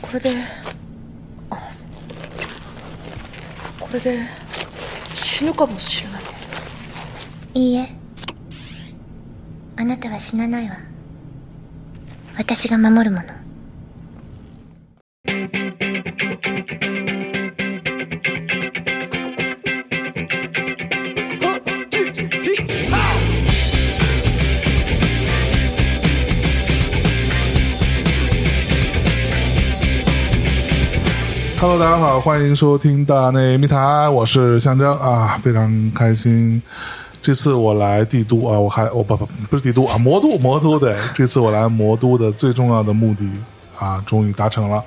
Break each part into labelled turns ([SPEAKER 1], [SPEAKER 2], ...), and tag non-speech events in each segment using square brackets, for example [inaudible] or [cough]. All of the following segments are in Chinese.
[SPEAKER 1] これであこれで死ぬかもしれない
[SPEAKER 2] いいえあなたは死なないわ私が守るもの
[SPEAKER 3] 哈喽，大家好，欢迎收听大内密谈，我是象征啊，非常开心。这次我来帝都啊，我还我不不不是帝都啊，魔都魔都对，这次我来魔都的最重要的目的啊，终于达成了。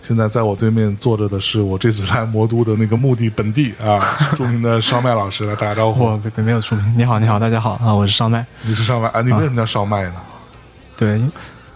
[SPEAKER 3] 现在在我对面坐着的是我这次来魔都的那个目的本地 [laughs] 啊，著名的烧麦老师来打个招呼
[SPEAKER 4] [laughs] 我。没没有出名。你好，你好，大家好啊，我是烧麦。
[SPEAKER 3] 你是烧麦啊？你为什么叫烧麦呢？
[SPEAKER 4] 对，因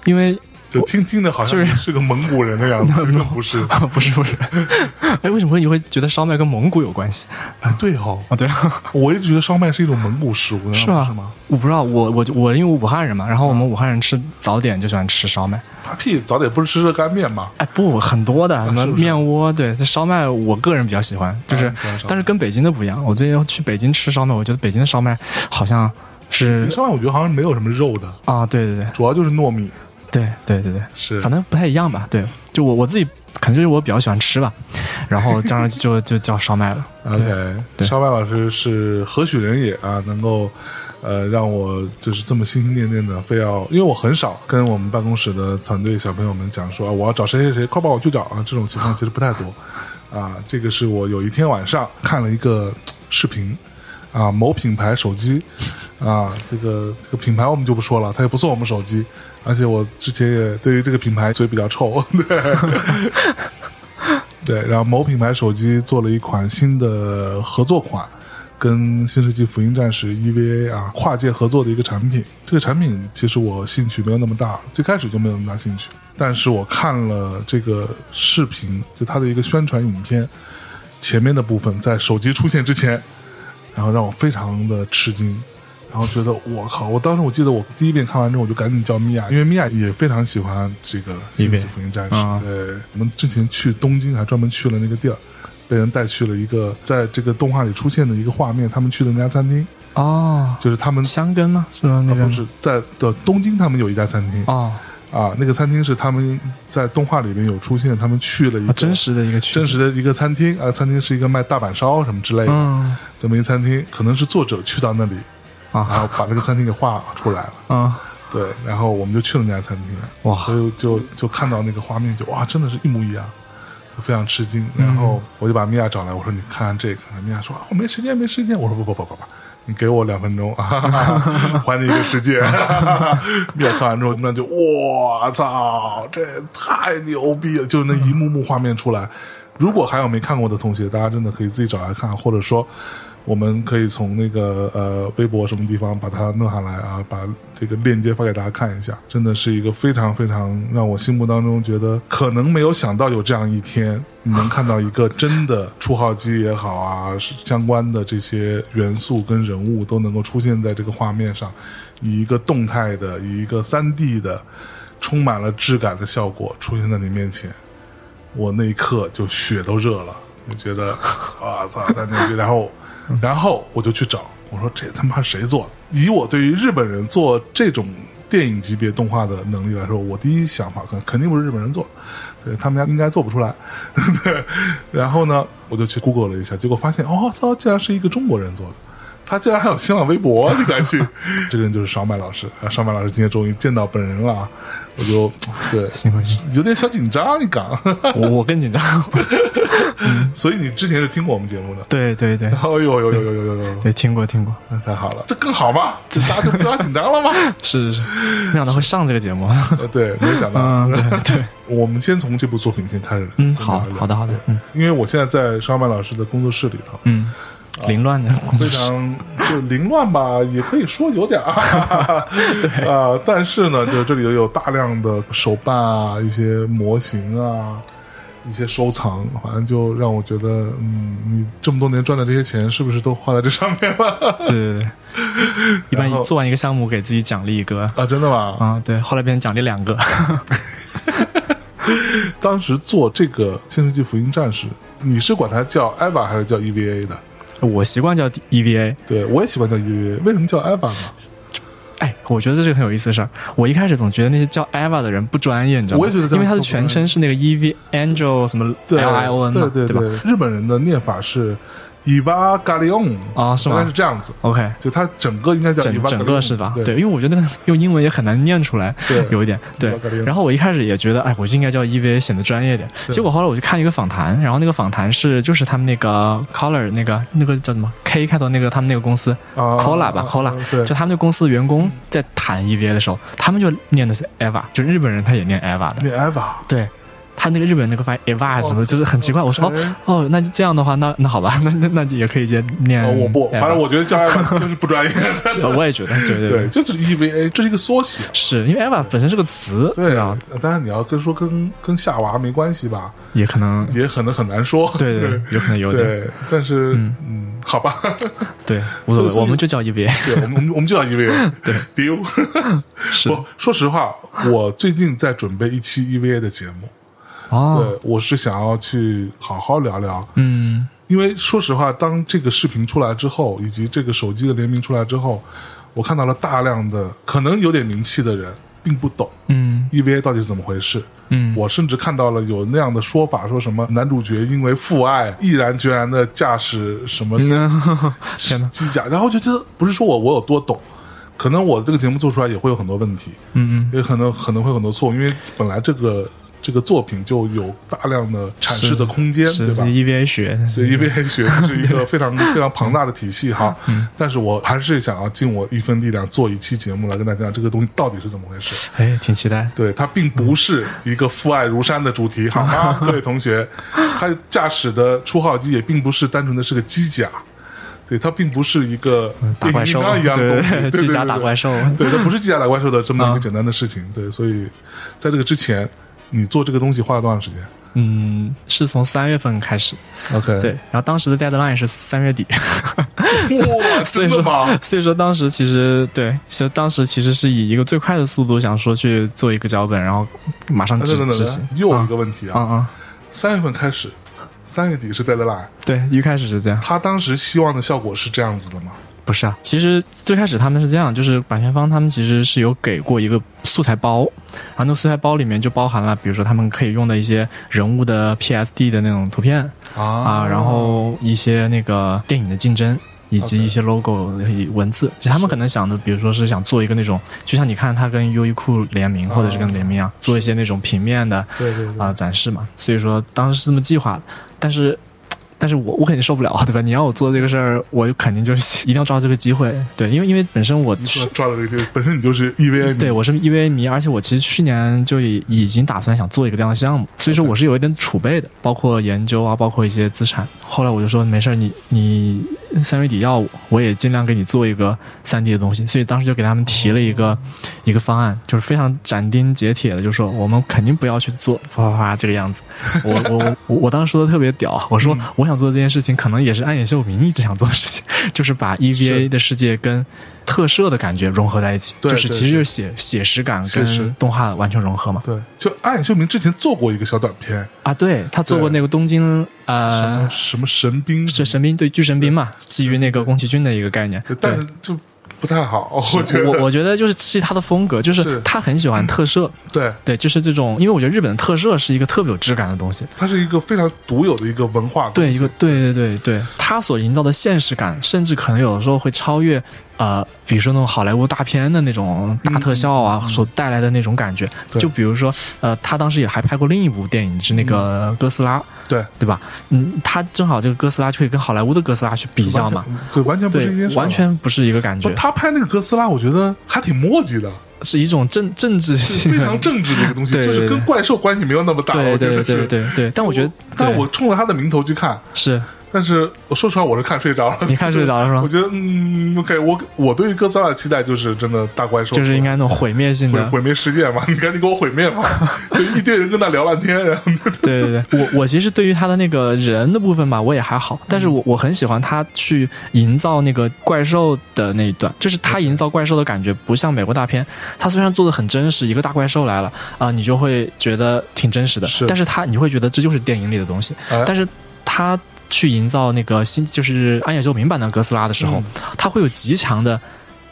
[SPEAKER 4] 因为 [laughs]
[SPEAKER 3] 就听听着好像
[SPEAKER 4] 就是
[SPEAKER 3] 是个蒙古人的样 [laughs] 子，其实不是。
[SPEAKER 4] 不是不是， [laughs] 哎，为什么你会觉得烧麦跟蒙古有关系
[SPEAKER 3] 哎，对哦，
[SPEAKER 4] 啊？对啊，
[SPEAKER 3] 我一直觉得烧麦是一种蒙古食物，难道
[SPEAKER 4] 是
[SPEAKER 3] 不
[SPEAKER 4] 吧？
[SPEAKER 3] 是吗？啊
[SPEAKER 4] 我不知道，我我就我因为我武汉人嘛，然后我们武汉人吃早点就喜欢吃烧麦。
[SPEAKER 3] 他屁，早点不是吃热干面吗？
[SPEAKER 4] 哎，不，很多的什么
[SPEAKER 3] 啊是不是
[SPEAKER 4] 面窝，对，这烧麦我个人比较喜欢，就是
[SPEAKER 3] 你喜欢烧麦，
[SPEAKER 4] 但是跟北京的不一样。我最近去北京吃烧麦，我觉得北京的烧麦好像是
[SPEAKER 3] 烧麦我觉得好像没有什么肉的，
[SPEAKER 4] 啊，对对对，
[SPEAKER 3] 主要就是糯米。
[SPEAKER 4] 对对对对，
[SPEAKER 3] 是
[SPEAKER 4] 反正不太一样吧？对，就我我自己可能就是我比较喜欢吃吧，然后这样就 [laughs] 就叫烧麦了。
[SPEAKER 3] OK，啊
[SPEAKER 4] 对
[SPEAKER 3] 烧麦老师是何许人也啊？能够呃让我就是这么心心念念的，非要因为我很少跟我们办公室的团队小朋友们讲说啊，我要找谁谁谁，快帮我去找啊！这种情况其实不太多啊。这个是我有一天晚上看了一个视频。啊，某品牌手机，啊，这个这个品牌我们就不说了，它也不送我们手机，而且我之前也对于这个品牌嘴比较臭， [laughs] 对，对，然后某品牌手机做了一款新的合作款，跟《新世纪福音战士》EVA 啊跨界合作的一个产品。这个产品其实我兴趣没有那么大，最开始就没有那么大兴趣。但是我看了这个视频，就它的一个宣传影片前面的部分，在手机出现之前，然后让我非常的吃惊，然后觉得我靠！我当时我记得我第一遍看完之后，我就赶紧叫米娅，因为米娅也非常喜欢这个《新世纪福音战士》
[SPEAKER 4] 啊
[SPEAKER 3] 对，我们之前去东京还专门去了那个地儿，被人带去了一个在这个动画里出现的一个画面，他们去的那家餐厅，
[SPEAKER 4] 哦，
[SPEAKER 3] 就是他们
[SPEAKER 4] 香根吗？是吗？
[SPEAKER 3] 啊
[SPEAKER 4] 那个
[SPEAKER 3] 不是在的东京，他们有一家餐厅
[SPEAKER 4] 哦，
[SPEAKER 3] 啊，那个餐厅是他们在动画里面有出现，他们去了一
[SPEAKER 4] 啊
[SPEAKER 3] 个
[SPEAKER 4] 真实的一个曲子
[SPEAKER 3] 真实的一个餐厅啊，餐厅是一个卖大阪烧什么之类的，
[SPEAKER 4] 嗯
[SPEAKER 3] 这么一餐厅，可能是作者去到那里，然
[SPEAKER 4] 啊
[SPEAKER 3] 后把这个餐厅给画出来了。
[SPEAKER 4] 啊
[SPEAKER 3] 对，然后我们就去了那家餐厅，
[SPEAKER 4] 哇
[SPEAKER 3] 所以就就看到那个画面就，哇，真的是一模一样，就非常吃惊。然后我就把米娅找来，我说你看看这个，米娅说啊我没时间，没时间。我说不不不不不，你给我两分钟，哈哈哈，还你一个世界。米娅看完之后，那就我操，这太牛逼了！就是那一幕幕画面出来。如果还有没看过的同学，大家真的可以自己找来看，或者说。我们可以从那个呃微博什么地方把它弄下来啊，把这个链接发给大家看一下。真的是一个非常非常让我心目当中觉得可能没有想到有这样一天，你能看到一个真的初号机也好啊，是相关的这些元素跟人物都能够出现在这个画面上，以一个动态的，以一个三 D 的，充满了质感的效果出现在你面前。我那一刻就血都热了，就觉得啊操，太牛逼！然后，然后我就去找，我说这他妈谁做的？以我对于日本人做这种电影级别动画的能力来说，我第一想法肯肯定不是日本人做的，对他们家应该做不出来。 [laughs] 对，然后呢，我就去 Google 了一下，结果发现哦操，竟然是一个中国人做的。他竟然还有新浪微博，你敢信？ [laughs] 这个人就是烧麦老师啊！烧麦老师今天终于见到本人了啊，我就对
[SPEAKER 4] 幸亏是
[SPEAKER 3] 有点小紧张，你敢？
[SPEAKER 4] [laughs] 我我更紧张。
[SPEAKER 3] 所以你之前是听过我们节目的？
[SPEAKER 4] [laughs] 对对对
[SPEAKER 3] 哦呦呦呦呦呦呦呦！
[SPEAKER 4] 对，听过听过，
[SPEAKER 3] 那 [laughs] 太好了，这更好 [laughs] 吗？这大家就不要紧张了吗？
[SPEAKER 4] 是是是，没想到会上这个节目。 [laughs]
[SPEAKER 3] 呃，对，没想到
[SPEAKER 4] 嗯，。对
[SPEAKER 3] [laughs]
[SPEAKER 4] 对，
[SPEAKER 3] 我们先从这部作品先开始。
[SPEAKER 4] 嗯，
[SPEAKER 3] 先
[SPEAKER 4] 好
[SPEAKER 3] 聊一聊
[SPEAKER 4] 好的好的，嗯
[SPEAKER 3] 因为我现在在烧麦老师的工作室里头，
[SPEAKER 4] 嗯，凌乱的工作
[SPEAKER 3] 非
[SPEAKER 4] 室，
[SPEAKER 3] 常就凌乱 [laughs] 吧，也可以说有点儿， [laughs] 对啊、但是呢，就这里有大量的手办啊，一些模型啊，一些收藏，反正就让我觉得，嗯，你这么多年赚的这些钱，是不是都花在这上面了？ [laughs]
[SPEAKER 4] 对对 [laughs] 对，一般
[SPEAKER 3] 然后
[SPEAKER 4] 做完一个项目给自己奖励一个，
[SPEAKER 3] 啊，真的吗？
[SPEAKER 4] 啊，对，后来变成奖励两个，
[SPEAKER 3] 当时做这个《新世纪福音战士》，你是管它叫 EVA 还是叫 EVA 的？
[SPEAKER 4] [laughs] 我习惯叫 E EVA，
[SPEAKER 3] 对我也喜欢叫 EVA，为什么叫 EVA 呢？
[SPEAKER 4] 哎，我觉得这是个很有意思的事儿。我一开始总觉得那些叫 Eva 的人不专业，你知道吗？
[SPEAKER 3] 我也觉得他们
[SPEAKER 4] 因为他的
[SPEAKER 3] 不专业
[SPEAKER 4] 全称是那个 E V Angel 什么 L
[SPEAKER 3] 对
[SPEAKER 4] I O N 嘛，
[SPEAKER 3] 对
[SPEAKER 4] 吧
[SPEAKER 3] 对，日本人的念法是 EVA Galion
[SPEAKER 4] 啊是吗
[SPEAKER 3] 应该是这样子，
[SPEAKER 4] ？OK，
[SPEAKER 3] 就它整个应该叫 EVA Galion，
[SPEAKER 4] 整整个是吧？
[SPEAKER 3] 对
[SPEAKER 4] 因为我觉得那个用英文也很难念出来，
[SPEAKER 3] 对
[SPEAKER 4] 有一点对
[SPEAKER 3] Eva Galion。
[SPEAKER 4] 然后我一开始也觉得，哎，我就应该叫 EVA 显得专业点。结果后来我就看一个访谈，然后那个访谈是就是他们那个 Color 那个那个叫什么 K 开头那个他们那个公司
[SPEAKER 3] 啊
[SPEAKER 4] Cola 吧
[SPEAKER 3] 啊
[SPEAKER 4] ，Cola，
[SPEAKER 3] 对
[SPEAKER 4] 就他们那个公司的员工在谈 EVA 的时候，他们就念的是 Eva，就日本人他也念 Eva 的。
[SPEAKER 3] 念 EVA，
[SPEAKER 4] 对他那个日本那个发音 eva 什么的，就是很奇怪。我说
[SPEAKER 3] 哎
[SPEAKER 4] 哦哦，那就这样的话，那那好吧， [laughs] 那那那就也可以接念嗯 EVA。
[SPEAKER 3] 呃，我不，反正我觉得叫
[SPEAKER 4] [laughs]
[SPEAKER 3] EVA 就是不专业，
[SPEAKER 4] 我也觉得，对对
[SPEAKER 3] 对，，这是 EVA，这是一个缩写。
[SPEAKER 4] 是因为 eva 本身是个词，
[SPEAKER 3] 对啊，当然你要跟说跟跟夏娃没关系吧，
[SPEAKER 4] 也可能
[SPEAKER 3] 也可能很难说。
[SPEAKER 4] 对对
[SPEAKER 3] 对，
[SPEAKER 4] 有可能有点
[SPEAKER 3] 对但是嗯，好吧， [laughs]
[SPEAKER 4] 对，无所谓，
[SPEAKER 3] 所以
[SPEAKER 4] 我们就叫 E eva。
[SPEAKER 3] 对，我们我们我们就要
[SPEAKER 4] [laughs]
[SPEAKER 3] EVA，对，丢。
[SPEAKER 4] 是
[SPEAKER 3] 我说实话，我最近在准备一期 EVA 的节目，
[SPEAKER 4] 哦，
[SPEAKER 3] 对，我是想要去好好聊聊，
[SPEAKER 4] 嗯，
[SPEAKER 3] 因为说实话，当这个视频出来之后，以及这个手机的联名出来之后，我看到了大量的可能有点名气的人并不懂， [laughs]
[SPEAKER 4] 嗯
[SPEAKER 3] EVA 到底是怎么回事？
[SPEAKER 4] 嗯
[SPEAKER 3] 我甚至看到了有那样的说法，说什么男主角因为父爱毅然决然的驾驶什么
[SPEAKER 4] 嗯，天哪，
[SPEAKER 3] 机甲，然后就觉得不是说我我有多懂，可能我这个节目做出来也会有很多问题，
[SPEAKER 4] 嗯嗯，
[SPEAKER 3] 也可能可能会有很多错误，因为本来这个这个作品就有大量的阐释的空间，
[SPEAKER 4] 是
[SPEAKER 3] 对
[SPEAKER 4] 是
[SPEAKER 3] 吧？
[SPEAKER 4] eva 学，
[SPEAKER 3] 所以 EVA 学是一个非常非常庞大的体系哈，
[SPEAKER 4] 嗯
[SPEAKER 3] 但是我还是想要尽我一分力量做一期节目来跟大家讲这个东西到底是怎么回事。
[SPEAKER 4] 哎，挺期待。
[SPEAKER 3] 对，它并不是一个父爱如山的主题，好 [laughs] 吗，各位同学？它驾驶的初号机也并不是单纯的是个机甲，对，它并不是一个
[SPEAKER 4] 打怪兽啊
[SPEAKER 3] 变形金刚一样的东西，
[SPEAKER 4] 对
[SPEAKER 3] 对对
[SPEAKER 4] 机甲打怪兽
[SPEAKER 3] 对，它不是机甲打怪兽的这么一个
[SPEAKER 4] 啊
[SPEAKER 3] 简单的事情，对，所以在这个之前，你做这个东西花了多长时间
[SPEAKER 4] 嗯，是从三月份开始，
[SPEAKER 3] ？OK，
[SPEAKER 4] 对，，然后当时的 deadline 是三月底，
[SPEAKER 3] [laughs] 哇，
[SPEAKER 4] 所
[SPEAKER 3] 真的
[SPEAKER 4] 以说
[SPEAKER 3] 吗？，啊
[SPEAKER 4] [laughs] 所以说当时其实对，其实当时其实是以一个最快的速度想说去做一个脚本，然后马上
[SPEAKER 3] 等
[SPEAKER 4] 执
[SPEAKER 3] 等等
[SPEAKER 4] 执
[SPEAKER 3] 等
[SPEAKER 4] 行。，
[SPEAKER 3] 又有一个问题啊，
[SPEAKER 4] 啊啊、
[SPEAKER 3] 三月份开始，三月底是 deadline，
[SPEAKER 4] 对，一开始是这样。
[SPEAKER 3] 他当时希望的效果是这样子的吗？
[SPEAKER 4] 不是啊，其实最开始他们是这样，就是版权方他们其实是有给过一个素材包，然后那个素材包里面就包含了，比如说他们可以用的一些人物的 PSD 的那种图片啊、然后一些那个电影的竞争。以及
[SPEAKER 3] OK
[SPEAKER 4] 一些 logo 以文字，其实他们可能想的，比如说是想做一个那种，就像你看他跟优衣库联名，或者是跟联名一样，做一些那种平面的
[SPEAKER 3] 对对对
[SPEAKER 4] 啊、展示嘛。所以说当时是这么计划的，但是。但是我我肯定受不了啊，对吧？你让我做这个事儿，我肯定就是一定要抓这个机会，对，因为因为本身我
[SPEAKER 3] 你
[SPEAKER 4] 去
[SPEAKER 3] 说抓了这个，本身你就是 E EVA 迷
[SPEAKER 4] 对我是 EVA 迷，而且我其实去年就已已经打算想做一个这样的项目，所以说
[SPEAKER 3] 嗯
[SPEAKER 4] 我是有一点储备的，包括研究啊，包括一些资产。后来我就说没事儿，你你三月底要我，我也尽量给你做一个三 D 的东西。所以当时就给他们提了一个、
[SPEAKER 3] 哦
[SPEAKER 4] 一个方案，就是非常斩钉截铁的，就说我们肯定不要去做啪啪啪这个样子。我我我我当时说的特别屌，啊我
[SPEAKER 3] 嗯
[SPEAKER 4] 说我想做这件事情，可能也是暗野秀明一直想做的事情， [laughs] 就是把 EVA
[SPEAKER 3] 是
[SPEAKER 4] 的世界跟特摄的感觉融合在一起。
[SPEAKER 3] 对
[SPEAKER 4] 就是
[SPEAKER 3] 对
[SPEAKER 4] 其实就是写写实感
[SPEAKER 3] 是是
[SPEAKER 4] 跟动画完全融合嘛。
[SPEAKER 3] 对，就暗野秀明之前做过一个小短片，
[SPEAKER 4] 啊，对他做过
[SPEAKER 3] 对
[SPEAKER 4] 那个东京呃，
[SPEAKER 3] 什么神兵，
[SPEAKER 4] 是神兵对巨神兵嘛，基于那个宫崎骏的一个概念。对
[SPEAKER 3] 但。是就不太好，我觉得，
[SPEAKER 4] 我我觉得就是是他的风格，就是
[SPEAKER 3] 是
[SPEAKER 4] 他很喜欢特摄，
[SPEAKER 3] 对，
[SPEAKER 4] 对，就是这种，因为我觉得日本的特摄是一个特别有质感的东西，
[SPEAKER 3] 它是一个非常独有的一个文化，
[SPEAKER 4] 对，一个对对对对，他所营造的现实感，甚至可能有的时候会超越呃，比如说那种好莱坞大片的那种大特效
[SPEAKER 3] 嗯
[SPEAKER 4] 啊，所带来的那种感觉。
[SPEAKER 3] 对
[SPEAKER 4] 就比如说呃，他当时也还拍过另一部电影是那个
[SPEAKER 3] 嗯
[SPEAKER 4] 哥斯拉，
[SPEAKER 3] 对，
[SPEAKER 4] 对吧？嗯，他正好这个哥斯拉就可以跟好莱坞的哥斯拉去比较嘛，
[SPEAKER 3] 完全，对，完全不是一件
[SPEAKER 4] 对，
[SPEAKER 3] 事，
[SPEAKER 4] 完。全不是一个感觉
[SPEAKER 3] 不，，他拍那个哥斯拉，我觉得还挺墨迹
[SPEAKER 4] [laughs]
[SPEAKER 3] 的，
[SPEAKER 4] 是一种政政治
[SPEAKER 3] 是
[SPEAKER 4] 性
[SPEAKER 3] 非
[SPEAKER 4] 的
[SPEAKER 3] 常政治的一个东西，
[SPEAKER 4] 对对
[SPEAKER 3] 就是跟
[SPEAKER 4] 对
[SPEAKER 3] 怪兽关系没有那么大。
[SPEAKER 4] [laughs] 对
[SPEAKER 3] 我觉
[SPEAKER 4] 对
[SPEAKER 3] 得
[SPEAKER 4] 对
[SPEAKER 3] 是
[SPEAKER 4] 对对，但我觉得，
[SPEAKER 3] [laughs] 但
[SPEAKER 4] 对
[SPEAKER 3] 我冲着他的名头去看，
[SPEAKER 4] 是
[SPEAKER 3] 但是我说实话，我是看睡着了。
[SPEAKER 4] 你看睡着了是
[SPEAKER 3] 我
[SPEAKER 4] 吗？
[SPEAKER 3] 觉得，嗯，OK，我我对哥斯拉的期待就是真的大怪兽，
[SPEAKER 4] 就是应该那种毁灭性
[SPEAKER 3] 毁
[SPEAKER 4] 的。
[SPEAKER 3] 毁灭世界嘛， [laughs] 你赶紧给我毁灭嘛！
[SPEAKER 4] [laughs]
[SPEAKER 3] 就一堆人跟他聊半天，然后就
[SPEAKER 4] 对对对，我我其实对于他的那个人的部分吧，我也还好，但是我我很喜欢他去营造那个怪兽的那一段，就是他营造怪兽的感觉不像美国大片，他虽然做的很真实，一个大怪兽来了啊、你就会觉得挺真实的，
[SPEAKER 3] 是
[SPEAKER 4] 但是他你会觉得这就是电影里的东西，
[SPEAKER 3] 哎
[SPEAKER 4] 但是他去营造那个新就是安野秀明版的哥斯拉的
[SPEAKER 3] 嗯
[SPEAKER 4] 时候，他会有极强的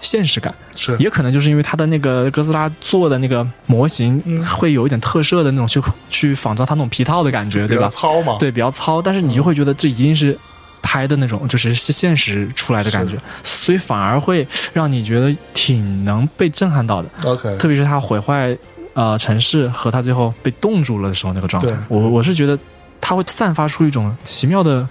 [SPEAKER 4] 现实感。
[SPEAKER 3] 是
[SPEAKER 4] 也可能就是因为它的那个哥斯拉做的那个模型
[SPEAKER 3] 嗯
[SPEAKER 4] 会有一点特摄的那种去去仿照它那种皮套的感觉，
[SPEAKER 3] 比
[SPEAKER 4] 对
[SPEAKER 3] 较
[SPEAKER 4] 吧？
[SPEAKER 3] 糙嘛，
[SPEAKER 4] 对，比较糙，但是你就会觉得这一定是拍的那种，就是是现实出来的感觉
[SPEAKER 3] 是，
[SPEAKER 4] 所以反而会让你觉得挺能被震撼到的，
[SPEAKER 3] ，OK，
[SPEAKER 4] 特别是它毁坏呃城市和它最后被冻住了的时候那个状态
[SPEAKER 3] 对，
[SPEAKER 4] 我我是觉得它会散发出一种奇妙的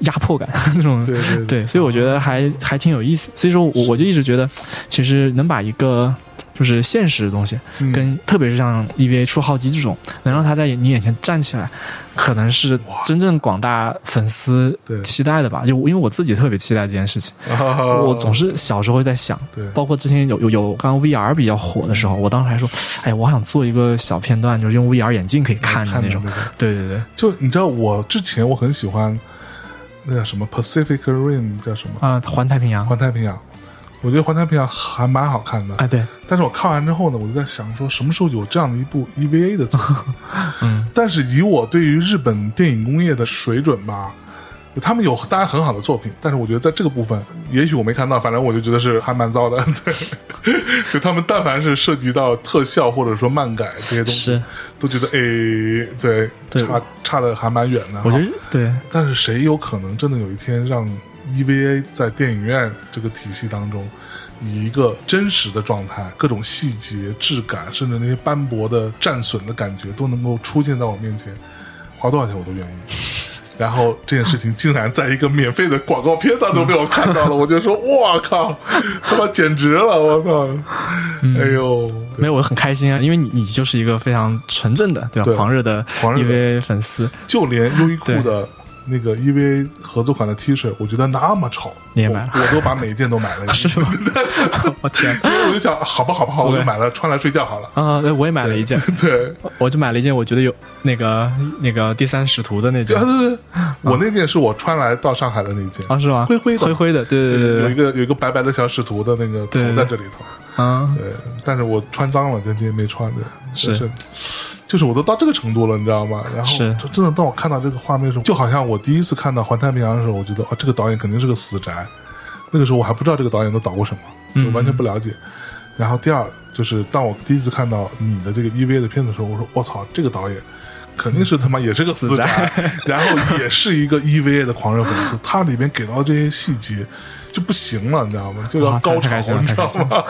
[SPEAKER 4] 压迫感， [laughs] 那种
[SPEAKER 3] 对对
[SPEAKER 4] 对，所以我觉得还还挺有意思。所以说我我就一直觉得，其实能把一个就是现实的东西，
[SPEAKER 3] 嗯
[SPEAKER 4] 跟特别是像 EVA 出号机这种，能让它在你眼前站起来，可能是真正广大粉丝
[SPEAKER 3] 对
[SPEAKER 4] 期待的吧。就因为我自己特别期待这件事情，
[SPEAKER 3] 啊
[SPEAKER 4] 我总是小时候在想，
[SPEAKER 3] 对嗯
[SPEAKER 4] 包括之前有有有刚刚 VR 比较火的时候，我当时还说，哎，我好想做一个小片段，就是用 VR 眼镜可以看的
[SPEAKER 3] 看
[SPEAKER 4] 那
[SPEAKER 3] 的
[SPEAKER 4] 种
[SPEAKER 3] 那。个
[SPEAKER 4] 对对对，
[SPEAKER 3] 就你知道，我之前我很喜欢那叫什么 Pacific Rim，叫什么
[SPEAKER 4] 啊、环太平洋，
[SPEAKER 3] 环太平洋，我觉得环太平洋还蛮好看的。
[SPEAKER 4] 哎，对，
[SPEAKER 3] 但是我看完之后呢，我就在想说，什么时候有这样的一部 EVA 的作
[SPEAKER 4] [laughs]
[SPEAKER 3] 品？嗯，但是以我对于日本电影工业的水准吧，他们有当然很好的作品，但是我觉得在这个部分，也许我没看到，反正我就觉得是还蛮糟的。 [laughs] 对，就他们但凡是涉及到特效或者说漫改这些东西
[SPEAKER 4] 是，
[SPEAKER 3] 都觉得哎，对，
[SPEAKER 4] 对
[SPEAKER 3] 差差的还蛮远的哈。
[SPEAKER 4] 我觉得对。
[SPEAKER 3] 但是谁有可能真的有一天让 EVA 在电影院这个体系当中，以一个真实的状态，各种细节、质感，甚至那些斑驳的战损的感觉，都能够出现在我面前，花多少钱我都愿意。然后这件事情竟然在一个免费的广告片当中被我看到了，我就说：“我靠，他妈简直了！我操！哎呦，
[SPEAKER 4] 没有，我很开心啊，因为你你就是一个非常纯正的，对吧？
[SPEAKER 3] 对
[SPEAKER 4] 狂热的
[SPEAKER 3] 狂热的
[SPEAKER 4] EVA 粉丝，
[SPEAKER 3] 就连优衣库
[SPEAKER 4] 对
[SPEAKER 3] 的那个 EVA 合作款的 T 恤，我觉得那么丑，
[SPEAKER 4] 你也买了啊
[SPEAKER 3] 我，我都把每一件都买
[SPEAKER 4] [laughs]
[SPEAKER 3] 了一件，
[SPEAKER 4] 是吗？我天
[SPEAKER 3] 因 [laughs] 为我就想，好吧，好吧，好吧，我
[SPEAKER 4] OK
[SPEAKER 3] 就买了，穿来睡觉好了。
[SPEAKER 4] [laughs] 啊！对我也买了一件，
[SPEAKER 3] 对，
[SPEAKER 4] 我就买了一件，我觉得有那个那个第三使徒的
[SPEAKER 3] [laughs]
[SPEAKER 4] 那件
[SPEAKER 3] 对对对，呃我那件是我穿来到上海的那件，
[SPEAKER 4] 啊，是吗？
[SPEAKER 3] 灰灰的
[SPEAKER 4] 灰灰的，对对对
[SPEAKER 3] 有
[SPEAKER 4] 对
[SPEAKER 3] 一
[SPEAKER 4] 对，
[SPEAKER 3] 个有一个白白的小使徒的那个头
[SPEAKER 4] 对
[SPEAKER 3] 在这里头。
[SPEAKER 4] 啊，
[SPEAKER 3] 对，但是我穿脏了，跟今天没穿的，
[SPEAKER 4] 是
[SPEAKER 3] 就是。就是我都到这个程度了，你知道吗？然后
[SPEAKER 4] 是
[SPEAKER 3] 就真的，当我看到这个画面的时候，就好像我第一次看到《环太平洋》的时候，我觉得啊，这个导演肯定是个死宅。那个时候我还不知道这个导演都导过什么，
[SPEAKER 4] 嗯
[SPEAKER 3] 我完全不了解。然后第二就是，当我第一次看到你的这个 EVA 的片子的时候，我说我操，这个导演肯定是他妈也是个死宅， [laughs] 然后也是一个 EVA 的狂热粉丝。他里面给到这些细节就不行了，你知道吗？就要
[SPEAKER 4] 哇
[SPEAKER 3] 高
[SPEAKER 4] 太
[SPEAKER 3] 潮，
[SPEAKER 4] 开心了
[SPEAKER 3] 你知道吗？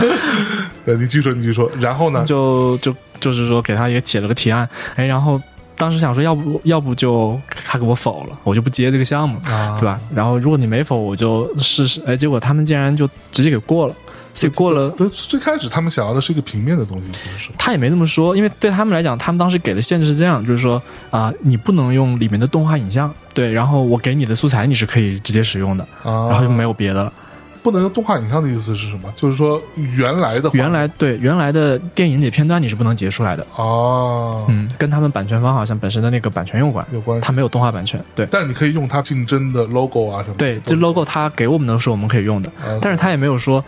[SPEAKER 3] [laughs] 对，你继续说，你继续说。然后呢？
[SPEAKER 4] 就就就是说给他也写了个提案，哎，然后当时想说，要不要不就他给我否了，我就不接这个项目，
[SPEAKER 3] 啊
[SPEAKER 4] 对？吧？然后如果你没否，我就试试，哎，结果他们竟然就直接给过了，所以过了。
[SPEAKER 3] 对，最开始他们想要的是一个平面的东西，就是说
[SPEAKER 4] 他也没那么说，因为对他们来讲，他们当时给的限制是这样，就是说啊、你不能用里面的动画影像，对，然后我给你的素材你是可以直接使用的，
[SPEAKER 3] 啊，
[SPEAKER 4] 然后就没有别的了。
[SPEAKER 3] 不能用动画影像的意思是什么？就是说原来的画
[SPEAKER 4] 原来对原来的电影里片段你是不能截出来的，
[SPEAKER 3] 啊，
[SPEAKER 4] 嗯，跟他们版权方好像本身的那个版权有关，
[SPEAKER 3] 有关系
[SPEAKER 4] 他，没有动画版权，对。
[SPEAKER 3] 但你可以用它竞争的 logo 啊什么的。
[SPEAKER 4] 对，这 logo 他给我们的是我们可以用的，
[SPEAKER 3] 嗯
[SPEAKER 4] 但是他也没有说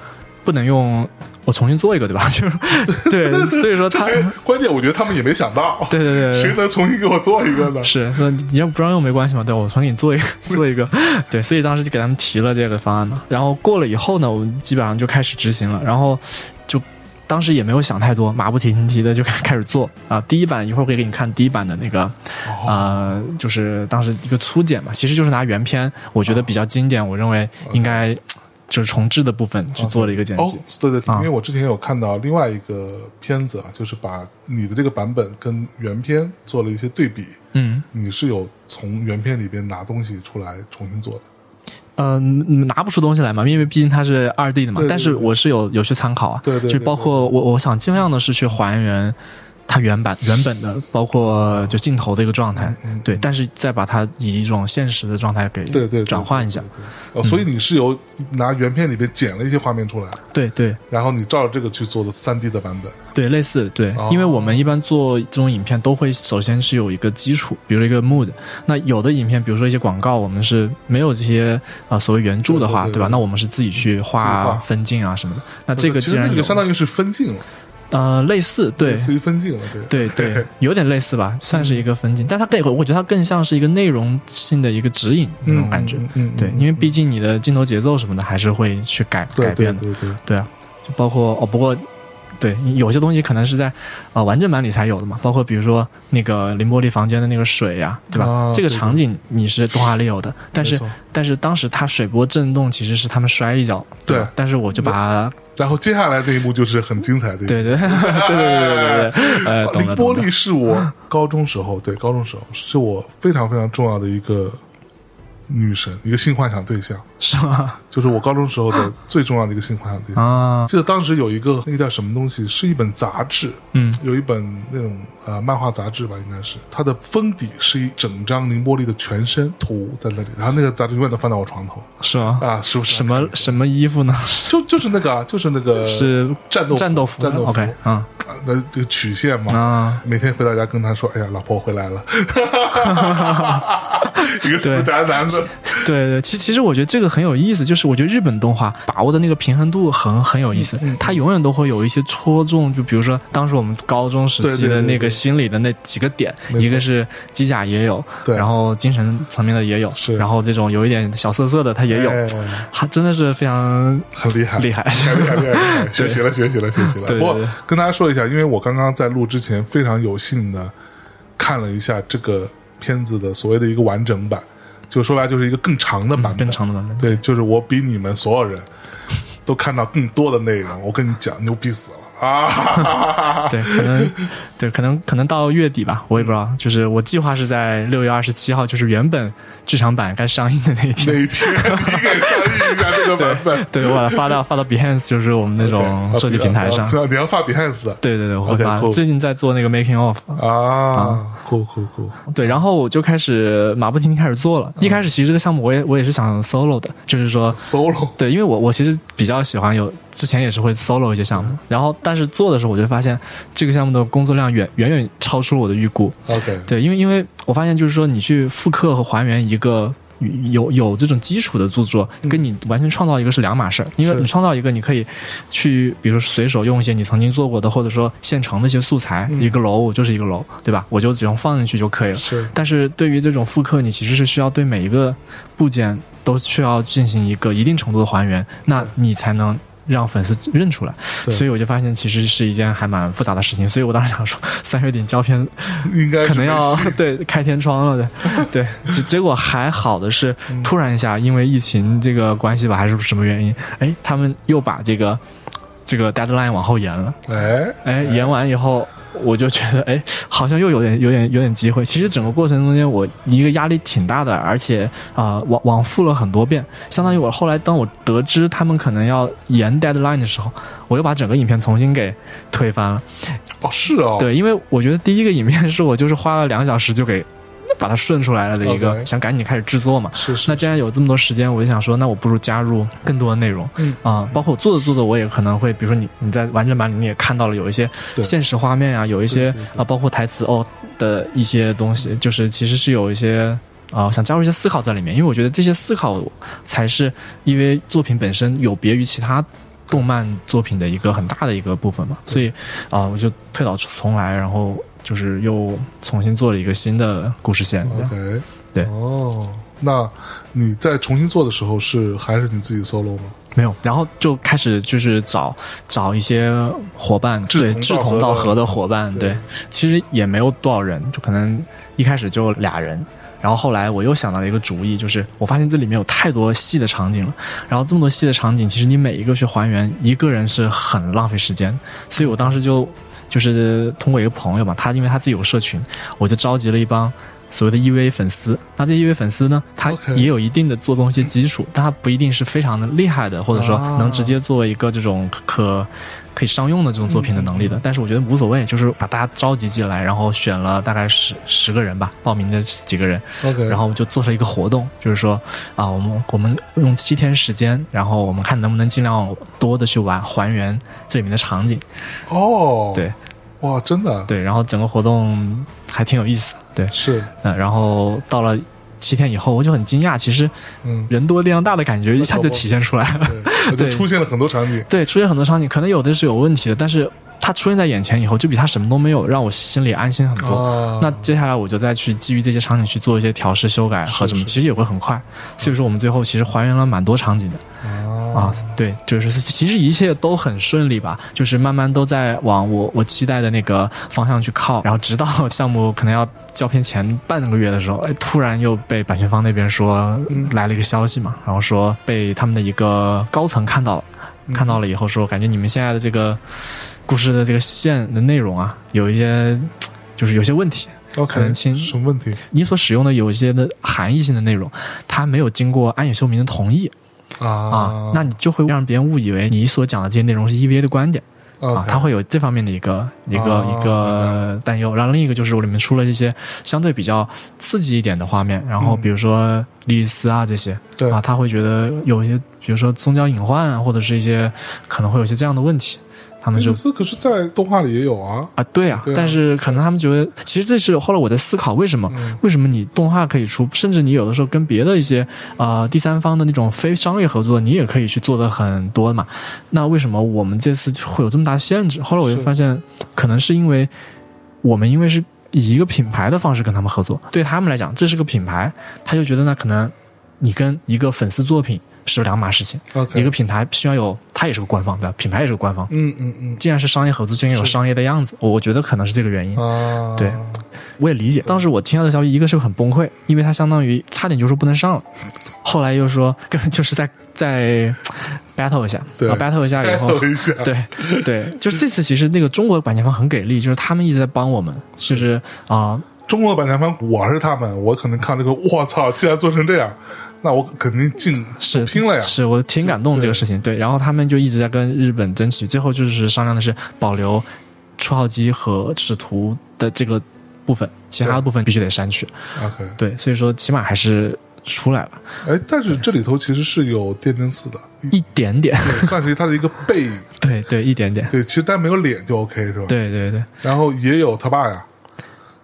[SPEAKER 4] 不能用，我重新做一个，对吧？ [laughs] 就是
[SPEAKER 3] [laughs]
[SPEAKER 4] 对，所以说
[SPEAKER 3] 这
[SPEAKER 4] 他，
[SPEAKER 3] 谁？关键我觉得他们也没想到，
[SPEAKER 4] 对对对
[SPEAKER 3] [laughs]
[SPEAKER 4] 对
[SPEAKER 3] 谁
[SPEAKER 4] 对，
[SPEAKER 3] 能重新给我做一个呢？
[SPEAKER 4] 是，所以你要不让用没关系嘛，对我重新给你做一个， [laughs] 做一个，对，所以当时就给他们提了这个方案嘛。然后过了以后呢，我们基本上就开始执行了，然后就当时也没有想太多，马不停蹄的就开开始做啊。第一版一会儿会给你看第一版的那个
[SPEAKER 3] 哦
[SPEAKER 4] 呃，就是当时一个粗剪嘛，其实就是拿原片，我觉得比较经典，我认为应该就是重置的部分去做了一个剪
[SPEAKER 3] 哦
[SPEAKER 4] 辑。，
[SPEAKER 3] 对对，对
[SPEAKER 4] 啊
[SPEAKER 3] 因为我之前有看到另外一个片子啊，就是把你的这个版本跟原片做了一些对比，
[SPEAKER 4] 嗯，
[SPEAKER 3] 你是有从原片里边拿东西出来重新做的。
[SPEAKER 4] 呃，拿不出东西来嘛，因为毕竟它是二 D 的嘛。
[SPEAKER 3] 对对
[SPEAKER 4] 但是
[SPEAKER 3] 对
[SPEAKER 4] 我是有有去参考啊，
[SPEAKER 3] 对对对
[SPEAKER 4] 就包括我我想尽量的是去还原它原版原本的，包括就镜头的一个状态，对，但是再把它以一种现实的状态给
[SPEAKER 3] 对对对
[SPEAKER 4] 转换一下，
[SPEAKER 3] 哦，所以你是由拿原片里边剪了一些画面出来，
[SPEAKER 4] 对对
[SPEAKER 3] 然后你照着这个去做的三 D 的版本。
[SPEAKER 4] 对，类似对
[SPEAKER 3] 哦，
[SPEAKER 4] 因为我们一般做这种影片都会首先是有一个基础，比如一个 mood。那有的影片，比如说一些广告，我们是没有这些啊、呃所谓原著的话，
[SPEAKER 3] 对对对
[SPEAKER 4] 吧？那我们是自己去
[SPEAKER 3] 画
[SPEAKER 4] 画分镜啊什么的。那这个
[SPEAKER 3] 其
[SPEAKER 4] 既
[SPEAKER 3] 实
[SPEAKER 4] 然
[SPEAKER 3] 那
[SPEAKER 4] 有
[SPEAKER 3] 个相当于是分镜了，
[SPEAKER 4] 呃类似对
[SPEAKER 3] 类似于分镜了，对。[laughs]
[SPEAKER 4] 对对，有点类似吧，算是一个分镜，但它更我觉得它更像是一个内容性的一个指引那种感觉。
[SPEAKER 3] 嗯嗯嗯
[SPEAKER 4] 对，因为毕竟你的镜头节奏什么的还是会去改
[SPEAKER 3] 对
[SPEAKER 4] 改
[SPEAKER 3] 对
[SPEAKER 4] 变的。
[SPEAKER 3] 对对，
[SPEAKER 4] 对啊，就包括哦，不过对有些东西可能是在啊、呃完整版里才有的嘛，包括比如说那个林玻璃房间的那个水呀、对吧？
[SPEAKER 3] 啊
[SPEAKER 4] 这个
[SPEAKER 3] 对对
[SPEAKER 4] 场景你是动画里有的，但
[SPEAKER 3] 没
[SPEAKER 4] 是
[SPEAKER 3] 错
[SPEAKER 4] 但是当时它水波震动其实是他们摔一跤，吧
[SPEAKER 3] 对
[SPEAKER 4] 但是我就把它
[SPEAKER 3] 然后接下来这一幕就是很精彩的一幕。
[SPEAKER 4] 对对对对对对对
[SPEAKER 3] [laughs]
[SPEAKER 4] 对，呃，
[SPEAKER 3] 啊
[SPEAKER 4] 懂了
[SPEAKER 3] 凌
[SPEAKER 4] 懂
[SPEAKER 3] 波
[SPEAKER 4] 了
[SPEAKER 3] 丽，是我高中时候，对高中时候是我非常非常重要的一个女神，一个性幻想对象，
[SPEAKER 4] 是吗？
[SPEAKER 3] 就是我高中时候的最重要的一个性幻想对象。
[SPEAKER 4] 啊，
[SPEAKER 3] 记得当时有一个那个叫什么东西，是一本杂志，
[SPEAKER 4] 嗯
[SPEAKER 3] 有一本那种呃漫画杂志吧，应该是它的封底是一整张凌波丽的全身图在那里，然后那个杂志永远都放在我床头
[SPEAKER 4] 是吗？
[SPEAKER 3] 啊，是不是？
[SPEAKER 4] 什么什么衣服呢？
[SPEAKER 3] 就就是那个啊就是那个
[SPEAKER 4] 是
[SPEAKER 3] 战斗
[SPEAKER 4] 战斗服
[SPEAKER 3] 战斗服
[SPEAKER 4] OK，嗯
[SPEAKER 3] 啊那这个曲线嘛
[SPEAKER 4] 啊，
[SPEAKER 3] 每天回到家跟他说：“哎呀，老婆我回来了。” [laughs] 一个死宅男
[SPEAKER 4] [laughs]
[SPEAKER 3] 的，
[SPEAKER 4] 对对，其其实我觉得这个很有意思，就是我觉得日本动画把握的那个平衡度很很有意思，
[SPEAKER 3] 嗯
[SPEAKER 4] 它永远都会有一些戳中，就比如说当时我们高中时
[SPEAKER 3] 对对
[SPEAKER 4] 期
[SPEAKER 3] 对
[SPEAKER 4] 的那
[SPEAKER 3] 对
[SPEAKER 4] 个心理的那几个点，
[SPEAKER 3] 没错
[SPEAKER 4] 一个是机甲也有，
[SPEAKER 3] 对
[SPEAKER 4] 然后精神层面的也有，
[SPEAKER 3] 是
[SPEAKER 4] 然后这种有一点小色色的它也有，
[SPEAKER 3] 哎
[SPEAKER 4] 还真的是非常
[SPEAKER 3] 很厉害，
[SPEAKER 4] 厉害，
[SPEAKER 3] 厉害，厉害，厉
[SPEAKER 4] [laughs]
[SPEAKER 3] 害，学习了，学习了，学习了。
[SPEAKER 4] 对对对
[SPEAKER 3] 不过跟大家说一下，因为我刚刚在录之前非常有幸的看了一下这个片子的所谓的一个完整版，就说白了就是一个更长的版本，
[SPEAKER 4] 嗯更长的版本。
[SPEAKER 3] 对，就是我比你们所有人都看到更多的内容。我跟你讲，牛逼死了
[SPEAKER 4] [laughs]
[SPEAKER 3] 啊！
[SPEAKER 4] 对，可能，对，可能可能到月底吧，我也不知道。就是我计划是在六月二十七号，就是原本剧场版该上映的那一
[SPEAKER 3] 那
[SPEAKER 4] 天。
[SPEAKER 3] 一天你给上映一下这个版本。
[SPEAKER 4] 对，我把它发到发到 Behance，就是我们那种
[SPEAKER 3] OK，啊
[SPEAKER 4] 设计平台上。
[SPEAKER 3] 啊你要发 Behance 的
[SPEAKER 4] 对对对，我会
[SPEAKER 3] OK，
[SPEAKER 4] 发。
[SPEAKER 3] cool
[SPEAKER 4] 最近在做那个 making of，
[SPEAKER 3] 啊，酷酷酷，
[SPEAKER 4] 对，然后我就开始马不停蹄开始做
[SPEAKER 3] 嗯
[SPEAKER 4] 了。一开始其实这个项目我也我也是想 solo 的，就是说
[SPEAKER 3] solo
[SPEAKER 4] 对，因为我我其实比较喜欢有之前也是会 solo 一些项目，然后但是做的时候我就发现这个项目的工作量远远远超出了我的预估。
[SPEAKER 3] OK，
[SPEAKER 4] 对，因为因为我发现就是说，你去复刻和还原一个有有这种基础的著作，跟你完全创造一个是两码事儿。因为
[SPEAKER 3] 嗯是
[SPEAKER 4] 你创造一个，你可以去，比如说随手用一些你曾经做过的，或者说现成的一些素材，
[SPEAKER 3] 嗯
[SPEAKER 4] 一个楼就是一个楼，对吧？我就只用放进去就可以了。
[SPEAKER 3] 是
[SPEAKER 4] 但是对于这种复刻，你其实是需要对每一个部件都需要进行一个一定程度的还原，那你才能。让粉丝认出来，
[SPEAKER 3] 对
[SPEAKER 4] 所以我就发现其实是一件还蛮复杂的事情，所以我当时想说，三月底胶片
[SPEAKER 3] 应该是
[SPEAKER 4] 可能要
[SPEAKER 3] 没戏
[SPEAKER 4] [laughs] 对开天窗了的，对，结结果还好的是，
[SPEAKER 3] 嗯
[SPEAKER 4] 突然一下因为疫情这个关系吧，还是什么原因，哎，他们又把这个这个 deadline 往后延了，
[SPEAKER 3] 哎
[SPEAKER 4] 哎，延完以后。我就觉得，哎，好像又有点、有点、有点机会。其实整个过程中间，我一个压力挺大的，而且啊、呃往往复了很多遍。相当于我后来，当我得知他们可能要延 deadline 的时候，我又把整个影片重新给推翻了。
[SPEAKER 3] 哦是哦，
[SPEAKER 4] 对，因为我觉得第一个影片是我就是花了两个小时就给把它顺出来了的一个
[SPEAKER 3] OK
[SPEAKER 4] 想赶紧开始制作嘛。
[SPEAKER 3] 是是
[SPEAKER 4] 那既然有这么多时间，我就想说，那我不如加入更多的内容，
[SPEAKER 3] 嗯
[SPEAKER 4] 啊、包括我做着做着，我也可能会，比如说你你在完整版里你也看到了有一些
[SPEAKER 3] 对
[SPEAKER 4] 现实画面啊，有一
[SPEAKER 3] 对
[SPEAKER 4] 些
[SPEAKER 3] 对
[SPEAKER 4] 啊、
[SPEAKER 3] 对
[SPEAKER 4] 包括台词哦的一些东西，就是其实是有一些。啊、我想加入一些思考在里面，因为我觉得这些思考才是因为作品本身有别于其他动漫作品的一个很大的一个部分嘛，所以啊、我就推倒重来，然后就是又重新做了一个新的故事线。这样
[SPEAKER 3] OK
[SPEAKER 4] 嗯对
[SPEAKER 3] 哦，那你在重新做的时候是还是你自己 solo 吗？
[SPEAKER 4] 没有，然后就开始就是找找一些伙伴，
[SPEAKER 3] 志
[SPEAKER 4] 对
[SPEAKER 3] 同
[SPEAKER 4] 志
[SPEAKER 3] 道合
[SPEAKER 4] 同
[SPEAKER 3] 的
[SPEAKER 4] 道合的伙伴，
[SPEAKER 3] 对
[SPEAKER 4] 对，其实也没有多少人，就可能一开始就俩人。然后后来我又想到了一个主意，就是我发现这里面有太多戏的场景了，然后这么多戏的场景，其实你每一个去还原，一个人是很浪费时间，所以我当时就就是通过一个朋友嘛，他因为他自己有社群，我就召集了一帮所谓的 EVA 粉丝。那这 EVA 粉丝呢，他
[SPEAKER 3] OK
[SPEAKER 4] 也有一定的做这么一些基础，但他不一定是非常的厉害的，或者说
[SPEAKER 3] 啊
[SPEAKER 4] 能直接做一个这种可可以商用的这种作品的能力
[SPEAKER 3] 嗯
[SPEAKER 4] 的。但是我觉得无所谓，就是把大家召集进来，然后选了大概十十个人吧，报名的几个人，
[SPEAKER 3] OK，
[SPEAKER 4] 然后我们就做了一个活动，就是说啊，我们我们用七天时间，然后我们看能不能尽量多的去玩还原这里面的场景，
[SPEAKER 3] 哦，
[SPEAKER 4] 对，
[SPEAKER 3] 哇，真的，啊
[SPEAKER 4] 对，然后整个活动还挺有意思，对，
[SPEAKER 3] 是，
[SPEAKER 4] 嗯，然后到了七天以后，我就很惊讶，其实
[SPEAKER 3] 嗯，
[SPEAKER 4] [laughs] 人多力量大的感觉一下就体现出来了，
[SPEAKER 3] 对，就
[SPEAKER 4] 对
[SPEAKER 3] 出现了很多场景，
[SPEAKER 4] 对，出现很多场景，可能有的是有问题的，但是它出现在眼前以后，就比它什么都没有，让我心里安心很多。
[SPEAKER 3] 啊，
[SPEAKER 4] 那接下来我就再去基于这些场景去做一些调试、修改和什
[SPEAKER 3] 是
[SPEAKER 4] 么，
[SPEAKER 3] 是
[SPEAKER 4] 其实也会很快。所以说我们最后其实还原了蛮多场景的啊
[SPEAKER 3] 啊，，
[SPEAKER 4] 对，就是其实一切都很顺利吧，就是慢慢都在往我我期待的那个方向去靠，然后直到 [laughs] 项目可能要交片前半个月的时候，哎，突然又被版权方那边说
[SPEAKER 3] 嗯
[SPEAKER 4] 来了一个消息嘛，然后说被他们的一个高层看到了，
[SPEAKER 3] 嗯
[SPEAKER 4] 看到了以后说，感觉你们现在的这个故事的这个线的内容啊，有一些就是有些问题，可
[SPEAKER 3] OK，
[SPEAKER 4] 能亲
[SPEAKER 3] 什么问题
[SPEAKER 4] 你所使用的有一些的含义性的内容，它没有经过安野秀明的同意
[SPEAKER 3] 啊
[SPEAKER 4] 啊，那你就会让别人误以为你所讲的这些内容是 EVA 的观点啊，
[SPEAKER 3] OK，
[SPEAKER 4] 他会有这方面的一个一个
[SPEAKER 3] 哦
[SPEAKER 4] 一个担忧。然后另一个就是我里面出了一些相对比较刺激一点的画面，然后
[SPEAKER 3] 嗯
[SPEAKER 4] 比如说莉莉丝啊这些
[SPEAKER 3] 对
[SPEAKER 4] 啊，他会觉得有一些，比如说宗教隐患啊或者是一些可能会有一些这样的问题，他们
[SPEAKER 3] 尼
[SPEAKER 4] 就
[SPEAKER 3] 古斯可是在动画里也有啊，
[SPEAKER 4] 啊，对啊，
[SPEAKER 3] 嗯对啊
[SPEAKER 4] 但是可能他们觉得，其实这是后来我在思考，为什么、
[SPEAKER 3] 嗯
[SPEAKER 4] 为什么你动画可以出，甚至你有的时候跟别的一些呃第三方的那种非商业合作，你也可以去做的很多嘛。那为什么我们这次会有这么大限制？后来我就是发现，可能是因为我们因为是以一个品牌的方式跟他们合作，对他们来讲这是个品牌，他就觉得那可能你跟一个粉丝作品是两码事情，
[SPEAKER 3] ，OK，
[SPEAKER 4] 一个品牌需要有，它也是个官方的，品牌也是个官方。
[SPEAKER 3] 嗯嗯嗯
[SPEAKER 4] 既然是商业合作，就应该有
[SPEAKER 3] 是
[SPEAKER 4] 商业的样子。我觉得可能是这个原因，
[SPEAKER 3] 啊，
[SPEAKER 4] 对我也理解。当时我听到的消息，一个是很崩溃，因为它相当于差点就说不能上了，后来又说根本就是在在 battle 一下，
[SPEAKER 3] 对
[SPEAKER 4] 然后 battle 一下以
[SPEAKER 3] [laughs]
[SPEAKER 4] 后
[SPEAKER 3] 开，一下，
[SPEAKER 4] 对对，就这次其实那个中国版权方很给力，就是他们一直在帮我们，就是啊、
[SPEAKER 3] 中国的版权方，我是他们，我可能看这个，我操，竟然做成这样，那我肯定进
[SPEAKER 4] 是
[SPEAKER 3] 拼了呀
[SPEAKER 4] 是我挺感动
[SPEAKER 3] 对
[SPEAKER 4] 这个事情。对，然后他们就一直在跟日本争取，最后就是商量的是保留初号机和使徒的这个部分，其他的
[SPEAKER 3] 对
[SPEAKER 4] 部分必须得删去。
[SPEAKER 3] OK。
[SPEAKER 4] 对，所以说起码还是出来了
[SPEAKER 3] 哎，但是这里头其实是有电真
[SPEAKER 4] [laughs]
[SPEAKER 3] 寺的，
[SPEAKER 4] 一点点，
[SPEAKER 3] 也算是它的一个背影。
[SPEAKER 4] 对对，一点点，
[SPEAKER 3] 对，其实但没有脸就 OK 是吧？。
[SPEAKER 4] 对对对，
[SPEAKER 3] 然后也有他爸呀，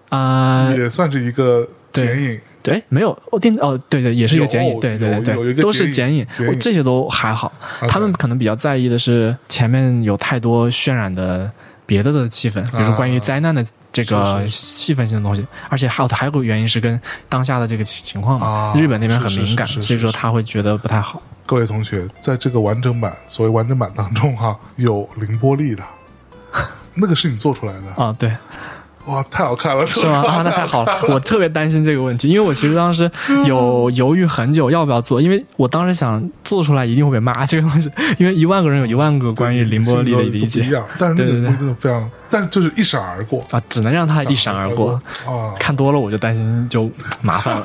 [SPEAKER 4] 啊、
[SPEAKER 3] 也算是一个剪影。
[SPEAKER 4] 对，没有哦，电哦，对对，也是一个
[SPEAKER 3] 有
[SPEAKER 4] 剪影，对对
[SPEAKER 3] 有
[SPEAKER 4] 对
[SPEAKER 3] 有
[SPEAKER 4] 对
[SPEAKER 3] 一，个
[SPEAKER 4] 都
[SPEAKER 3] 剪
[SPEAKER 4] 是
[SPEAKER 3] 影
[SPEAKER 4] 剪影，
[SPEAKER 3] 剪
[SPEAKER 4] 我
[SPEAKER 3] 影
[SPEAKER 4] 这些都还好，
[SPEAKER 3] OK
[SPEAKER 4] 他们可能比较在意的是前面有太多渲染的。别的的气氛，比如说关于
[SPEAKER 3] 啊
[SPEAKER 4] 灾难的这个
[SPEAKER 3] 是
[SPEAKER 4] 气氛性的东西，而且还有还有个原因是跟当下的这个情况嘛，
[SPEAKER 3] 啊
[SPEAKER 4] 日本那边很
[SPEAKER 3] 是是
[SPEAKER 4] 敏
[SPEAKER 3] 是
[SPEAKER 4] 感，
[SPEAKER 3] 是是
[SPEAKER 4] 所以说
[SPEAKER 3] 是
[SPEAKER 4] 他会觉得不太好。
[SPEAKER 3] 各位同学，在这个完整版，所谓完整版当中哈、有凌波丽的， [laughs] 那个是你做出来的，
[SPEAKER 4] 啊，对，
[SPEAKER 3] 哇，太好看了， [laughs]
[SPEAKER 4] 是吗？啊，那太好了！我特别担心这个问题，因为我其实当时
[SPEAKER 3] 嗯
[SPEAKER 4] 有犹豫很久要不要做，因为我当时想做出来一定会被骂这个东西，因为一万个人有一万个关于凌波丽的理
[SPEAKER 3] 不一
[SPEAKER 4] 解
[SPEAKER 3] 样，但 [laughs] 是那
[SPEAKER 4] 对对
[SPEAKER 3] 个
[SPEAKER 4] 对
[SPEAKER 3] 东西真的非常，但是就是一闪而过，
[SPEAKER 4] 啊，只能让他一闪而
[SPEAKER 3] [laughs]
[SPEAKER 4] 过。
[SPEAKER 3] 啊。
[SPEAKER 4] 看多了我就担心就麻烦了。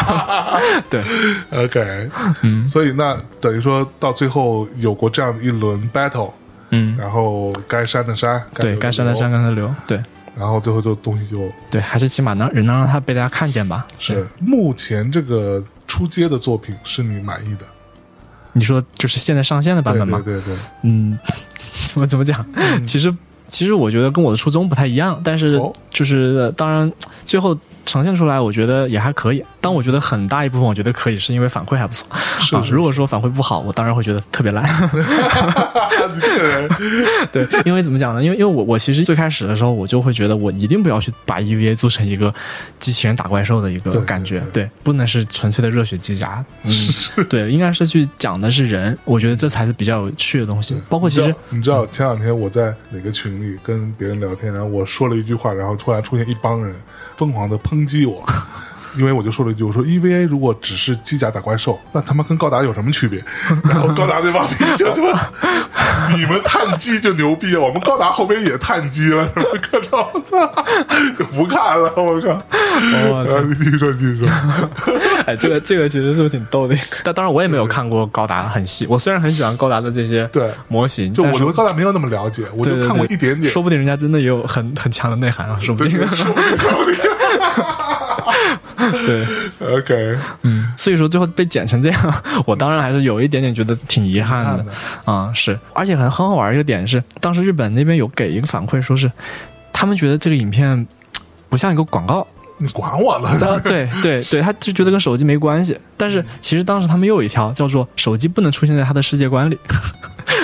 [SPEAKER 4] [laughs] 对，
[SPEAKER 3] OK，
[SPEAKER 4] 嗯
[SPEAKER 3] 所以那等于说到最后有过这样的一轮 battle，
[SPEAKER 4] 嗯，
[SPEAKER 3] 然后该删的删，
[SPEAKER 4] 对
[SPEAKER 3] 留
[SPEAKER 4] 该删的删，
[SPEAKER 3] 留，
[SPEAKER 4] 该留，对
[SPEAKER 3] 然后最后就东西就
[SPEAKER 4] 对，还是起码能能让他被大家看见吧。对
[SPEAKER 3] 是目前这个出街的作品是你满意的
[SPEAKER 4] 你说就是现在上线的版
[SPEAKER 3] 对
[SPEAKER 4] 本吗
[SPEAKER 3] 对？对对， [laughs]
[SPEAKER 4] 嗯， [laughs] 怎么怎么讲？其实其实我觉得跟我的初衷不太一样，但是
[SPEAKER 3] 嗯哦
[SPEAKER 4] 就是、呃当然最后呈现出来，我觉得也还可以。但我觉得很大一部分我觉得可以，是因为反馈还不错。
[SPEAKER 3] 是
[SPEAKER 4] 啊，
[SPEAKER 3] 是
[SPEAKER 4] 如果说反馈不好，我当然会觉得特
[SPEAKER 3] [laughs]
[SPEAKER 4] 别烂。
[SPEAKER 3] 你这个人
[SPEAKER 4] 对，因为怎么讲呢？因为因为我我其实最开始的时候，我就会觉得我一定不要去把 EVA 做成一个机器人打怪兽的一个
[SPEAKER 3] 对
[SPEAKER 4] 感觉，
[SPEAKER 3] 对
[SPEAKER 4] 对，不能是纯粹的热血机
[SPEAKER 3] [laughs]
[SPEAKER 4] 甲，
[SPEAKER 3] 是
[SPEAKER 4] 嗯，对，应该是去讲的是人，我觉得这才是比较有趣的东西。包括其实
[SPEAKER 3] 你知道，你知道前两天我在哪个群里跟别人聊天，然后我说了一句话，然后突然出现一帮人疯狂的抨击我，因为我就说了一句，我说 EVA 如果只是机甲打怪兽，那他妈跟高达有什么区别？ [laughs] 然后高达那帮逼就他妈，你们碳基就牛 [laughs] 逼，我们高达后面也碳基了，什么各种，我操，就不看了，我靠，
[SPEAKER 4] 我
[SPEAKER 3] 然后你继续说，继续说。
[SPEAKER 4] [laughs] 哎，这个这个其实是挺逗的。 [laughs] 但当然，我也没有看过高达很细。我虽然很喜欢高达的这些
[SPEAKER 3] 对
[SPEAKER 4] 模型，
[SPEAKER 3] 就
[SPEAKER 4] 但
[SPEAKER 3] 我
[SPEAKER 4] 是
[SPEAKER 3] 对高达没有那么了解，我就
[SPEAKER 4] 对对
[SPEAKER 3] 看过
[SPEAKER 4] 对
[SPEAKER 3] 一点点。
[SPEAKER 4] 说不定人家真的也有很很强的内涵
[SPEAKER 3] [laughs]
[SPEAKER 4] 啊，说不
[SPEAKER 3] 对
[SPEAKER 4] 定
[SPEAKER 3] 对。说不定说不定
[SPEAKER 4] [laughs] 对，
[SPEAKER 3] OK，
[SPEAKER 4] 嗯，所以说最后被剪成这样， [laughs] 我当然还是有一点点觉得挺遗憾的
[SPEAKER 3] 挺遗
[SPEAKER 4] 啊、是，而且很很好玩一个点是，当时日本那边有给一个反馈，说是他们觉得这个影片不像一个
[SPEAKER 3] [laughs]
[SPEAKER 4] 广告，
[SPEAKER 3] 你管我呢？
[SPEAKER 4] 啊，对对对，他就觉得跟手机没关系。但是其实当时他们又有一条叫做手机不能出现在他的世界观里，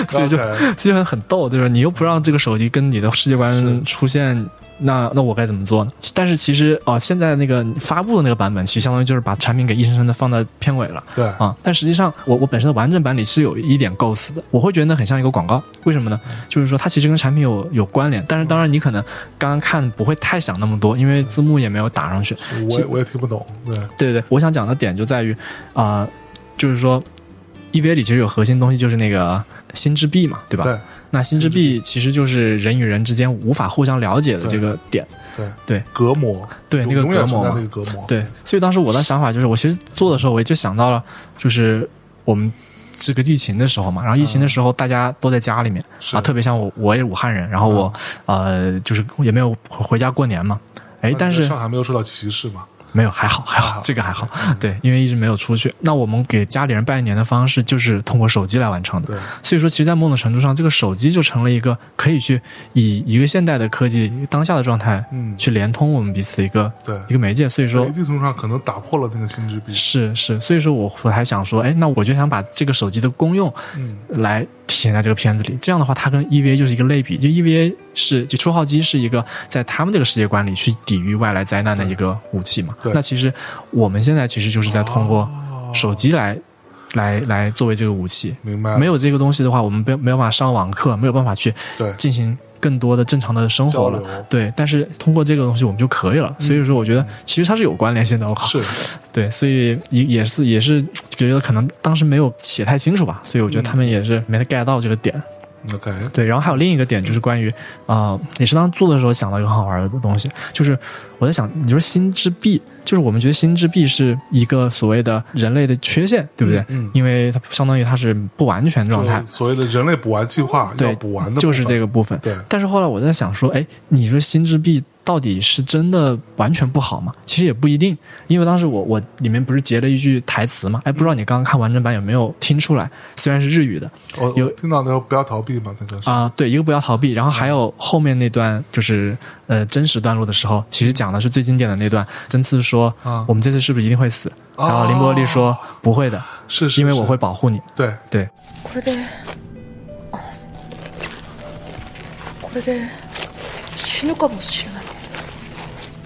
[SPEAKER 4] 所以就
[SPEAKER 3] OK
[SPEAKER 4] 就很很逗，就是你又不让这个手机跟你的世界观出现。那那我该怎么做呢？其但是其实啊、呃现在那个发布的那个版本，其实相当于就是把产品给硬生生的放在片尾了
[SPEAKER 3] 对，
[SPEAKER 4] 啊。但实际上我，我本身的完整版里是有一点构思的，我会觉得那很像一个广告。为什么呢？就是说它其实跟产品有有关联，但是当然你可能刚刚看不会太想那么多，因为字幕也没有打上去。
[SPEAKER 3] 我也我也听不懂。对，
[SPEAKER 4] 对对，我想讲的点就在于，啊、就是说，EVA 里其实有核心东西，就是那个心之壁嘛，对吧？
[SPEAKER 3] 对
[SPEAKER 4] 那心之壁其实就是人与人之间无法互相了解的这个点，
[SPEAKER 3] 对
[SPEAKER 4] 对
[SPEAKER 3] 隔膜，
[SPEAKER 4] 对那个
[SPEAKER 3] 永远
[SPEAKER 4] 隔
[SPEAKER 3] 存
[SPEAKER 4] 膜
[SPEAKER 3] 在
[SPEAKER 4] 嘛
[SPEAKER 3] 那个，隔膜。
[SPEAKER 4] 对。所以当时我的想法就是，我其实做的时候我就想到了，就是我们这个疫情的时候嘛，然后疫情的时候大家都在家里面、
[SPEAKER 3] 嗯是嗯
[SPEAKER 4] 啊，特别像我，我也武汉人，然后我、呃就是也没有回回家过年嘛，哎，但
[SPEAKER 3] 啊那你在
[SPEAKER 4] 是
[SPEAKER 3] 上海啊嗯没有受到歧视嘛？
[SPEAKER 4] 没有，还好，还好， [laughs] 这个还好。对，因为一直没有出去。那我们给家里人拜年的方式就是通过手机来完成的。
[SPEAKER 3] 对，
[SPEAKER 4] 所以说，其实，在某种程度上，这个手机就成了一个可以去以一个现代的科技当下的状态，
[SPEAKER 3] 嗯
[SPEAKER 4] 去连通我们彼此的一个
[SPEAKER 3] 对
[SPEAKER 4] 一个媒介。所以
[SPEAKER 3] 在
[SPEAKER 4] 说
[SPEAKER 3] 一，定程度上可能打破了那个心之壁。
[SPEAKER 4] 是是，所以说我我还想说，哎，那我就想把这个手机的功用
[SPEAKER 3] 嗯，
[SPEAKER 4] 来体现在这个片子里。这样的话，它跟 EVA 就是一个类比，就 EVA 是就初号机是一个在他们这个世界观里去抵御外来灾难的一个武器嘛
[SPEAKER 3] 对。
[SPEAKER 4] 那其实我们现在其实就是在通过
[SPEAKER 3] 哦
[SPEAKER 4] 手机来、来来作为这个武器。
[SPEAKER 3] 明白了。
[SPEAKER 4] 没有这个东西的话，我们没有没有办法上网课，没有办法去
[SPEAKER 3] 对
[SPEAKER 4] 进行更多的正常的生活
[SPEAKER 3] 交流嗯
[SPEAKER 4] 了。对，但是通过这个东西我们就可以了。所以说，我觉得其实它是有关联性的。我靠，
[SPEAKER 3] 是
[SPEAKER 4] 对，所以也也是也是觉得可能当时没有写太清楚吧，所以我觉得
[SPEAKER 3] 嗯
[SPEAKER 4] 他们也是没 get 到这个点。
[SPEAKER 3] OK，
[SPEAKER 4] 对，然后还有另一个点就是关于啊、呃也是当时做的时候想到一个很好玩的东西，就是我在想，你说心之壁，就是我们觉得心之壁是一个所谓的人类的缺陷，对不对？
[SPEAKER 3] 嗯嗯
[SPEAKER 4] 因为它相当于它是不完全状态
[SPEAKER 3] 就，所谓的人类补完计划要
[SPEAKER 4] 对，
[SPEAKER 3] 补完的，
[SPEAKER 4] 就是这
[SPEAKER 3] 个。
[SPEAKER 4] 个部分。
[SPEAKER 3] 对
[SPEAKER 4] 但是后来我在想说，哎，你说心之壁到底是真的完全不好吗？其实也不一定，因为当时我我里面不是截了一句台词嘛，哎，不知道你刚刚看完整版有没有听出来？虽然是日语的
[SPEAKER 3] 我
[SPEAKER 4] 有
[SPEAKER 3] 我听到那个不要逃避嘛，那个是
[SPEAKER 4] 啊、对，一个不要逃避，然后还有后面那段就是呃真实段落的时候，其实讲的是最经典的那段，真次说、
[SPEAKER 3] 啊
[SPEAKER 4] 我们这次是不是一定会死？
[SPEAKER 3] 哦
[SPEAKER 4] 然后林伯利说不会的，
[SPEAKER 3] 是是，
[SPEAKER 4] 因为我
[SPEAKER 3] 是
[SPEAKER 4] 会保护你。
[SPEAKER 3] 对
[SPEAKER 4] 对，
[SPEAKER 1] これであこれで死ぬかもしれない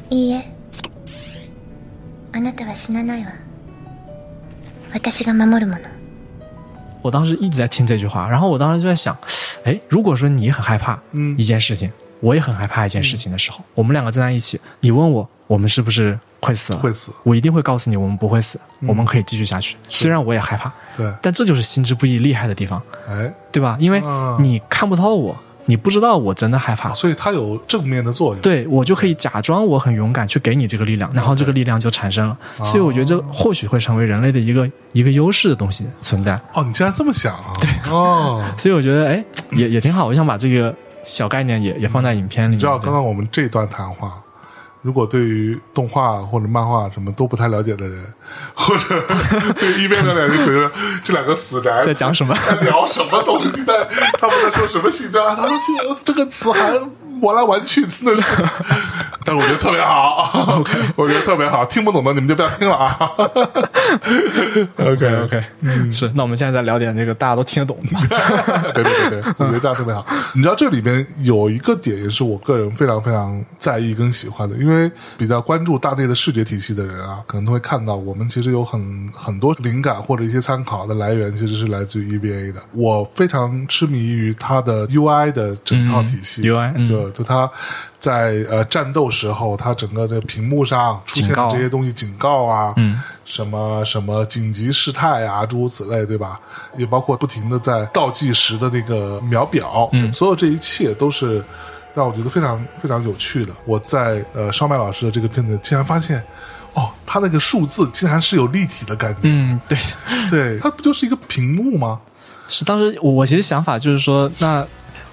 [SPEAKER 2] いいえあなたは死なないわ私が守るもの
[SPEAKER 4] 我当时一直在听这句话，然后我当时就在想，哎，如果说你很害怕
[SPEAKER 3] 嗯
[SPEAKER 4] 一件事情，我也很害怕一件事情的时候，我们两个站在一起，你问我我们是不是会死了？
[SPEAKER 3] 会嗯死
[SPEAKER 4] 我一定会告诉你我们不会死，我们可以继续下去。虽然我也害怕，
[SPEAKER 3] 对，
[SPEAKER 4] 但这就是心之不易厉害的地方，
[SPEAKER 3] 哎，
[SPEAKER 4] 对吧？因为
[SPEAKER 3] 啊
[SPEAKER 4] 你看不透我，你不知道我真的害怕，
[SPEAKER 3] 所以它有正面的作用。
[SPEAKER 4] 啊对我就可以假装我很勇敢去给你这个力量，然后这个力量就产生了。所以我觉得
[SPEAKER 3] 啊
[SPEAKER 4] 这或许会成为人类的一个一个优势的东西存在。
[SPEAKER 3] 哦，你竟然这么想啊？对
[SPEAKER 4] [laughs]
[SPEAKER 3] 哦，
[SPEAKER 4] 所以我觉得，哎，也也挺好。我想把这个小概念也也放在影片里面。
[SPEAKER 3] 你知道刚刚我们这段谈话，如果对于动画或者漫画什么都不太了解的人，或者对一边的人觉得这两个死宅
[SPEAKER 4] 在讲什么
[SPEAKER 3] 在聊什么东西，在他们在说什么性啊，他们这个这个词还玩来玩去，真的是。但是我觉得特别好，我觉得特别好，听不懂的你们就不要听了啊。OK
[SPEAKER 4] [laughs] ？OK OK，是。
[SPEAKER 3] 嗯
[SPEAKER 4] 那我们现在再聊点这个大家都听得懂的吧。
[SPEAKER 3] [laughs] 对对对对，我觉得这样特别好。你知道这里边有一个点也是我个人非常非常在意跟喜欢的，因为比较关注大内的视觉体系的人啊，可能都会看到我们其实有很很多灵感或者一些参考的来源其实是来自于 EVA 的。我非常痴迷于它的 UI 的整套体系、
[SPEAKER 4] 嗯，UI 嗯
[SPEAKER 3] 就就它在呃战斗时候，它整个的屏幕上出现
[SPEAKER 4] 警
[SPEAKER 3] 的
[SPEAKER 4] 告
[SPEAKER 3] 这些东西警告啊，
[SPEAKER 4] 嗯，
[SPEAKER 3] 什么什么紧急事态啊，诸如此类，对吧？也包括不停的在倒计时的那个秒表，
[SPEAKER 4] 嗯
[SPEAKER 3] 所有这一切都是让我觉得非常非常有趣的。我在呃烧麦老师的这个片子，竟然发现，哦，他那个数字竟然是有立体的感觉。
[SPEAKER 4] 嗯，对，
[SPEAKER 3] 对，它不就是一个屏幕吗？
[SPEAKER 4] 是当时我我其实想法就是说，那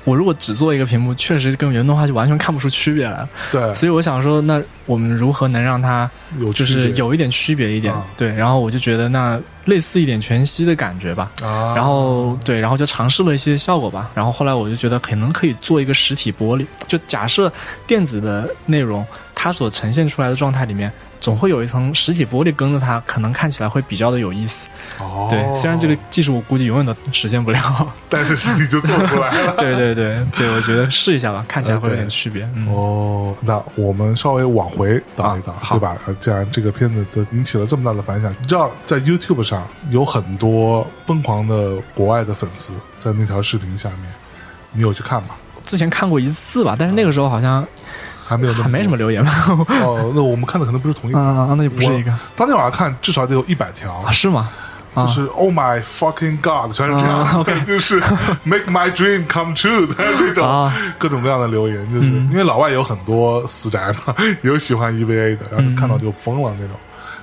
[SPEAKER 4] 我如果只做一个屏幕，确实跟原动画就完全看不出区别来了。
[SPEAKER 3] 对，
[SPEAKER 4] 所以我想说，那我们如何能让它
[SPEAKER 3] 有区
[SPEAKER 4] 就是
[SPEAKER 3] 别
[SPEAKER 4] 有一点区别一点？
[SPEAKER 3] 啊
[SPEAKER 4] 对，然后我就觉得那类似一点全息的感觉吧。
[SPEAKER 3] 啊，
[SPEAKER 4] 然后对，然后就尝试了一些效果吧。然后后来我就觉得可能可以做一个实体玻璃，就假设电子的内容它所呈现出来的状态里面，总会有一层实体玻璃跟着它，可能看起来会比较的有意思。
[SPEAKER 3] 哦，
[SPEAKER 4] 对，虽然这个，技术我估计永远都实现不了。 [laughs]
[SPEAKER 3] 但是你就做出来了。
[SPEAKER 4] 对对对对，我觉得试一下吧，看起来会有点
[SPEAKER 3] OK
[SPEAKER 4] 区别。嗯，
[SPEAKER 3] 哦，那我们稍微往回倒一倒，
[SPEAKER 4] 啊好
[SPEAKER 3] 对吧？呃既然这个片子都引起了这么大的反响，你知道，在 YouTube 上有很多疯狂的国外的粉丝在那条视频下面，你有去看吗？
[SPEAKER 4] 之前看过一次吧，但是那个时候好像
[SPEAKER 3] 还没有那么多，
[SPEAKER 4] 还没什么留言吧。
[SPEAKER 3] 哦，那我们看的可能不是同一个。
[SPEAKER 4] [laughs] 啊，那就不是一个
[SPEAKER 3] 我当天晚上看，至少得有一百条
[SPEAKER 4] 啊，，是吗？啊
[SPEAKER 3] 就，是 Oh my fucking God，全是这
[SPEAKER 4] 啊
[SPEAKER 3] 样，子，就是
[SPEAKER 4] [laughs]
[SPEAKER 3] Make my dream come true 的这种
[SPEAKER 4] 啊嗯
[SPEAKER 3] 各种各样的留言，就是因为老外有很多死宅嘛， [laughs] 也有喜欢 EVA 的，然
[SPEAKER 4] 嗯
[SPEAKER 3] 后就看到就疯了那种。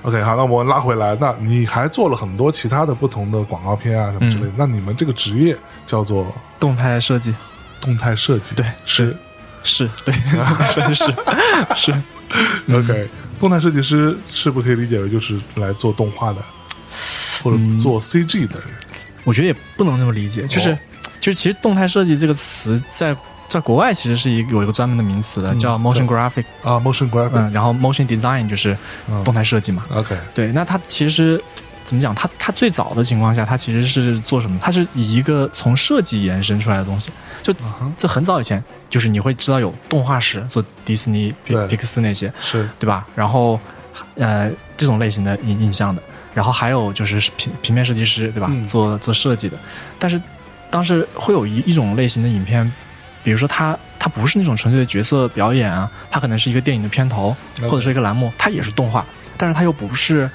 [SPEAKER 3] OK，好，那我们拉回来，那你还做了很多其他的不同的广告片啊什么之类的。
[SPEAKER 4] 嗯
[SPEAKER 3] 那你们这个职业叫做
[SPEAKER 4] 动态设计
[SPEAKER 3] 动态设计，
[SPEAKER 4] 对
[SPEAKER 3] 是
[SPEAKER 4] 是对，设计师 [laughs] 是。嗯
[SPEAKER 3] OK，动态设计师是不是可以理解为就是来做动画的，或者
[SPEAKER 4] 嗯
[SPEAKER 3] 做 CG 的人？
[SPEAKER 4] 我觉得也不能那么理解，就是、
[SPEAKER 3] 哦
[SPEAKER 4] 就是其实动态设计这个词在在国外其实是一个有一个专门的名词
[SPEAKER 3] 嗯
[SPEAKER 4] 的，叫 motion graphic，
[SPEAKER 3] 啊，motion graphic，
[SPEAKER 4] 嗯，然后 motion design 就是
[SPEAKER 3] 嗯
[SPEAKER 4] 动态设计嘛。
[SPEAKER 3] OK，
[SPEAKER 4] 对，那它其实怎么讲？它它最早的情况下，它其实是做什么？它是以一个从设计延伸出来的东西，就、
[SPEAKER 3] 嗯
[SPEAKER 4] 这很早以前，就是你会知道有动画师做迪士尼、皮
[SPEAKER 3] 对
[SPEAKER 4] 皮克斯那些，
[SPEAKER 3] 是
[SPEAKER 4] 对吧？然后呃这种类型的影影像的，然后还有就是平平面设计师，对吧？
[SPEAKER 3] 嗯
[SPEAKER 4] 做做设计的，但是当时会有一一种类型的影片。比如说它，它不是那种纯粹的角色表演啊，它可能是一个电影的片头，
[SPEAKER 3] OK
[SPEAKER 4] 或者是一个栏目，它也是动画，但是它又不是，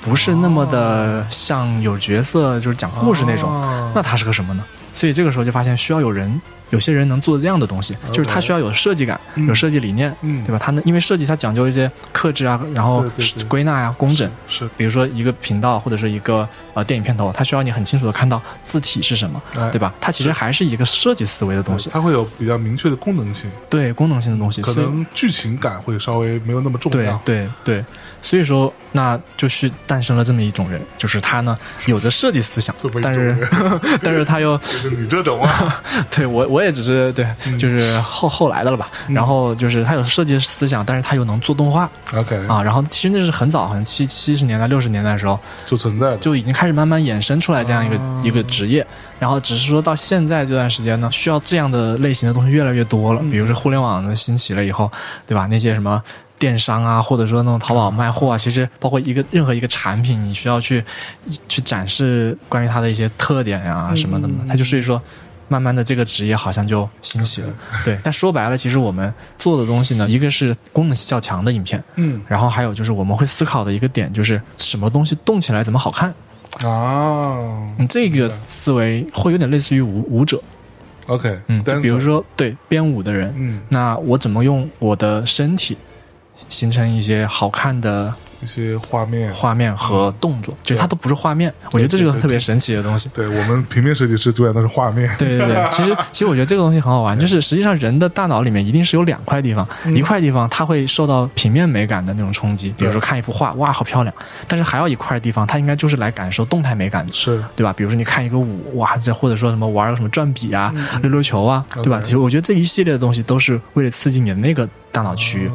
[SPEAKER 4] 不是那么的像有角色就是讲故事那种，
[SPEAKER 3] 哦
[SPEAKER 4] 那它是个什么呢？所以这个时候就发现需要有人，有些人能做这样的东西，就是他需要有设计感，
[SPEAKER 3] 嗯
[SPEAKER 4] 有设计理念，
[SPEAKER 3] 嗯
[SPEAKER 4] 对吧？他呢，因为设计它讲究一些克制啊，然后
[SPEAKER 3] 对对对
[SPEAKER 4] 归纳呀、工整。
[SPEAKER 3] 是
[SPEAKER 4] 比如说一个频道或者是一个呃电影片头，它需要你很清楚的看到字体是什么，
[SPEAKER 3] 哎
[SPEAKER 4] 对吧？它其实还是一个设计思维的东西，
[SPEAKER 3] 它会有比较明确的功能性，
[SPEAKER 4] 对功能性的东西，
[SPEAKER 3] 可
[SPEAKER 4] 所以
[SPEAKER 3] 能剧情感会稍微没有那么重
[SPEAKER 4] 对
[SPEAKER 3] 要。
[SPEAKER 4] 对对，所以说那就是诞生了这么一种人，就是他呢有着设计思想
[SPEAKER 3] 这么一，
[SPEAKER 4] 但
[SPEAKER 3] 种
[SPEAKER 4] 是
[SPEAKER 3] 人
[SPEAKER 4] 但是他又
[SPEAKER 3] [laughs] 就是你这种
[SPEAKER 4] [laughs]
[SPEAKER 3] 啊，
[SPEAKER 4] 对我我也只是对，
[SPEAKER 3] 嗯
[SPEAKER 4] 就是后后来的了吧。然后就是他有设计思想，但是他又能做动画
[SPEAKER 3] OK
[SPEAKER 4] 啊。然后其实那是很早，好像七七十年代、六十年代的时候
[SPEAKER 3] 就存在的。
[SPEAKER 4] 就已经开始慢慢衍生出来这样一个、一个职业。然后只是说到现在这段时间呢，需要这样的类型的东西越来越多了。比如说互联网的兴起了以后，对吧？那些什么。电商啊，或者说那种淘宝卖货啊，其实包括一个任何一个产品，你需要去去展示关于它的一些特点呀、什么的嘛。它就是说，慢慢的这个职业好像就兴起了。对，但说白了，其实我们做的东西呢，一个是功能性较强的影片，
[SPEAKER 3] 嗯，
[SPEAKER 4] 然后还有就是我们会思考的一个点就是什么东西动起来怎么好看。
[SPEAKER 3] 啊
[SPEAKER 4] 嗯，这个思维会有点类似于舞舞者，
[SPEAKER 3] ，OK，
[SPEAKER 4] 嗯，就比如，说对编舞的人，
[SPEAKER 3] 嗯，
[SPEAKER 4] 那我怎么用我的身体形成一些好看的
[SPEAKER 3] 一些画面，
[SPEAKER 4] 画面和动作？就是它都不是画面，我觉得这是个特别神奇的东西。
[SPEAKER 3] 对我们平面设计师永远都是画面，
[SPEAKER 4] 对对对，其实其实我觉得这个东西很好玩，就是实际上人的大脑里面一定是有两块地方，一块地方它会受到平面美感的那种冲击，比如说看一幅画，哇，好漂亮，但是还有一块地方，它应该就是来感受动态美感的。
[SPEAKER 3] 是
[SPEAKER 4] 对吧？比如说你看一个舞，哇，这或者说什么玩个什么转笔啊、溜溜球啊，对吧？
[SPEAKER 3] OK
[SPEAKER 4] 其实我觉得这一系列的东西都是为了刺激你的那个大脑区域。
[SPEAKER 3] 啊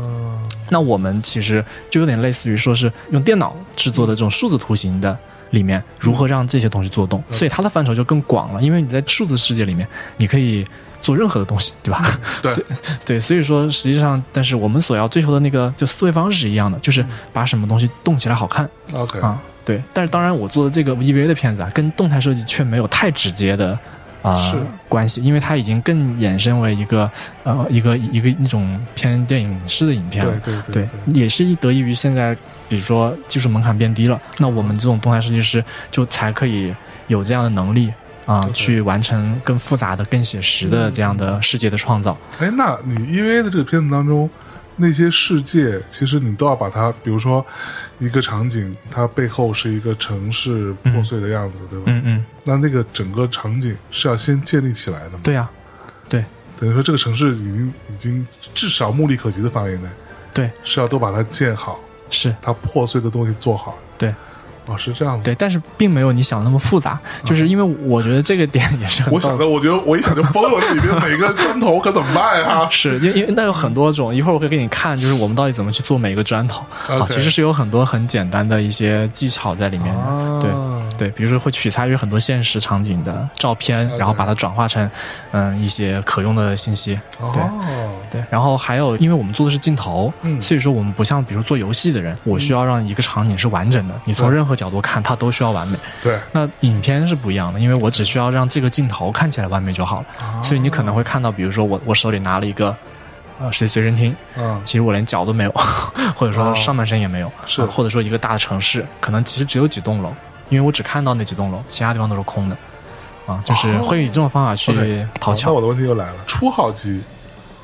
[SPEAKER 4] 那我们其实就有点类似于说是用电脑制作的这种数字图形的里面，如何让这些东西做动，所以它的范畴就更广了，因为你在数字世界里面，你可以。做任何的东西，对吧？
[SPEAKER 3] 对
[SPEAKER 4] 所以 [laughs] 对，所以说实际上，但是我们所要追求的那个就思维方式是一样的，就是把什么东西动起来好看，
[SPEAKER 3] ，OK，
[SPEAKER 4] 啊，对。但是当然，我做的这个 EVA 的片子啊，跟动态设计却没有太直接的啊、呃
[SPEAKER 3] 是
[SPEAKER 4] 关系，因为它已经更衍生为一个呃一个一个一种偏电影式的影片了
[SPEAKER 3] 对。对
[SPEAKER 4] 对，也是一得益于现在，比如说技术门槛变低了，那我们这种动态设计师就才可以有这样的能力啊、
[SPEAKER 3] OK
[SPEAKER 4] 去完成更复杂的、更写实的这样的世界的创造。
[SPEAKER 3] 哎，那你 EVA 的这个片子当中，那些世界其实你都要把它，比如说一个场景，它背后是一个城市破碎的样子，对吧？
[SPEAKER 4] 嗯嗯，
[SPEAKER 3] 那那个整个场景是要先建立起来的嘛？
[SPEAKER 4] 对啊，对
[SPEAKER 3] 等于说这个城市已经已经至少目力可及的范围内，
[SPEAKER 4] 对
[SPEAKER 3] 是要都把它建好，
[SPEAKER 4] 是，
[SPEAKER 3] 它破碎的东西做好。
[SPEAKER 4] 对
[SPEAKER 3] 哦，是这样子。
[SPEAKER 4] 对，但是并没有你想的那么复杂，就是因为我觉得这个点也 [laughs] 是很
[SPEAKER 3] 我
[SPEAKER 4] 逗
[SPEAKER 3] 想的，我觉得我一想就疯了，这里面每个砖头可怎么办啊呀？
[SPEAKER 4] 是，因为因为那有很多种，一会儿我会给你看，就是我们到底怎么去做每一个砖头啊，
[SPEAKER 3] OK
[SPEAKER 4] 其实是有很多很简单的一些技巧在里面的，
[SPEAKER 3] 啊
[SPEAKER 4] [laughs] 对。对，比如说会取材于很多现实场景的照片，然后把它转化成嗯一些可用的信息。对
[SPEAKER 3] 哦，
[SPEAKER 4] 对，然后还有，因为我们做的是镜头，
[SPEAKER 3] 嗯
[SPEAKER 4] 所以说我们不像比如做游戏的人，我需要让一个场景是完整的，你从
[SPEAKER 3] 对
[SPEAKER 4] 任何角度看它都需要完美。
[SPEAKER 3] 对，
[SPEAKER 4] 那影片是不一样的，因为我只需要让这个镜头看起来完美就好了。
[SPEAKER 3] 啊
[SPEAKER 4] 所以你可能会看到，比如说我我手里拿了一个呃随随身听，
[SPEAKER 3] 嗯，
[SPEAKER 4] 其实我连脚都没有， [laughs] 或者
[SPEAKER 3] 哦
[SPEAKER 4] 说上半身也没有，
[SPEAKER 3] 是
[SPEAKER 4] 啊或者说一个大的城市，可能其实只有几栋楼，因为我只看到那几栋楼，其他地方都是空的，啊，就是
[SPEAKER 3] 哦
[SPEAKER 4] 会以这种方法
[SPEAKER 3] OK，
[SPEAKER 4] 去讨
[SPEAKER 3] 好
[SPEAKER 4] 巧。
[SPEAKER 3] 哦那我的问题又来了， [laughs] 初号机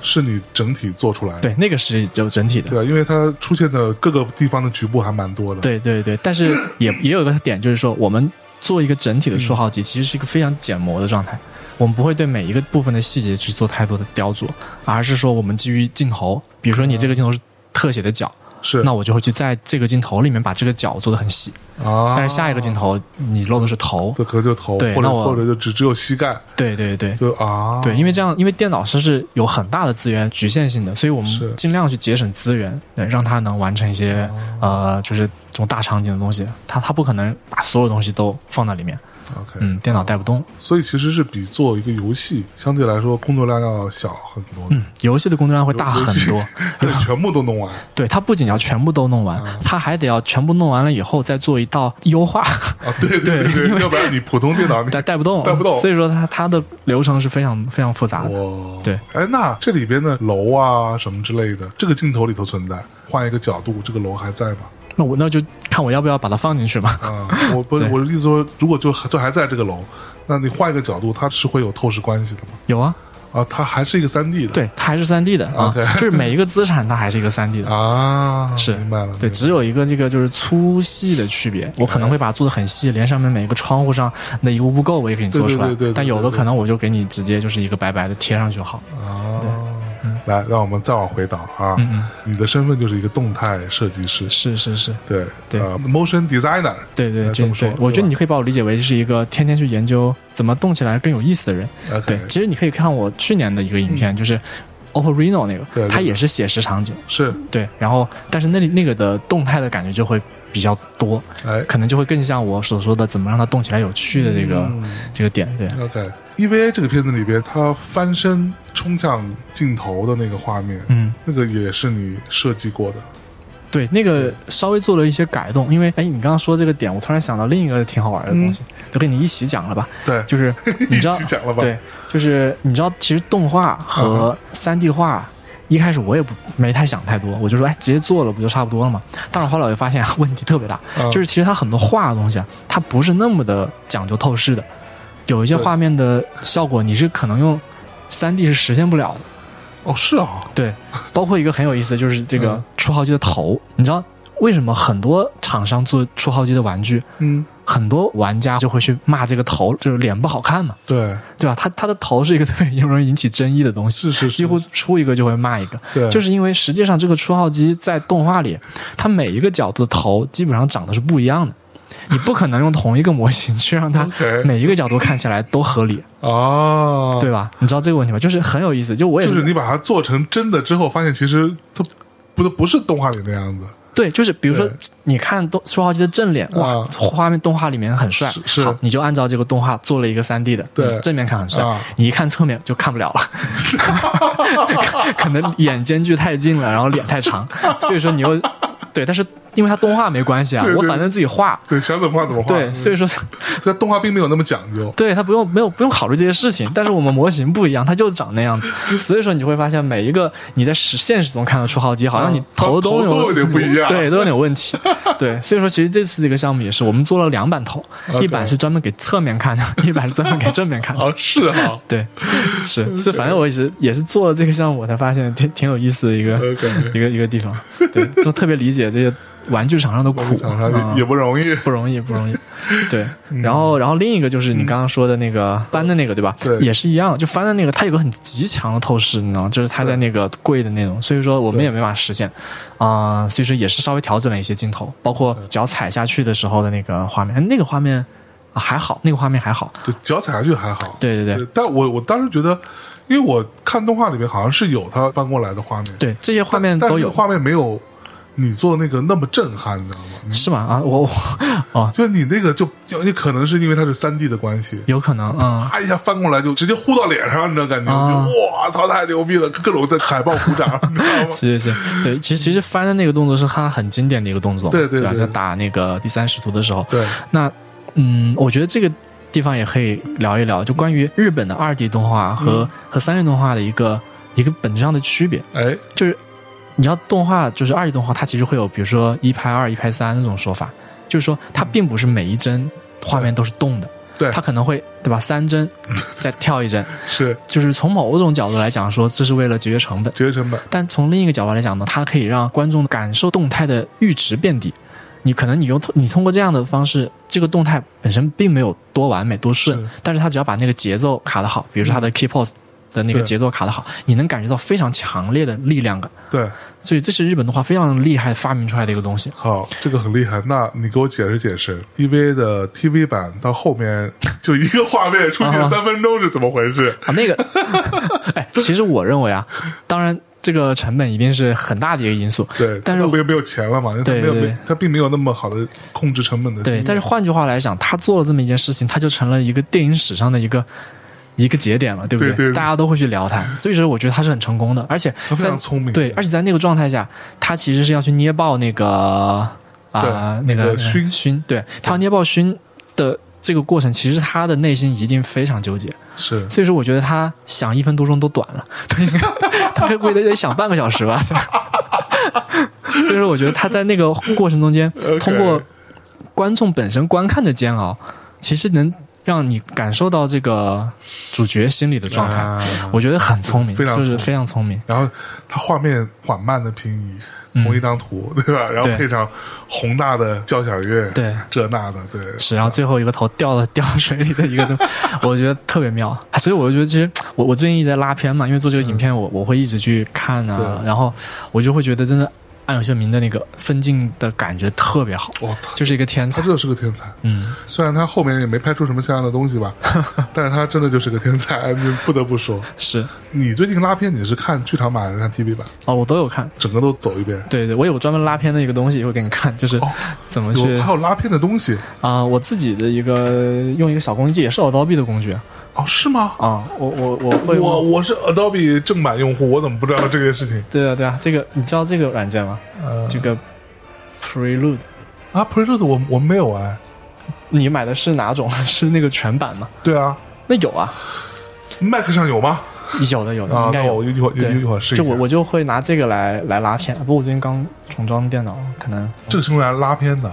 [SPEAKER 3] 是你整体做出来的，
[SPEAKER 4] 对，那个是有整体的，
[SPEAKER 3] 对啊，因为它出现的各个地方的局部还蛮多的，，
[SPEAKER 4] 对对对，但是也也有一个点，就是说我们做一个整
[SPEAKER 3] 嗯
[SPEAKER 4] 体的初号机，其实是一个非常建模的状态。我们不会对每一个部分的细节去做太多的雕琢，而是说我们基于镜头，比如说你这个镜头是特写的脚，
[SPEAKER 3] 是
[SPEAKER 4] 那我就会去在这个镜头里面把这个脚做的很细。
[SPEAKER 3] 啊，
[SPEAKER 4] 但是下一个镜头你露的是头，
[SPEAKER 3] 这可能就头，
[SPEAKER 4] 对
[SPEAKER 3] 或者
[SPEAKER 4] 那我
[SPEAKER 3] 或者就只只有膝盖，
[SPEAKER 4] 对对对。
[SPEAKER 3] 就啊，
[SPEAKER 4] 对，因为这样，因为电脑它是有很大的资源局限性的，所以我
[SPEAKER 3] 是
[SPEAKER 4] 们尽量去节省资源，对，让它能完成一些
[SPEAKER 3] 啊
[SPEAKER 4] 呃，就是这种大场景的东西。它它不可能把所有东西都放到里面，
[SPEAKER 3] OK，
[SPEAKER 4] 嗯，电脑带不动。
[SPEAKER 3] 所以其实是比做一个游戏相对来说工作量要小很多的，
[SPEAKER 4] 嗯，游戏的工作量会大很
[SPEAKER 3] 尤
[SPEAKER 4] 多。
[SPEAKER 3] [laughs] 而且全部都弄完，
[SPEAKER 4] 对，它不仅要全部都弄完，它还得要全部弄完了以后再做一道优化， [laughs]
[SPEAKER 3] 啊，对对
[SPEAKER 4] 对
[SPEAKER 3] 对，
[SPEAKER 4] 因为
[SPEAKER 3] 要不然你普通电脑你
[SPEAKER 4] 带带不动，
[SPEAKER 3] 带不动
[SPEAKER 4] 所以说它它的流程是非常非常复杂的。
[SPEAKER 3] 哇，
[SPEAKER 4] 对，
[SPEAKER 3] 哎，那这里边的楼啊什么之类的，这个镜头里头存在，换一个角度，这个楼还在吗？
[SPEAKER 4] 那我那就看我要不要把它放进去嘛。
[SPEAKER 3] 啊、我不，
[SPEAKER 4] 对
[SPEAKER 3] 我的意思说，如果就就还在这个楼，那你换一个角度，它是会有透视关系的吗？
[SPEAKER 4] 有啊，
[SPEAKER 3] 啊，它还是一个三 D 的，
[SPEAKER 4] [laughs] 对，它还是三 D 的啊
[SPEAKER 3] OK
[SPEAKER 4] [laughs] 就是每一个资产它还是一个三 D 的。
[SPEAKER 3] 啊，
[SPEAKER 4] 是
[SPEAKER 3] 明白了，明白
[SPEAKER 4] 对，只有一个这个就是粗细的区别，我可
[SPEAKER 3] 哎
[SPEAKER 4] 能会把它做的很细，连上面每一个窗户上的一个污垢我也给你做出来。
[SPEAKER 3] 对对对对对
[SPEAKER 4] 但有
[SPEAKER 3] 对
[SPEAKER 4] 的
[SPEAKER 3] 对
[SPEAKER 4] 可能我就给你直接就是一个白白的贴上去就好。
[SPEAKER 3] 了啊。来，让我们再往回倒啊！
[SPEAKER 4] 嗯
[SPEAKER 3] 你的身份就是一个动态设计师，
[SPEAKER 4] 是是是，
[SPEAKER 3] 对
[SPEAKER 4] 对
[SPEAKER 3] 啊 m o t i o n designer，
[SPEAKER 4] 对对
[SPEAKER 3] 呃这
[SPEAKER 4] 对
[SPEAKER 3] 么说
[SPEAKER 4] 对，我觉
[SPEAKER 3] 对吧
[SPEAKER 4] 得你可以把我理解为是一个天天去研究怎么动起来更有意思的人。对
[SPEAKER 3] OK，，
[SPEAKER 4] 其实你可以看我去年的一个影片，就是 OPPO Reno 那
[SPEAKER 3] 嗯对
[SPEAKER 4] 个，
[SPEAKER 3] 对
[SPEAKER 4] 它
[SPEAKER 3] 对
[SPEAKER 4] 也是写实场景，
[SPEAKER 3] 是，
[SPEAKER 4] 对，然后但是那里那个的动态的感觉就会比较多，
[SPEAKER 3] 哎
[SPEAKER 4] 可能就会更像我所说的怎么让它动起来有趣的这个、
[SPEAKER 3] 嗯
[SPEAKER 4] 这个点。对，
[SPEAKER 3] ，OK，EVA E 这个片子里边，他翻身冲向镜头的那个画面，
[SPEAKER 4] 嗯，
[SPEAKER 3] 那个也是你设计过的，
[SPEAKER 4] 对，那个稍微做了一些改动，因为哎，你刚刚说这个点，我突然想到另一个挺好玩的东西，就跟你一起讲了吧，
[SPEAKER 3] 对，
[SPEAKER 4] 就是
[SPEAKER 3] [laughs]
[SPEAKER 4] 你知道
[SPEAKER 3] 嗯一起，讲了吧？嗯
[SPEAKER 4] 对，就是你知道，其实动画和三 D 画。一开始我也不没太想太多，我就说，哎，直接做了不就差不多了嘛。但是后来我就发现 [laughs] 啊问题特别大，
[SPEAKER 3] 嗯
[SPEAKER 4] 就是其实它很多画的东西啊，它不是那么的讲究透视的，有一些
[SPEAKER 3] 对
[SPEAKER 4] 画面的效果你是可能用三 D 是实现不了的。
[SPEAKER 3] 哦，是啊，
[SPEAKER 4] 对，包括一个很有意思的就是这个
[SPEAKER 3] 嗯
[SPEAKER 4] 初号机的头，你知道为什么很多厂商做初号机的玩具，
[SPEAKER 3] 嗯，
[SPEAKER 4] 很多玩家就会去骂这个头，就是脸不好看嘛，
[SPEAKER 3] 对，
[SPEAKER 4] 对吧？他他的头是一个特别容易引起争议的东
[SPEAKER 3] 是
[SPEAKER 4] 西，
[SPEAKER 3] 是是
[SPEAKER 4] 几乎出一个就会骂一个。
[SPEAKER 3] 对，
[SPEAKER 4] 就是因为实际上这个初号机在动画里，它每一个角度的头基本上长得是不一样的，你不可能用同一个模型去让
[SPEAKER 3] [laughs]
[SPEAKER 4] 它
[SPEAKER 3] OK
[SPEAKER 4] 每一个角度看起来都合理，
[SPEAKER 3] 啊，
[SPEAKER 4] 对吧？你知道这个问题吗？就是很有意思，就我也
[SPEAKER 3] 就是你把它做成真的之后，发现其实它不不是动画里那样子，
[SPEAKER 4] 对，就是比如说
[SPEAKER 3] 对，
[SPEAKER 4] 你看动初号机的正脸，哇，
[SPEAKER 3] 啊
[SPEAKER 4] 画面动画里面很帅
[SPEAKER 3] 是，是
[SPEAKER 4] 好，你就按照这个动画做了一个三 D 的，
[SPEAKER 3] 对
[SPEAKER 4] 你正面看很帅，
[SPEAKER 3] 啊
[SPEAKER 4] 你一看侧面就看不
[SPEAKER 3] [laughs]
[SPEAKER 4] 了
[SPEAKER 3] [laughs]
[SPEAKER 4] 了，可能眼间距太近了，然后脸太长，所以说你又对，但是因为它动画没关系啊，
[SPEAKER 3] 对对
[SPEAKER 4] 我反正自己画。
[SPEAKER 3] 对，想怎么画怎么画。嗯
[SPEAKER 4] 对，所以
[SPEAKER 3] 说，
[SPEAKER 4] 说，
[SPEAKER 3] 所以动画并没有那么讲
[SPEAKER 4] [laughs]
[SPEAKER 3] 究。
[SPEAKER 4] 对它不用没有不用考虑这些事情，但是我们模型不一样，它就长那
[SPEAKER 3] [laughs]
[SPEAKER 4] 样子，所以说你就会发现每一个你在实现实中看得出好几，好像你
[SPEAKER 3] 嗯
[SPEAKER 4] 头都
[SPEAKER 3] 头都有点不一样
[SPEAKER 4] 对，都有点问
[SPEAKER 3] [laughs]
[SPEAKER 4] 题，对，所以说其实这次这个项目也是我们做了两版头，
[SPEAKER 3] 啊
[SPEAKER 4] 一版是专门给侧面看的， [laughs] 一版是专门给正面看的，
[SPEAKER 3] 啊，是啊
[SPEAKER 4] 对，是是，反正我也是也是做了这个项目，我才发现挺挺有意思的一个
[SPEAKER 3] [laughs] OK
[SPEAKER 4] 一个一个地方，对，就特别理解这些玩具厂商的苦，
[SPEAKER 3] 厂商
[SPEAKER 4] 啊
[SPEAKER 3] 也也不容易。
[SPEAKER 4] 不容易，
[SPEAKER 3] [laughs]
[SPEAKER 4] 不容易。对，
[SPEAKER 3] 嗯
[SPEAKER 4] 然后，然后另一个就是你刚刚说的那个翻的那个，对吧？
[SPEAKER 3] 对
[SPEAKER 4] 也是一样，就翻的那个，它有个很极强的透视，你知道吗？就是它在那个贵的那种，所以说我们
[SPEAKER 3] 对
[SPEAKER 4] 也没法实现，啊、所以说也是稍微调整了一些镜头，包括脚踩下去的时候的那个画面，哎那个画面、啊还好，那个画面还好，
[SPEAKER 3] 对，脚踩下去还好。
[SPEAKER 4] 对对对
[SPEAKER 3] 但我我当时觉得，因为我看动画里面好像是有他翻过来的画面，
[SPEAKER 4] 对，这些画
[SPEAKER 3] 但，
[SPEAKER 4] 面
[SPEAKER 3] 但
[SPEAKER 4] 都
[SPEAKER 3] 是
[SPEAKER 4] 有，
[SPEAKER 3] 画面没有你做的那个那么震撼，你知道吗？你
[SPEAKER 4] 是吗？啊，我我哦，
[SPEAKER 3] 就你那个就，你可能是因为它是三 D 的关系，
[SPEAKER 4] 有可
[SPEAKER 3] [laughs]
[SPEAKER 4] 能，嗯。
[SPEAKER 3] 啪一下翻过来就直接呼到脸上，你知道感觉？
[SPEAKER 4] 啊
[SPEAKER 3] 就哇操，太牛逼了！各种在海报鼓掌，你知
[SPEAKER 4] [laughs]
[SPEAKER 3] 道吗？
[SPEAKER 4] 是是是，对，其实其实翻的那个动作是他很经典的一个动作嘛，
[SPEAKER 3] 对对
[SPEAKER 4] 对吧
[SPEAKER 3] 对
[SPEAKER 4] 在打那个第三使徒的时候，
[SPEAKER 3] 对，
[SPEAKER 4] 那嗯，我觉得这个地方也可以聊一聊，就关于日本的二 D 动画和、和三 D 动画的一个一个本质上的区别，
[SPEAKER 3] 哎，
[SPEAKER 4] 就是你要动画，就是二 D 动画，它其实会有比如说一拍二、一拍三这种说法，就是说它并不是每一帧画面都是动的，
[SPEAKER 3] 对
[SPEAKER 4] 它可能会对吧，三帧再跳一帧，
[SPEAKER 3] 是
[SPEAKER 4] 就是从某种角度来讲说，这是为了节约成本。
[SPEAKER 3] 节约成本，
[SPEAKER 4] 但从另一个角度来讲呢，它可以让观众感受动态的阈值变低。你可能你用你通过这样的方式，这个动态本身并没有多完美多顺，
[SPEAKER 3] 是
[SPEAKER 4] 但是它只要把那个节奏卡得好，比如说它的 key pose 的那个
[SPEAKER 3] 对
[SPEAKER 4] 节奏卡得好，你能感觉到非常强烈的力量感。
[SPEAKER 3] 对，
[SPEAKER 4] 所以这是日本动画非常厉害发明出来的一个东西。
[SPEAKER 3] 好，这个很厉害。那你给我解释解释，EVA 的 TV 版到后面就一个画面出现
[SPEAKER 4] 啊
[SPEAKER 3] 三分钟是怎么回事？
[SPEAKER 4] 啊，那个， [laughs] 哎，其实我认为啊，当然这个成本一定是很大的一个因素，
[SPEAKER 3] 对，
[SPEAKER 4] 但是
[SPEAKER 3] 他不也没有钱了嘛，因为他没
[SPEAKER 4] 对
[SPEAKER 3] 有
[SPEAKER 4] 对
[SPEAKER 3] 没他并没有那么好的控制成本的经
[SPEAKER 4] 对，
[SPEAKER 3] 验。
[SPEAKER 4] 但是换句话来讲，他做了这么一件事情，他就成了一个电影史上的一个一个节点了，对不
[SPEAKER 3] 对对对
[SPEAKER 4] 大家都会去聊他，所以说我觉得他是很成功的，而且
[SPEAKER 3] 他非
[SPEAKER 4] 在
[SPEAKER 3] 常聪明
[SPEAKER 4] 对，而且在那个状态下，他其实是要去捏爆那个啊、
[SPEAKER 3] 对
[SPEAKER 4] 那
[SPEAKER 3] 那
[SPEAKER 4] 个
[SPEAKER 3] 个熏
[SPEAKER 4] 熏，对他要捏爆熏的。这个过程其实他的内心一定非常纠结，
[SPEAKER 3] 是
[SPEAKER 4] 所以说我觉得他想一分多钟都短了， [laughs] 他应该他估计得想半个小时吧。 [laughs] 所以说我觉得他在那个过程中间
[SPEAKER 3] OK，
[SPEAKER 4] 通过观众本身观看的煎熬，其实能让你感受到这个主角心理的状态。
[SPEAKER 3] 啊
[SPEAKER 4] 我觉得很聪明，
[SPEAKER 3] 非常
[SPEAKER 4] 就是
[SPEAKER 3] 聪明
[SPEAKER 4] 非常聪明。
[SPEAKER 3] 然后它画面缓慢的平移，同一张图、 [laughs] 对吧？然后
[SPEAKER 4] 嗯对
[SPEAKER 3] 配上宏大的交响乐，
[SPEAKER 4] 对
[SPEAKER 3] 这那的，对，
[SPEAKER 4] 是，然后最后一个头掉了掉到 [laughs] 水里的一个东西，我觉得特别妙。所以我就觉得，其实我我最近一直在拉片嘛，因为做这个影片我，我会一直去看啊，
[SPEAKER 3] 对
[SPEAKER 4] 然后我就会觉得真的安永秀明的那个分镜的感觉特别好，
[SPEAKER 3] 哇，他
[SPEAKER 4] 就是一个天
[SPEAKER 3] 他
[SPEAKER 4] 才。
[SPEAKER 3] 真的是个天才。
[SPEAKER 4] 嗯，
[SPEAKER 3] 虽然他后面也没拍出什么像样的东西
[SPEAKER 4] [laughs]
[SPEAKER 3] 吧，但是他真的就是个天才， [laughs] 你不得不说。
[SPEAKER 4] 是
[SPEAKER 3] 你最近拉片，你是看剧场版还是看 TV 版？
[SPEAKER 4] 哦，我都有看。
[SPEAKER 3] 整个都走一遍。
[SPEAKER 4] 对对，我有专门拉片的一个东西，一会儿给你看，就是
[SPEAKER 3] 哦
[SPEAKER 4] 怎么去
[SPEAKER 3] 有还有拉片的东西
[SPEAKER 4] 啊、我自己的一个用一个小工具，也是 Adobe 的工具啊、啊
[SPEAKER 3] 哦？是吗？
[SPEAKER 4] 我我我会
[SPEAKER 3] 我我是 Adobe 正版用户，我怎么不知道这件事情？
[SPEAKER 4] 对啊对啊，这个你知道这个软件吗？
[SPEAKER 3] 呃，
[SPEAKER 4] 这个 Prelude，
[SPEAKER 3] 啊，Prelude 我我没有哎。
[SPEAKER 4] 你买的是哪种？ [laughs] 是那个全版吗？
[SPEAKER 3] 对啊
[SPEAKER 4] 那有啊，
[SPEAKER 3] ，Mac 上有吗？
[SPEAKER 4] 有的有的，
[SPEAKER 3] 啊
[SPEAKER 4] 应，该
[SPEAKER 3] 那
[SPEAKER 4] 有
[SPEAKER 3] 我。一会儿
[SPEAKER 4] 对
[SPEAKER 3] 一会儿试一下。
[SPEAKER 4] 就我我就会拿这个来来拉片，不过我最近刚重装电脑，可能
[SPEAKER 3] 这个是用来拉片的，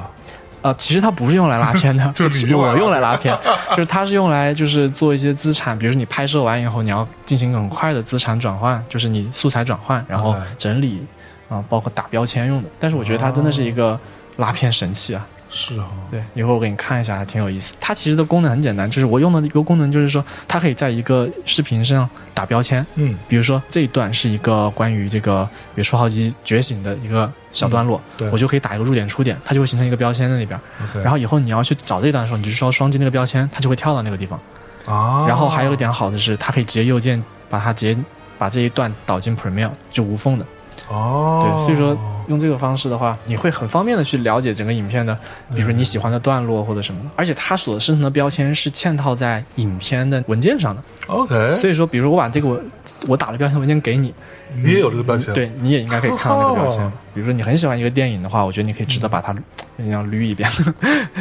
[SPEAKER 4] 呃，其实它不是用来拉片的，
[SPEAKER 3] [laughs] 就是你用来
[SPEAKER 4] 我用来拉片，就是它是用来就是做一些资产，比如说你拍摄完以后，你要进行很快的资产转换，就是你素材转换，然后
[SPEAKER 3] 哎
[SPEAKER 4] 整理啊、包括打标签用的。但是我觉得它真的是一个拉片神器啊，
[SPEAKER 3] 是哈、哦。
[SPEAKER 4] 对，一会儿我给你看一下，还挺有意思。它其实的功能很简单，就是我用的一个功能就是说，它可以在一个视频上打标签，
[SPEAKER 3] 嗯，
[SPEAKER 4] 比如说这一段是一个关于这个，比如说号机觉醒的一个小段落，
[SPEAKER 3] 嗯对
[SPEAKER 4] 我就可以打一个入点出点，它就会形成一个标签在那边。
[SPEAKER 3] OK
[SPEAKER 4] 然后以后你要去找这一段的时候，你就需要双击那个标签，它就会跳到那个地方。
[SPEAKER 3] 啊，
[SPEAKER 4] 然后还有一点好的是，它可以直接右键把它直接把这一段导进 Premiere，就无缝的。
[SPEAKER 3] 哦，
[SPEAKER 4] 对，所以说用这个方式的话，你会很方便的去了解整个影片的，比如说你喜欢的段落或者什么的。而且它所生成的标签是嵌套在影片的文件上的，
[SPEAKER 3] OK，
[SPEAKER 4] 所以说，比如说我把这个我我打了标签文件给你，
[SPEAKER 3] 你也有这个标签，
[SPEAKER 4] 对，你也应该可以看到那个标签
[SPEAKER 3] 哦。
[SPEAKER 4] 比如说你很喜欢一个电影的话，我觉得你可以值得把它有点像捋一遍， [laughs]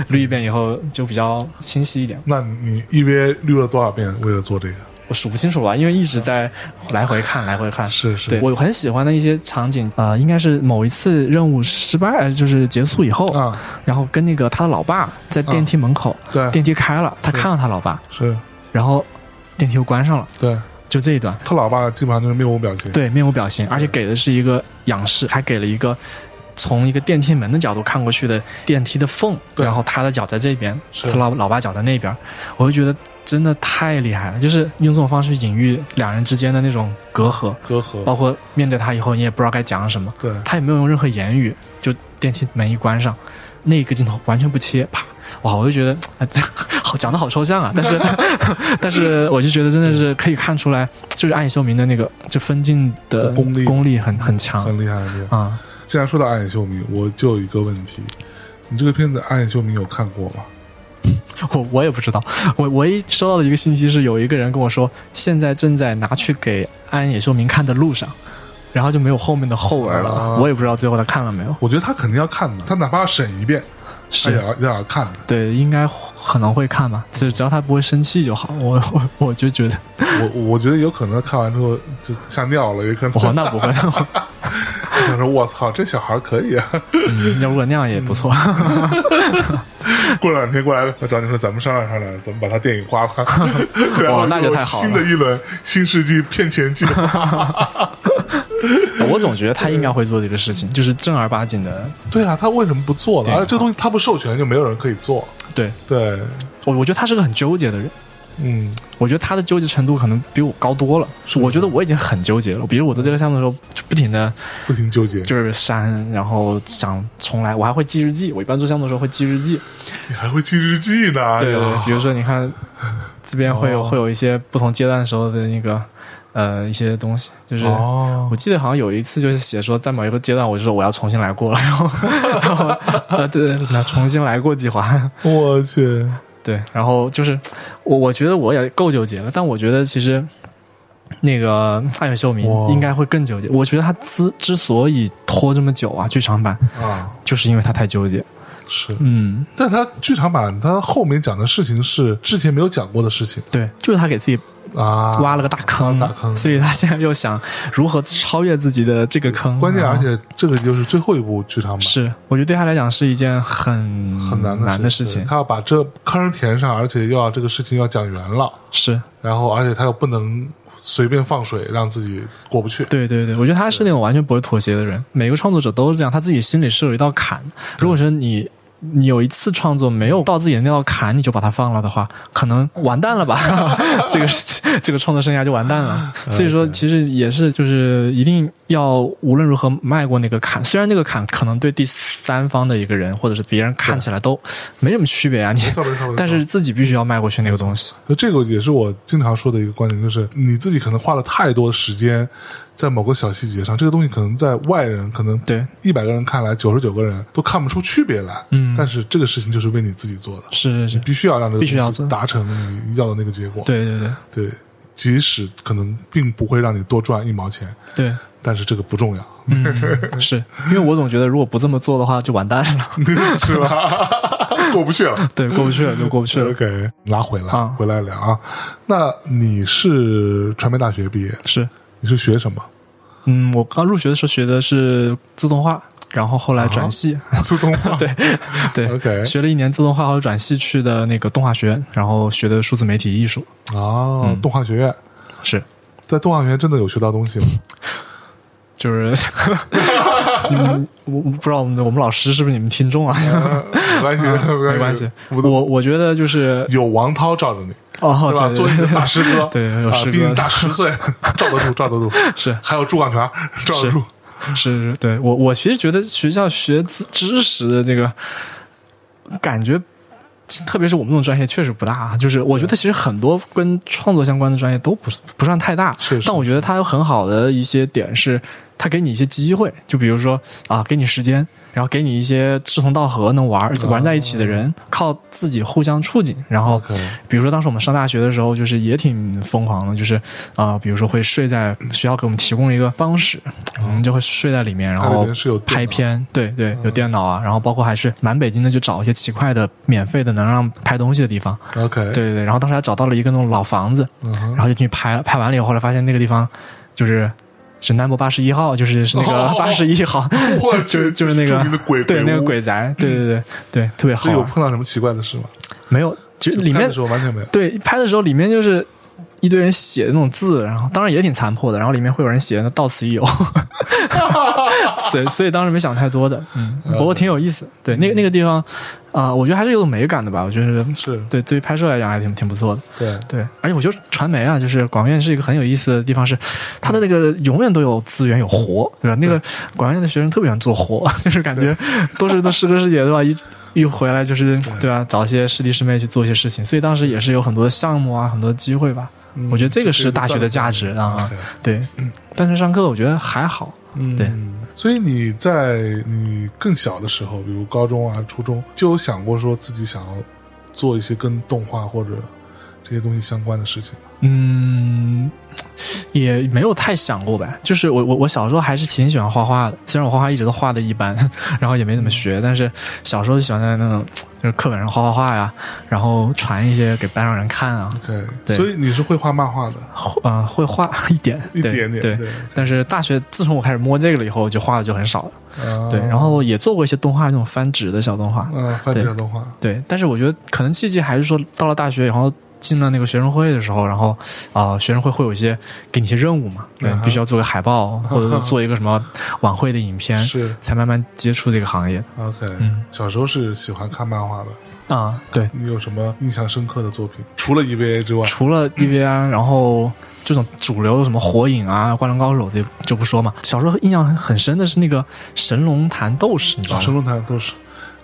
[SPEAKER 4] 捋一遍以后就比较清晰一点。
[SPEAKER 3] 那你 EVA 绿了多少遍？为了做这个，
[SPEAKER 4] 我数不清楚了，因为一直在来回看，来回看。
[SPEAKER 3] 是是
[SPEAKER 4] 对我很喜欢的一些场景，呃，应该是某一次任务失败，呃就是结束以后，
[SPEAKER 3] 啊，
[SPEAKER 4] 然后跟那个他的老爸在电梯门口，
[SPEAKER 3] 对，
[SPEAKER 4] 电梯开了，他看到他老爸，
[SPEAKER 3] 是，
[SPEAKER 4] 然后电梯又关上了，
[SPEAKER 3] 对，
[SPEAKER 4] 就这一段，
[SPEAKER 3] 他老爸基本上就是面无表情，
[SPEAKER 4] 对，面无表情，而且给的是一个仰视，还给了一个从一个电梯门的角度看过去的电梯的缝，
[SPEAKER 3] 对
[SPEAKER 4] 然后他的脚在这边，
[SPEAKER 3] 是
[SPEAKER 4] 他老老爸脚在那边，我就觉得真的太厉害了，就是用这种方式隐喻两人之间的那种隔阂，
[SPEAKER 3] 隔阂，
[SPEAKER 4] 包括面对他以后你也不知道该讲什么，
[SPEAKER 3] 对，
[SPEAKER 4] 他也没有用任何言语，就电梯门一关上，那一个镜头完全不切，啪，哇，我就觉得 [laughs] 哎这好讲的好抽象啊，但是 [laughs] 但是我就觉得真的是可以看出来，就是暗影秀明的那个就分镜的
[SPEAKER 3] 功力
[SPEAKER 4] 功力很很强
[SPEAKER 3] 很厉害，很厉害。
[SPEAKER 4] 啊、
[SPEAKER 3] 既然说到暗影秀明，我就有一个问题，你这个片子《暗影秀明》有看过吗？
[SPEAKER 4] 我我也不知道，我唯一收到的一个信息是有一个人跟我说，现在正在拿去给安野秀明看的路上。然后就没有后面的后文
[SPEAKER 3] 啊
[SPEAKER 4] 了，我也不知道最后他看了没有。
[SPEAKER 3] 我觉得他肯定要看的，他哪怕要审一遍，他也
[SPEAKER 4] 是
[SPEAKER 3] 要也要看的。
[SPEAKER 4] 对，应该可能会看吧，只只要他不会生气就好。我我我就觉得
[SPEAKER 3] 我我觉得有可能看完之后就吓尿了，也可能 [laughs]
[SPEAKER 4] 哦，那不会， [laughs]
[SPEAKER 3] 想说我操，这小孩可以啊！ [laughs]
[SPEAKER 4] 嗯，要如果那样也不错。
[SPEAKER 3] 过两天过来我找你说，咱们商量商量，怎么把他电影化
[SPEAKER 4] [laughs]
[SPEAKER 3] 吧。然后
[SPEAKER 4] 哇那
[SPEAKER 3] 啊
[SPEAKER 4] 就
[SPEAKER 3] 又有
[SPEAKER 4] 太好了啊
[SPEAKER 3] 新的一轮新世纪骗钱计划，嗯
[SPEAKER 4] 我总觉得他应该会做这个事情，就是正儿八经的。
[SPEAKER 3] 对啊，他为什么不做呢？
[SPEAKER 4] 电影化
[SPEAKER 3] 而且这个东西他不授权，就没有人可以做。
[SPEAKER 4] 对
[SPEAKER 3] 对，
[SPEAKER 4] 我，我觉得他是个很纠结的人。
[SPEAKER 3] 嗯，
[SPEAKER 4] 我觉得他的纠结程度可能比我高多了。我觉得我已经很纠结了。比如我做这个项目的时候，就不停的
[SPEAKER 3] 不停纠结，
[SPEAKER 4] 就是删，然后想重来。我还会记日记。我一般做项目的时候会记日记。
[SPEAKER 3] 你还会记日记呢？
[SPEAKER 4] 对
[SPEAKER 3] 哎
[SPEAKER 4] 对
[SPEAKER 3] 呦
[SPEAKER 4] 对，比如说你看这边会有、
[SPEAKER 3] 哦
[SPEAKER 4] 会有一些不同阶段时候的那个呃一些东西，就是、
[SPEAKER 3] 哦
[SPEAKER 4] 我，记得好像有一次就是写说，在某一个阶段，我就说我要重新来过了，然后，然后呃，对，来重新来过计划，
[SPEAKER 3] 我去，
[SPEAKER 4] 对，然后就是我我觉得我也够纠结了，但我觉得其实那个暗月秀明
[SPEAKER 3] 哇
[SPEAKER 4] 应该会更纠结。我觉得他之之所以拖这么久啊，剧场版
[SPEAKER 3] 啊，
[SPEAKER 4] 就是因为他太纠结。
[SPEAKER 3] 是。
[SPEAKER 4] 嗯，
[SPEAKER 3] 但他剧场版他后面讲的事情是之前没有讲过的事情
[SPEAKER 4] 对，就是他给自己
[SPEAKER 3] 啊，
[SPEAKER 4] 挖了个大坑，
[SPEAKER 3] 大坑
[SPEAKER 4] 所以他现在又想如何超越自己的这个坑。
[SPEAKER 3] 关键，
[SPEAKER 4] 然
[SPEAKER 3] 而
[SPEAKER 4] 后
[SPEAKER 3] 且这个就是最后一部剧场版，
[SPEAKER 4] 是我觉得对他来讲是一件很
[SPEAKER 3] 很难的
[SPEAKER 4] 难的
[SPEAKER 3] 事
[SPEAKER 4] 事情，
[SPEAKER 3] 他要把这坑填上，而且又要这个事情要讲圆了，
[SPEAKER 4] 是。
[SPEAKER 3] 然后而且他又不能随便放水，让自己过不去。
[SPEAKER 4] 对对对，我觉得他是那种完全不会妥协的人。每个创作者都是这样，他自己心里是有一道坎。如果说你你有一次创作没有到自己的那道坎，你就把它放了的话，可能完
[SPEAKER 3] [laughs]
[SPEAKER 4] 蛋了吧？这个是这个创作生涯就完蛋了。
[SPEAKER 3] 嗯
[SPEAKER 4] 所以说，其实也是就是一定要无论如何迈过那个坎。虽然那个坎可能对第三方的一个人或者是别人看起来都没什么区别啊，你
[SPEAKER 3] 错没错没错
[SPEAKER 4] 但是自己必须要迈过去那个东西。
[SPEAKER 3] 所以这个也是我经常说的一个观点，就是你自己可能花了太多的时间在某个小细节上，这个东西可能在外人可能
[SPEAKER 4] 对，
[SPEAKER 3] 一百个人看来，九十九个人都看不出区别来。
[SPEAKER 4] 嗯
[SPEAKER 3] 但是这个事情就是为你自己做的，
[SPEAKER 4] 是是是，
[SPEAKER 3] 必须要让这个
[SPEAKER 4] 必须要
[SPEAKER 3] 东西
[SPEAKER 4] 做
[SPEAKER 3] 达成你要的那个结果。
[SPEAKER 4] 对对对
[SPEAKER 3] 对，即使可能并不会让你多赚一毛钱，
[SPEAKER 4] 对。
[SPEAKER 3] 但是这个不重要。 [laughs]
[SPEAKER 4] 嗯，是因为我总觉得如果不这么做的话就完蛋了，
[SPEAKER 3] 是吧？ [laughs] 过不去了。
[SPEAKER 4] 对，过不去了就过不去
[SPEAKER 3] [laughs]
[SPEAKER 4] 了。
[SPEAKER 3] OK，拉回来，
[SPEAKER 4] 啊
[SPEAKER 3] 回来聊啊。那你是传媒大学毕业，
[SPEAKER 4] 是，
[SPEAKER 3] 你是学什么？
[SPEAKER 4] 嗯，我刚入学的时候学的是自动化，然后后来转系， [laughs]
[SPEAKER 3] 自动化。
[SPEAKER 4] 对对
[SPEAKER 3] 啊 OK
[SPEAKER 4] 学了一年自动化后转系去的那个动画学院，然后学的数字媒体艺术，
[SPEAKER 3] 哦，
[SPEAKER 4] 嗯
[SPEAKER 3] 动画学院，
[SPEAKER 4] 是，
[SPEAKER 3] 在动画学院真的有学到东西吗？
[SPEAKER 4] 就是 [laughs] 你们，我我不知道我们的我们老师是不是你们听众啊？
[SPEAKER 3] 哎没关系，
[SPEAKER 4] [laughs] 啊没关系，我我觉得就是
[SPEAKER 3] 有王涛罩着你，
[SPEAKER 4] 哦，
[SPEAKER 3] 是吧？
[SPEAKER 4] 对
[SPEAKER 3] 做你
[SPEAKER 4] 对
[SPEAKER 3] 的大师哥，
[SPEAKER 4] 对有
[SPEAKER 3] 啊
[SPEAKER 4] 师哥
[SPEAKER 3] 比你大十
[SPEAKER 4] [laughs]
[SPEAKER 3] 岁，罩得住，罩得住。
[SPEAKER 4] 是
[SPEAKER 3] 还有朱广权，罩得住。
[SPEAKER 4] [laughs] 是，对我我其实觉得学校学知知识的这个感觉，特别是我们这种专业确实不大啊。就是我觉得其实很多跟创作相关的专业都不是不算太大，
[SPEAKER 3] 是是
[SPEAKER 4] 但我觉得它有很好的一些点是，他给你一些机会，就比如说啊，给你时间，然后给你一些志同道合能玩玩在一起的人，靠自己互相促进。然后
[SPEAKER 3] OK
[SPEAKER 4] 比如说当时我们上大学的时候，就是也挺疯狂的，就是啊、比如说会睡在学校给我们提供了一个办公室，我们就会睡在里面，然
[SPEAKER 3] 哦它里
[SPEAKER 4] 后
[SPEAKER 3] 面是有电脑
[SPEAKER 4] 拍
[SPEAKER 3] 嗯
[SPEAKER 4] 片，对对，有电脑啊，然后包括还是满北京的，就找一些奇怪的、免费的能让拍东西的地方。
[SPEAKER 3] OK，
[SPEAKER 4] 对对对，然后当时还找到了一个那种老房子，
[SPEAKER 3] 哎嗯哼，
[SPEAKER 4] 然后就进去拍了，拍完了以后，后来发现那个地方就是是南博八十一号，就是是那个
[SPEAKER 3] 哦
[SPEAKER 4] 八十
[SPEAKER 3] [laughs]
[SPEAKER 4] 一号，
[SPEAKER 3] 哇
[SPEAKER 4] 就是
[SPEAKER 3] 这
[SPEAKER 4] 就是那
[SPEAKER 3] 著
[SPEAKER 4] 个
[SPEAKER 3] 名的鬼
[SPEAKER 4] 对
[SPEAKER 3] 鬼
[SPEAKER 4] 那个
[SPEAKER 3] 屋哎
[SPEAKER 4] 鬼宅，对对对对，特别好
[SPEAKER 3] 这有
[SPEAKER 4] 玩。
[SPEAKER 3] 碰到什么奇怪的事吗？
[SPEAKER 4] 没有，就里
[SPEAKER 3] 拍
[SPEAKER 4] 面
[SPEAKER 3] 的时候完全没有。
[SPEAKER 4] 对拍的时候里面就是。一堆人写的那种字，然后当然也挺残破的，然后里面会有人写的“到此一游”， [laughs] 所以所以当时没想太多的，嗯，不过挺有意思。对，那个那个地方，啊、我觉得还是有美感的吧。我觉得
[SPEAKER 3] 是
[SPEAKER 4] 对对于拍摄来讲还挺挺不错的。
[SPEAKER 3] 对，
[SPEAKER 4] 对，而且我觉得传媒啊，就是广院是一个很有意思的地方，是它的那个永远都有资源有活，对吧？那个广院的学生特别喜欢做活， [laughs] 就是感觉都是都师哥师姐对吧？一一回来就是对吧？找一些师弟师妹去做一些事情，所以当时也是有很多的项目啊，很多机会吧。
[SPEAKER 3] 嗯
[SPEAKER 4] 我觉得这个
[SPEAKER 3] 这
[SPEAKER 4] 是
[SPEAKER 3] 个
[SPEAKER 4] 大学的价值啊，对。单纯上课我觉得还好，
[SPEAKER 3] 嗯
[SPEAKER 4] 对。
[SPEAKER 3] 所以你在你更小的时候，比如高中啊、初中，就有想过说自己想要做一些跟动画或者这些东西相关的事情吗。
[SPEAKER 4] 嗯，也没有太想过呗。就是我我我小时候还是挺喜欢画画的，虽然我画画一直都画的一般， [laughs] 然后也没怎么学，但是小时候就喜欢在那种就是课本上画画画呀，然后传一些给班上人看啊，
[SPEAKER 3] OK，
[SPEAKER 4] 对
[SPEAKER 3] 所以你是会画漫画的，
[SPEAKER 4] 嗯、会画一点
[SPEAKER 3] 一
[SPEAKER 4] 对
[SPEAKER 3] 点点
[SPEAKER 4] 对。但是大学自从我开始摸这个了以后，就画的就很少了。
[SPEAKER 3] 啊
[SPEAKER 4] 对，然后也做过一些动画，那种翻纸的小动画。
[SPEAKER 3] 嗯，翻
[SPEAKER 4] 对
[SPEAKER 3] 转动画，
[SPEAKER 4] 对，但是我觉得可能契机还是说到了大学，然后进了那个学生会的时候，然后啊、呃学生会会有一些给你一些任务嘛，对
[SPEAKER 3] 嗯，哼
[SPEAKER 4] 必须要做个
[SPEAKER 3] [laughs]
[SPEAKER 4] 海报，或者是做一个什么晚会的影片，
[SPEAKER 3] 是
[SPEAKER 4] 才慢慢接触这个行业
[SPEAKER 3] OK。
[SPEAKER 4] 嗯
[SPEAKER 3] 小时候是喜欢看漫画的，
[SPEAKER 4] 啊。对，
[SPEAKER 3] 你有什么印象深刻的作品？除了 EVA 之外，
[SPEAKER 4] 除了 EVA，然后这种主流的什么火影啊、灌篮高手这就不说嘛。小时候印象很深的是那个神龙坛斗士，你知道
[SPEAKER 3] 啊，神
[SPEAKER 4] 吗？
[SPEAKER 3] 龙坛都是，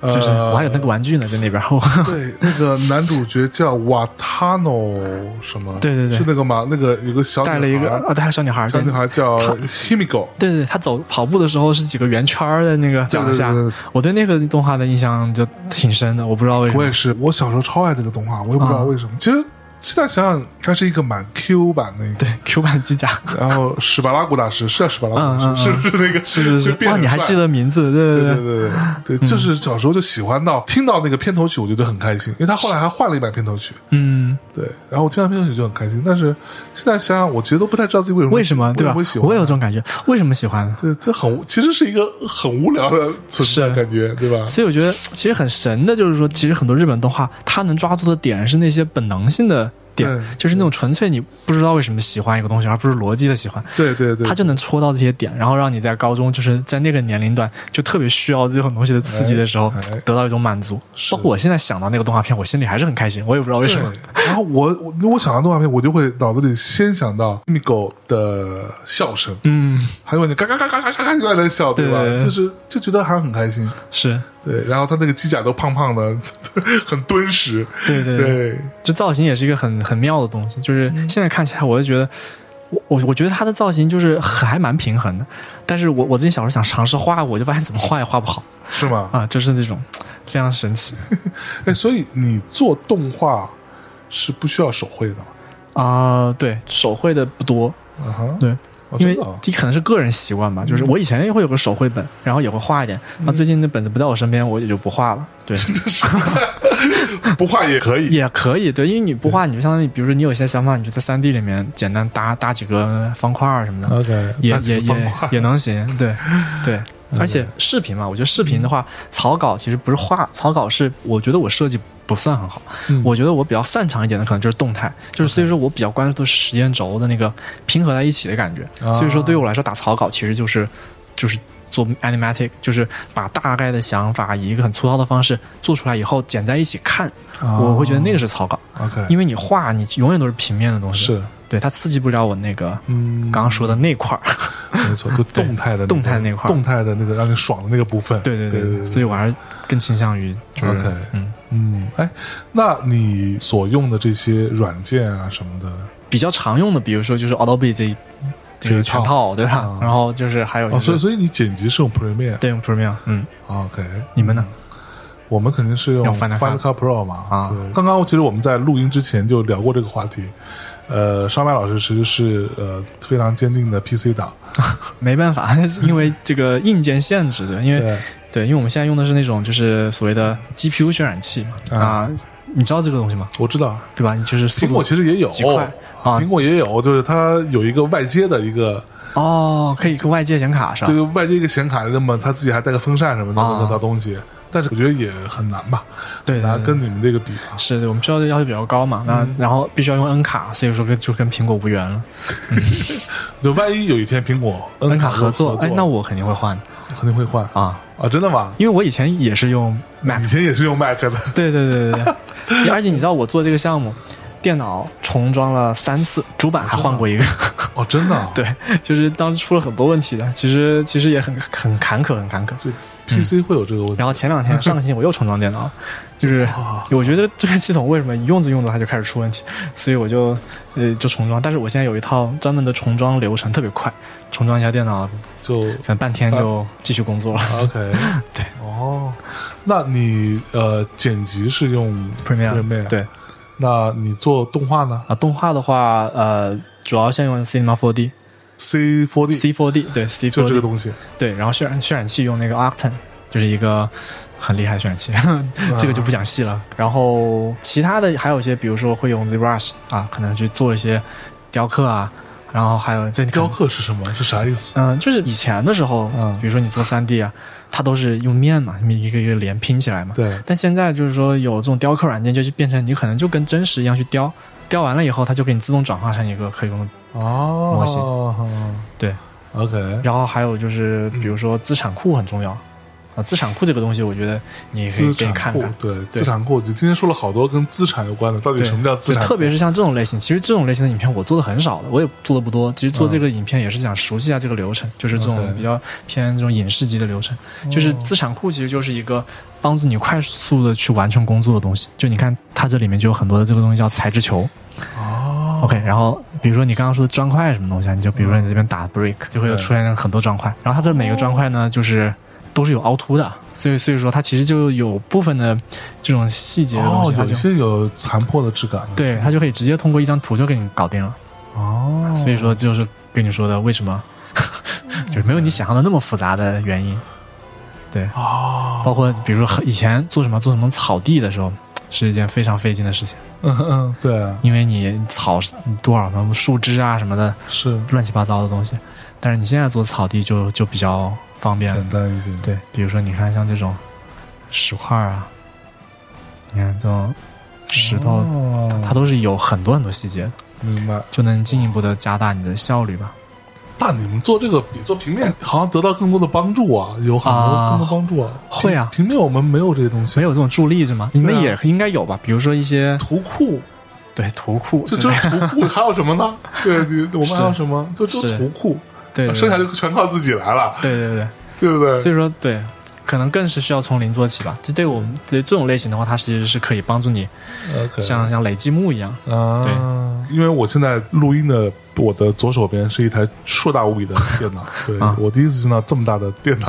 [SPEAKER 3] 呃
[SPEAKER 4] 就是我还有那个玩具呢，在那边。我 [laughs]
[SPEAKER 3] 对，那个男主角叫瓦塔诺什么？
[SPEAKER 4] 对对对
[SPEAKER 3] 是那个吗？那个有个小女
[SPEAKER 4] 带了一个
[SPEAKER 3] 孩
[SPEAKER 4] 啊，带个小女孩，
[SPEAKER 3] 小
[SPEAKER 4] 对
[SPEAKER 3] 女孩叫
[SPEAKER 4] 她
[SPEAKER 3] Himiko，
[SPEAKER 4] 对对，他走跑步的时候是几个圆圈儿在那个脚下。
[SPEAKER 3] 对对对对
[SPEAKER 4] 我对那个动画的印象就挺深的，我不知道为什
[SPEAKER 3] 我
[SPEAKER 4] 么
[SPEAKER 3] 也。是，我小时候超爱这个动画，我也不知道
[SPEAKER 4] 啊
[SPEAKER 3] 为什么。其实现在想想，它是一个蛮 Q 版的一个。
[SPEAKER 4] 对 Q 版机甲，
[SPEAKER 3] 然后史巴拉古大师是叫史巴拉古大师，是
[SPEAKER 4] 嗯嗯嗯
[SPEAKER 3] 不是那个？
[SPEAKER 4] 是是是，
[SPEAKER 3] 变
[SPEAKER 4] [laughs] 哇，
[SPEAKER 3] 很
[SPEAKER 4] 你还
[SPEAKER 3] 帅
[SPEAKER 4] 记？得嗯名字？对
[SPEAKER 3] 对
[SPEAKER 4] 对
[SPEAKER 3] 对对对对，就是小时候就喜欢到听到那个片头曲，我觉得很开心，因为他后来还换了一版片头曲，
[SPEAKER 4] 嗯，
[SPEAKER 3] 对，然后我听到片头曲就很开心。但是现在想想，我其实都不太知道自己为什么
[SPEAKER 4] 为什么对吧
[SPEAKER 3] 会喜？欢
[SPEAKER 4] 我有
[SPEAKER 3] 它
[SPEAKER 4] 这种感觉，为什么喜欢呢？
[SPEAKER 3] 对，这很其实是一个很无聊的存在
[SPEAKER 4] 是
[SPEAKER 3] 感觉，对吧？
[SPEAKER 4] 所以我觉得其实很神的，就是说，其实很多日本动画它能抓住的点是那些本能性的点
[SPEAKER 3] 对，
[SPEAKER 4] 就是那种纯粹你不知道为什么喜欢一个东西，而不是逻辑的喜欢。
[SPEAKER 3] 对对对，
[SPEAKER 4] 他就能戳到这些点，然后让你在高中，就是在那个年龄段，就特别需要这种东西的刺激的时候
[SPEAKER 3] 哎哎，
[SPEAKER 4] 得到一种满足。包括我现在想到那个动画片，我心里还是很开心，我也不知道为
[SPEAKER 3] 对
[SPEAKER 4] 什么。。
[SPEAKER 3] 然后我我因为我想到动画片，我就会脑子里先想到 Migo 的笑声，
[SPEAKER 4] 嗯，
[SPEAKER 3] 还有你嘎嘎嘎嘎嘎嘎嘎就在那笑，对吧？
[SPEAKER 4] 对对对
[SPEAKER 3] 就是就觉得还很开心。
[SPEAKER 4] 是
[SPEAKER 3] 对，然后他那个机甲都胖胖的， [laughs] 很敦实。
[SPEAKER 4] 对对对，
[SPEAKER 3] 对，
[SPEAKER 4] 就造型也是一个很很妙的东西。就是
[SPEAKER 3] 嗯
[SPEAKER 4] 现在看起来，我就觉得，我我我觉得他的造型就是很还蛮平衡的。但是我我自己小时候想尝试画，我就发现怎么画也画不好
[SPEAKER 3] 是吗？
[SPEAKER 4] 啊，就是那种非常神奇。
[SPEAKER 3] 哎，所以你做动画是不需要手绘的吗？
[SPEAKER 4] 啊、对手绘的不多，
[SPEAKER 3] 啊哈，
[SPEAKER 4] 对，
[SPEAKER 3] 哦，
[SPEAKER 4] 因
[SPEAKER 3] 真
[SPEAKER 4] 为
[SPEAKER 3] 的啊嗯
[SPEAKER 4] 这可能是个人习惯吧，就是我以前也会有个手绘本，然后也会画一点，那最近那本子不在我身边，我也就不画了。对，
[SPEAKER 3] 不画也可以。
[SPEAKER 4] 也可以，对，因为你不画，你就相当于，比如说你有一些想法，你就在三 D 里面简单搭搭几个方块儿什么的，
[SPEAKER 3] OK，
[SPEAKER 4] 也
[SPEAKER 3] 那这
[SPEAKER 4] 也
[SPEAKER 3] 个方
[SPEAKER 4] 也
[SPEAKER 3] 块嗯
[SPEAKER 4] 也能行。对，对，而且视频嘛，我觉得视频的话，草稿其实不是画，草稿是我觉得我设计不算很好，
[SPEAKER 3] 嗯
[SPEAKER 4] 我觉得我比较擅长一点的可能就是动态，就是所以说我比较关注的是时间轴的那个拼合在一起的感觉。
[SPEAKER 3] 啊
[SPEAKER 4] 所以说对于我来说，打草稿其实就是就是做 animatic，就是把大概的想法以一个很粗糙的方式做出来以后剪在一起看，
[SPEAKER 3] 啊
[SPEAKER 4] 我会觉得那个是草稿，
[SPEAKER 3] OK，
[SPEAKER 4] 因为你画你永远都是平面的东西，
[SPEAKER 3] 是
[SPEAKER 4] 对它刺激不了我那个
[SPEAKER 3] 嗯，
[SPEAKER 4] 刚刚说的那块儿。
[SPEAKER 3] 没错，
[SPEAKER 4] [laughs]
[SPEAKER 3] 就动态的那个、
[SPEAKER 4] 动态那块儿
[SPEAKER 3] 动态的那个让你爽的那个部分。
[SPEAKER 4] 对对
[SPEAKER 3] 对
[SPEAKER 4] 对对，所以我还是更倾向于就是
[SPEAKER 3] OK
[SPEAKER 4] 嗯。
[SPEAKER 3] 嗯，哎，那你所用的这些软件啊什么的，
[SPEAKER 4] 比较常用的，比如说就是 Adobe 这一这个全套对吧？然后就是还有一
[SPEAKER 3] 哦，所以
[SPEAKER 4] 个
[SPEAKER 3] 所以你剪辑是用 Premiere，哦
[SPEAKER 4] 对用 Premiere，嗯，
[SPEAKER 3] ，OK，嗯
[SPEAKER 4] 你们呢？
[SPEAKER 3] 我们肯定是用
[SPEAKER 4] 用 Final
[SPEAKER 3] Final
[SPEAKER 4] Cut
[SPEAKER 3] Cut Pro 嘛。
[SPEAKER 4] 啊
[SPEAKER 3] 对，刚刚其实我们在录音之前就聊过这个话题。呃，烧麦老师其实是呃非常坚定的 PC 党，
[SPEAKER 4] 没办法， [laughs] 因为这个硬件限制，对，因为
[SPEAKER 3] 对，
[SPEAKER 4] 对，因为我们现在用的是那种就是所谓的 GPU 渲染器
[SPEAKER 3] 啊
[SPEAKER 4] 嘛，啊，你知道这个东西吗？
[SPEAKER 3] 我知道
[SPEAKER 4] 对吧？你就是速
[SPEAKER 3] 苹
[SPEAKER 4] 度
[SPEAKER 3] 果其实也有，哦
[SPEAKER 4] 极快啊
[SPEAKER 3] 苹果也有，就是它有一个外接的一个，
[SPEAKER 4] 哦，可以跟外界显卡是吧
[SPEAKER 3] 这？个外接一个显卡，那么它自己还带个风扇什么的
[SPEAKER 4] 啊
[SPEAKER 3] 那套东西，但是我觉得也很难吧，
[SPEAKER 4] 对，
[SPEAKER 3] 拿
[SPEAKER 4] 对
[SPEAKER 3] 跟你们这个比啊，
[SPEAKER 4] 是的，我们需要的要求比较高嘛，那、然后必须要用 N 卡，所以说跟就跟苹果无缘了。
[SPEAKER 3] 就万一有一天苹果
[SPEAKER 4] N
[SPEAKER 3] 跟
[SPEAKER 4] 卡合
[SPEAKER 3] 作，
[SPEAKER 4] 哎，那我肯定会换
[SPEAKER 3] 肯定会换啊
[SPEAKER 4] 啊，哎
[SPEAKER 3] 真的吗？
[SPEAKER 4] 因为我以前也是用 Mac，
[SPEAKER 3] 以前也是用 Mac 的，
[SPEAKER 4] [laughs] 对对对对对，而且你知道我做这个项目，电脑重装了三次，主板还换过一个，
[SPEAKER 3] 哦，真的 [laughs] 啊，
[SPEAKER 4] 对，就是当时出了很多问题的，其实其实也很很坎坷，很坎坷。
[SPEAKER 3] 就 PC 会有这个问题
[SPEAKER 4] 嗯然。后前两天上个星期我又重装电脑，就是
[SPEAKER 3] 哇
[SPEAKER 4] 我觉得这个系统为什么用着用着它就开始出问题，所以我就呃就重装。但是我现在有一套专门的重装流程，特别快，重装一下电脑，
[SPEAKER 3] 就啊
[SPEAKER 4] 可能半天就继续工作了。
[SPEAKER 3] OK，
[SPEAKER 4] [laughs] 对，
[SPEAKER 3] 哦，那你呃剪辑是用
[SPEAKER 4] Premiere，
[SPEAKER 3] Premiere，
[SPEAKER 4] 对，
[SPEAKER 3] 那你做动画呢
[SPEAKER 4] 啊，动画的话，呃，主要先用 Cinema 4D、
[SPEAKER 3] ？C4D
[SPEAKER 4] C4D，对 C4D，
[SPEAKER 3] 就这个 [laughs] 东西，
[SPEAKER 4] 对，然后渲染渲染器用那个 Octane，就是一个很厉害的渲染器， [laughs] 这个就不讲细了。然后其他的还有一些，比如说会用 ZBrush 啊，可能去做一些雕刻啊，然后还有这
[SPEAKER 3] 雕，刻是什么？是啥意思？
[SPEAKER 4] 嗯、就是以前的时候，
[SPEAKER 3] 嗯
[SPEAKER 4] 比如说你做三 D 啊，它都是用面嘛，一个一个连拼起来嘛。
[SPEAKER 3] 对，
[SPEAKER 4] 但现在就是说有这种雕刻软件，就是变成你可能就跟真实一样去雕，雕完了以后，它就给你自动转化成一个可以用的
[SPEAKER 3] 哦，
[SPEAKER 4] 模型对
[SPEAKER 3] ，OK，
[SPEAKER 4] 然后还有就是，比如说资产库很重要啊，资产库这个东西，我觉得你也可
[SPEAKER 3] 资
[SPEAKER 4] 以可以
[SPEAKER 3] 产
[SPEAKER 4] 看
[SPEAKER 3] 库
[SPEAKER 4] 看，，
[SPEAKER 3] 对，
[SPEAKER 4] 对
[SPEAKER 3] 资产库，就今天说了好多跟资产有关的，到底
[SPEAKER 4] 对，
[SPEAKER 3] 什么叫资产
[SPEAKER 4] 就
[SPEAKER 3] 库？
[SPEAKER 4] 特别是像这种类型，其实这种类型的影片我做的很少的，我也做的不多。其实做这个影片也是想熟悉一下这个流程，就是
[SPEAKER 3] 嗯
[SPEAKER 4] 这
[SPEAKER 3] OK 哦
[SPEAKER 4] 种比较偏这种影视级的流程。就是资产库其实就是一个帮助你快速的去完成工作的东西。就你看它这里面就有很多的这个东西叫材质球。
[SPEAKER 3] 哦
[SPEAKER 4] OK，然后比如说你刚刚说的砖块什么东西啊，你就比如说你这边打 brick，就会有
[SPEAKER 3] 对
[SPEAKER 4] 出现很多砖块，然后它这每个砖块呢，就是都是有凹凸的，所以所以说它其实就有部分的这种细节的东
[SPEAKER 3] 哦
[SPEAKER 4] 西，，它
[SPEAKER 3] 有
[SPEAKER 4] 就
[SPEAKER 3] 些有残破的质感的，
[SPEAKER 4] 对它就可以直接通过一张图就给你搞定了。
[SPEAKER 3] 哦，
[SPEAKER 4] 所以说这就是跟你说的为什么 [laughs] 就是没有你想象的那么复杂的原因。对，
[SPEAKER 3] 哦，
[SPEAKER 4] 包括比如说以前做什么做什么草地的时候，是一件非常费劲的事情，
[SPEAKER 3] 嗯嗯，对，
[SPEAKER 4] 因为你草多少什么树枝啊什么的。
[SPEAKER 3] 是
[SPEAKER 4] 乱七八糟的东西。但是你现在做草地就就比较方便了
[SPEAKER 3] 简，单一些，
[SPEAKER 4] 对，比如说你看像这种石块啊，你看这种石头，
[SPEAKER 3] 哦
[SPEAKER 4] 它都是有很多很多细节的，
[SPEAKER 3] 明白。
[SPEAKER 4] 就能进一步的加大你的效率吧。
[SPEAKER 3] 那你们做这个比做平面好像得到更多的帮助啊，有很多
[SPEAKER 4] 啊
[SPEAKER 3] 更多帮助啊。
[SPEAKER 4] 会啊
[SPEAKER 3] 平平面我们没有这些东西，
[SPEAKER 4] 没有这种助力是吗？你们也应该有吧？比如说一些
[SPEAKER 3] 图库，
[SPEAKER 4] 对图库
[SPEAKER 3] [laughs]
[SPEAKER 4] 之
[SPEAKER 3] 就
[SPEAKER 4] 类
[SPEAKER 3] 就
[SPEAKER 4] 的，
[SPEAKER 3] 是图库，还有什么呢？ [laughs] 对，你我们
[SPEAKER 4] 是
[SPEAKER 3] 还有什么？就就是图库，
[SPEAKER 4] 对对对
[SPEAKER 3] 剩下就全靠自己来了，
[SPEAKER 4] 对对对。
[SPEAKER 3] 对不对？
[SPEAKER 4] 所以说，对，可能更是需要从零做起吧。这对我们对这种类型的话，它其实是可以帮助你
[SPEAKER 3] OK
[SPEAKER 4] 像像垒积木一样，
[SPEAKER 3] 啊， [laughs] 因为我现在录音的，我的左手边是一台硕大无比的电脑，对、
[SPEAKER 4] 啊
[SPEAKER 3] 我第一次见到这么大的电
[SPEAKER 4] [laughs]
[SPEAKER 3] 脑，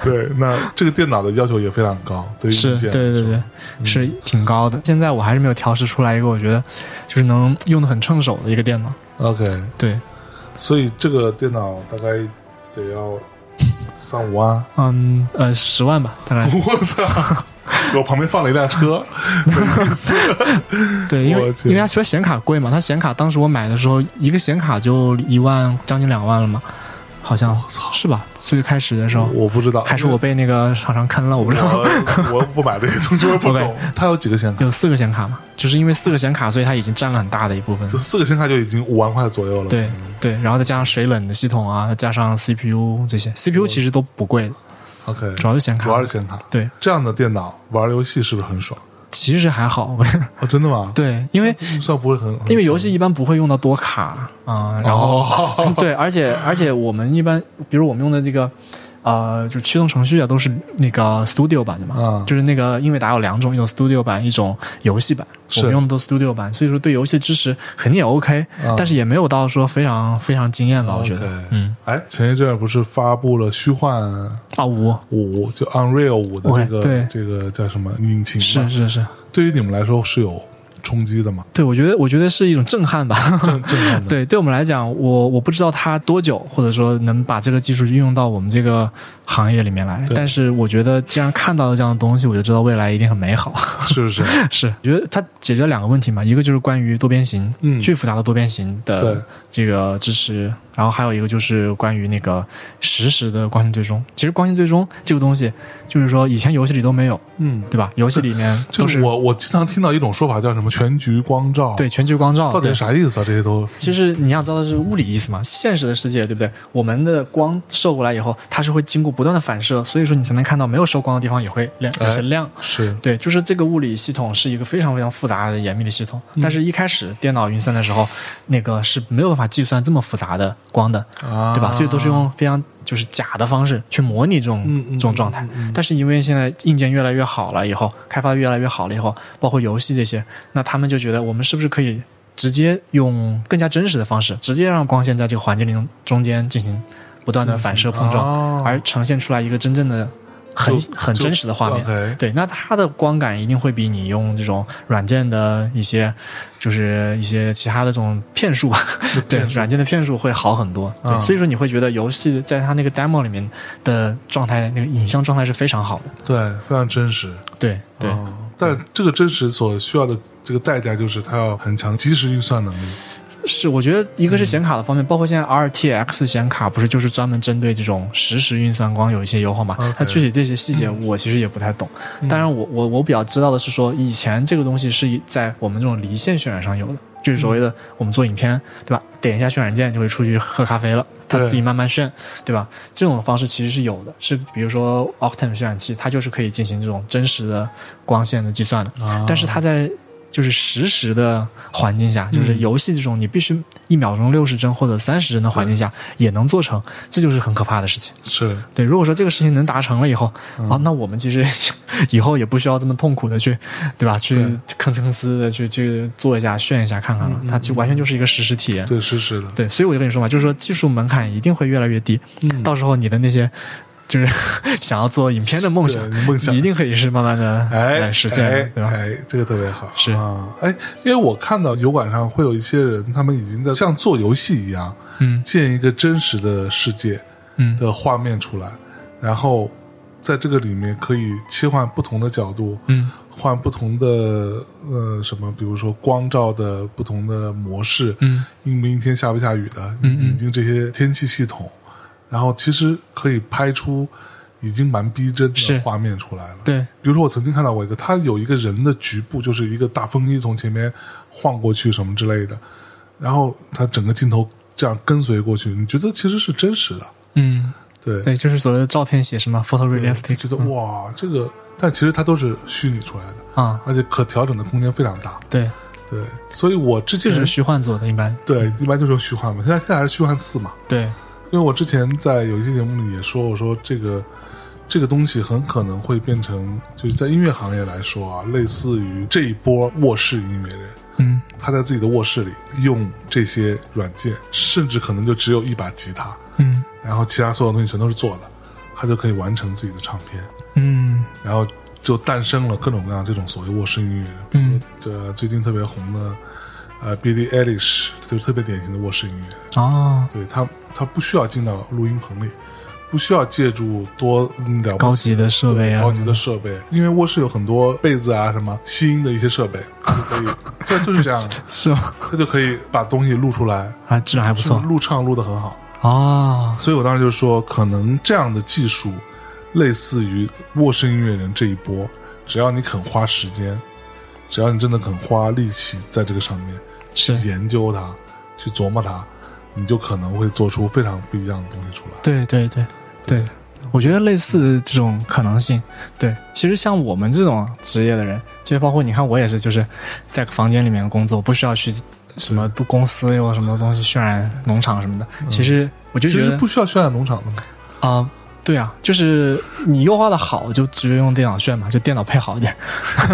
[SPEAKER 3] 对，那这个电脑的要求也非常高，对于硬
[SPEAKER 4] 是
[SPEAKER 3] 件
[SPEAKER 4] 对
[SPEAKER 3] 来
[SPEAKER 4] 对
[SPEAKER 3] 说
[SPEAKER 4] 对，
[SPEAKER 3] 嗯
[SPEAKER 4] 是挺高的。现在我还是没有调试出来一个我觉得就是能用的很趁手的一个电脑。
[SPEAKER 3] ，OK，
[SPEAKER 4] 对，
[SPEAKER 3] 所以这个电脑大概得要三五万。
[SPEAKER 4] 嗯呃，十万吧，大概。
[SPEAKER 3] [laughs] 我
[SPEAKER 4] [laughs]
[SPEAKER 3] 操！我旁边放了一辆车，
[SPEAKER 4] 对，因
[SPEAKER 3] 我
[SPEAKER 4] 为
[SPEAKER 3] 去
[SPEAKER 4] 因为它其实显卡贵嘛，它显卡当时我买的时候一个显卡就一万将近两万了嘛，好像是吧？最开始的时候
[SPEAKER 3] 我不知道，
[SPEAKER 4] 还是我被那个厂商坑了，我不知道。
[SPEAKER 3] 我我不买这些东西，我也不懂
[SPEAKER 4] OK。
[SPEAKER 3] 它有几个显卡？
[SPEAKER 4] 有四个显卡嘛，就是因为四个显卡，所以它已经占了很大的一部分
[SPEAKER 3] 就。四个嗯显卡就已经五万块左右了。
[SPEAKER 4] 对对，然后再加上水冷的系统啊，加上 CPU 这些，CPU 其实都不贵，
[SPEAKER 3] ，OK，
[SPEAKER 4] 主要是显卡。
[SPEAKER 3] 主要是显卡。
[SPEAKER 4] 对，
[SPEAKER 3] 这样的电脑玩游戏是不是很爽？
[SPEAKER 4] 其实还好， [laughs]
[SPEAKER 3] 哦，真的吗？，
[SPEAKER 4] 对，因为
[SPEAKER 3] 预算不会很，很
[SPEAKER 4] 因为游戏一般不会用到多卡啊、然后、
[SPEAKER 3] 哦
[SPEAKER 4] [laughs]
[SPEAKER 3] [laughs]
[SPEAKER 4] 对，而且而且我们一般，比如我们用的这个呃，就驱动程序啊，都是那个 Studio 版的嘛，
[SPEAKER 5] 啊
[SPEAKER 4] 就是那个英伟达有两种，一种 Studio 版，一种游戏版，
[SPEAKER 3] 是
[SPEAKER 4] 我们用的都 Studio 版，所以说对游戏的支持肯定也 OK，、
[SPEAKER 5] 啊
[SPEAKER 4] 但是也没有到说非常非常惊艳吧，我觉得
[SPEAKER 3] OK，
[SPEAKER 4] 嗯，
[SPEAKER 3] 哎，前一阵儿不是发布了虚幻
[SPEAKER 4] 啊五
[SPEAKER 3] 五，就 Unreal 五的这
[SPEAKER 4] OK，
[SPEAKER 3] 个
[SPEAKER 4] 对
[SPEAKER 3] 这个叫什么引擎
[SPEAKER 4] 是
[SPEAKER 3] 嘛？
[SPEAKER 4] 是是，
[SPEAKER 3] 对于你们来说是有冲击的吗？
[SPEAKER 4] 对我觉得我觉得是一种震
[SPEAKER 3] [laughs]
[SPEAKER 4] 撼吧，
[SPEAKER 3] 震震撼的。
[SPEAKER 4] 对，对我们来讲，我我不知道它多久，或者说能把这个技术运用到我们这个行业里面来。
[SPEAKER 3] 对
[SPEAKER 4] 但是我觉得，既然看到了这样的东西，我就知道未来一定很美好。 [laughs]
[SPEAKER 3] 是不是？
[SPEAKER 4] 是，我觉得它解决了两个问题嘛，一个就是关于多边形，
[SPEAKER 3] 嗯
[SPEAKER 4] 巨复杂的多边形
[SPEAKER 3] 对
[SPEAKER 4] 的这个支持，然后还有一个就是关于那个实时的光线追踪。其实光线追踪这个东西，就是说以前游戏里都没有，
[SPEAKER 3] 嗯，
[SPEAKER 4] 对吧？游戏里面
[SPEAKER 3] 就
[SPEAKER 4] 都
[SPEAKER 3] 是
[SPEAKER 4] 是
[SPEAKER 3] 我我经常听到一种说法叫什么全局光照，
[SPEAKER 4] 对，全局光照，
[SPEAKER 3] 到底
[SPEAKER 4] 对
[SPEAKER 3] 是啥意思啊？这些都
[SPEAKER 4] 其实你想知道的是物理意思嘛，现实的世界对不对？我们的光射过来以后，它是会经过不断的反射，所以说你才能看到没有受光的地方也会亮，
[SPEAKER 3] 哎
[SPEAKER 4] 有些亮。
[SPEAKER 3] 是
[SPEAKER 4] 对，就是这个物理系统是一个非常非常复杂的严密的系统，但是一开始电脑运算的时候，那个是没有办法计算这么复杂的光的，
[SPEAKER 3] 啊，
[SPEAKER 4] 对吧？所以都是用非常就是假的方式去模拟这种、
[SPEAKER 3] 嗯嗯
[SPEAKER 4] 这种状态
[SPEAKER 3] 嗯嗯嗯。
[SPEAKER 4] 但是因为现在硬件越来越好了，以后开发越来越好了以后，包括游戏这些，那他们就觉得我们是不是可以直接用更加真实的方式，直接让光线在这个环境中中间进行不断的反射碰撞，
[SPEAKER 3] 嗯哦
[SPEAKER 4] 而呈现出来一个真正的很
[SPEAKER 3] 就
[SPEAKER 4] 很
[SPEAKER 3] 就呃
[SPEAKER 4] 真实的画面。
[SPEAKER 3] OK
[SPEAKER 4] 对，那它的光感一定会比你用这种软件的一些，就是一些其他的这种骗术，对
[SPEAKER 3] 骗术
[SPEAKER 4] 软件的骗术会好很多。对，
[SPEAKER 3] 啊
[SPEAKER 4] 所以说你会觉得游戏在它那个 demo 里面的状态，那个影像状态是非常好的。
[SPEAKER 3] 对，非常真实。
[SPEAKER 4] 对对、
[SPEAKER 3] 哦，但这个真实所需要的这个代价就是它要很强即时运算能力。
[SPEAKER 4] 是我觉得一
[SPEAKER 3] 嗯
[SPEAKER 4] 个是显卡的方面，包括现在 RTX 显卡不是就是专门针对这种实时运算光有一些优化嘛
[SPEAKER 3] 啊 OK 嗯
[SPEAKER 4] 它具体这些细节我其实也不太懂。嗯当然我，我我比较知道的是说，以前这个东西是在我们这种离线渲染上有的，就是所
[SPEAKER 3] 嗯
[SPEAKER 4] 谓的我们做影片对吧，点一下渲染键就会出去喝咖啡了。它
[SPEAKER 3] 对
[SPEAKER 4] 自己慢慢渲，对吧？这种方式其实是有的，是比如说 Octane 渲染器，它就是可以进行这种真实的光线的计算的。
[SPEAKER 3] 啊
[SPEAKER 4] 但是它在就是实时的环境下，
[SPEAKER 3] 嗯
[SPEAKER 4] 就是游戏这种你必须一秒钟六十帧或者三十帧的环境下也能做成，这就是很可怕的事情。
[SPEAKER 3] 是
[SPEAKER 4] 对，如果说这个事情能达成了以后，
[SPEAKER 3] 嗯
[SPEAKER 4] 啊，那我们其实 [laughs] 以后也不需要这么痛苦的去，对吧？去吭哧吭哧的去去做一下炫一下看看了，它就完全就是一个实时体验。
[SPEAKER 3] 嗯对嗯实时的，
[SPEAKER 4] 对，所以我就跟你说嘛，就是说技术门槛一定会越来越低，嗯到时候你的那些就是 [laughs] 想要做影片的梦想
[SPEAKER 3] 对，梦想
[SPEAKER 4] 一定可以是慢慢的
[SPEAKER 3] 哎，
[SPEAKER 4] 实现的，
[SPEAKER 3] 哎
[SPEAKER 4] 对吧？
[SPEAKER 3] 哎，这个特别好，
[SPEAKER 4] 是
[SPEAKER 3] 啊，哎，因为我看到油管上会有一些人，他们已经在像做游戏一样
[SPEAKER 4] 嗯
[SPEAKER 3] 建一个真实的世界
[SPEAKER 4] 嗯，
[SPEAKER 3] 的画面出来，然后在这个里面可以切换不同的角度，
[SPEAKER 4] 嗯，
[SPEAKER 3] 换不同的呃什么，比如说光照的不同的模式，
[SPEAKER 4] 嗯，
[SPEAKER 3] 阴不阴天、下不下雨的，引进这些天气系统，然后其实可以拍出已经蛮逼真的
[SPEAKER 4] 是
[SPEAKER 3] 画面出来了。
[SPEAKER 4] 对，
[SPEAKER 3] 比如说我曾经看到过一个，它有一个人的局部，就是一个大风衣从前面晃过去什么之类的，然后它整个镜头这样跟随过去，你觉得其实是真实的，
[SPEAKER 4] 嗯，
[SPEAKER 3] 对，
[SPEAKER 4] 对，就是所谓的照片写什么 photorealistic，
[SPEAKER 3] 就觉得哇，这个，但其实它都是虚拟出来的，
[SPEAKER 4] 啊，
[SPEAKER 3] 而且可调整的空间非常大，
[SPEAKER 4] 对，
[SPEAKER 3] 对，所以我之
[SPEAKER 4] 这
[SPEAKER 3] 前
[SPEAKER 4] 是虚幻做的，一般，
[SPEAKER 3] 对一般就是用虚幻嘛，现在现在还是虚幻四嘛，
[SPEAKER 4] 对，
[SPEAKER 3] 因为我之前在有一些节目里也说，我说这个这个东西很可能会变成，就是在音乐行业来说啊，类似于这一波卧室音乐人，
[SPEAKER 4] 嗯，
[SPEAKER 3] 他在自己的卧室里用这些软件，甚至可能就只有一把吉他，
[SPEAKER 4] 嗯，
[SPEAKER 3] 然后其他所有东西全都是做的，他就可以完成自己的唱片，
[SPEAKER 4] 嗯，
[SPEAKER 3] 然后就诞生了各种各样这种所谓卧室音乐人，比如
[SPEAKER 4] 嗯
[SPEAKER 3] 这最近特别红的。呃，Billie Eilish 就是特别典型的卧室音乐人。
[SPEAKER 4] 哦，
[SPEAKER 3] 对他，他不需要进到录音棚里，不需要借助多嗯了不起
[SPEAKER 4] 高级的设备啊
[SPEAKER 3] 对高级的设备，因为卧室有很多被子啊什么吸音的一些设备，他就可以，对，就是
[SPEAKER 4] [laughs]
[SPEAKER 3] 这样，
[SPEAKER 4] 是吗？
[SPEAKER 3] 他就可以把东西录出来，
[SPEAKER 4] 啊，质量还不
[SPEAKER 3] 甚
[SPEAKER 4] 错
[SPEAKER 3] 至，录唱录的很好。
[SPEAKER 4] 哦，
[SPEAKER 3] 所以我当时就说，可能这样的技术，类似于卧室音乐人这一波，只要你肯花时间，只要你真的肯花力气在这个上面，
[SPEAKER 4] 是，
[SPEAKER 3] 研究它，去琢磨它，你就可能会做出非常不一样的东西出来。
[SPEAKER 4] 对对对对，我觉得类似这种可能性，对，其实像我们这种职业的人，就是包括你看我也是，就是在房间里面工作，不需要去什么公司有什么东西渲染农场什么的，其实我就
[SPEAKER 3] 嗯其
[SPEAKER 4] 觉
[SPEAKER 3] 实
[SPEAKER 4] 得
[SPEAKER 3] [laughs] 不需要渲染农场的嘛，
[SPEAKER 4] 啊、对啊，就是你优化的好，就直接用电脑渲嘛，就电脑配好一点，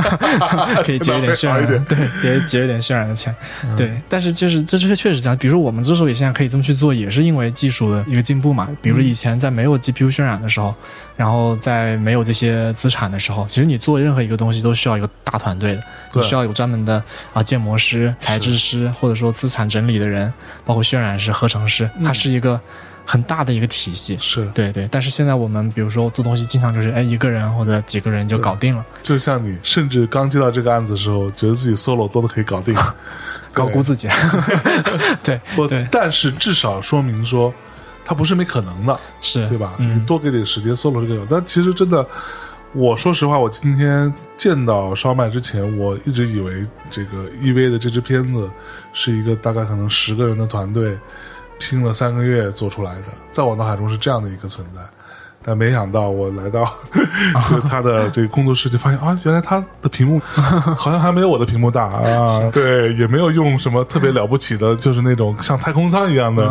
[SPEAKER 4] [laughs] 可以节约点嗯渲
[SPEAKER 3] [laughs]
[SPEAKER 4] 染，
[SPEAKER 3] 电脑
[SPEAKER 4] 对，节节约点渲染的钱，对。但是就是这这确实这样，比如说我们之所以现在可以这么去做，也是因为技术的一个进步嘛。比如说以前在没有 GPU 渲染的时候，然后在没有这些资产的时候，其实你做任何一个东西都需要一个大团队的，
[SPEAKER 3] 对
[SPEAKER 4] 你需要有专门的啊建模师、材质师，或者说资产整理的人，包括渲染师、合成师，它是一个很大的一个体系。
[SPEAKER 3] [laughs] 是，
[SPEAKER 4] 对对，但是现在我们比如说做东西，经常就是哎一个人或者几个人就搞定了，
[SPEAKER 3] 就像你，甚至刚接到这个案子的时候，觉得自己 solo 做的可以搞 [laughs] 定，
[SPEAKER 4] 高估自己。对
[SPEAKER 3] 不
[SPEAKER 4] 对，
[SPEAKER 3] 但是至少说明说，它不是没可能的，
[SPEAKER 4] 是，
[SPEAKER 3] 对吧？你
[SPEAKER 4] 嗯，
[SPEAKER 3] 多给点时间 solo 这个有，但其实真的，我说实话，我今天见到烧麦之前，我一直以为这个 EV 的这支片子是一个大概可能十个人的团队拼了三个月做出来的，在我脑海中是这样的一个存在。但没想到，我来到就是他的这个工作室，就发现啊，原来他的屏幕好像还没有我的屏幕大啊。 [laughs] 对，也没有用什么特别了不起的，就是那种像太空舱一样的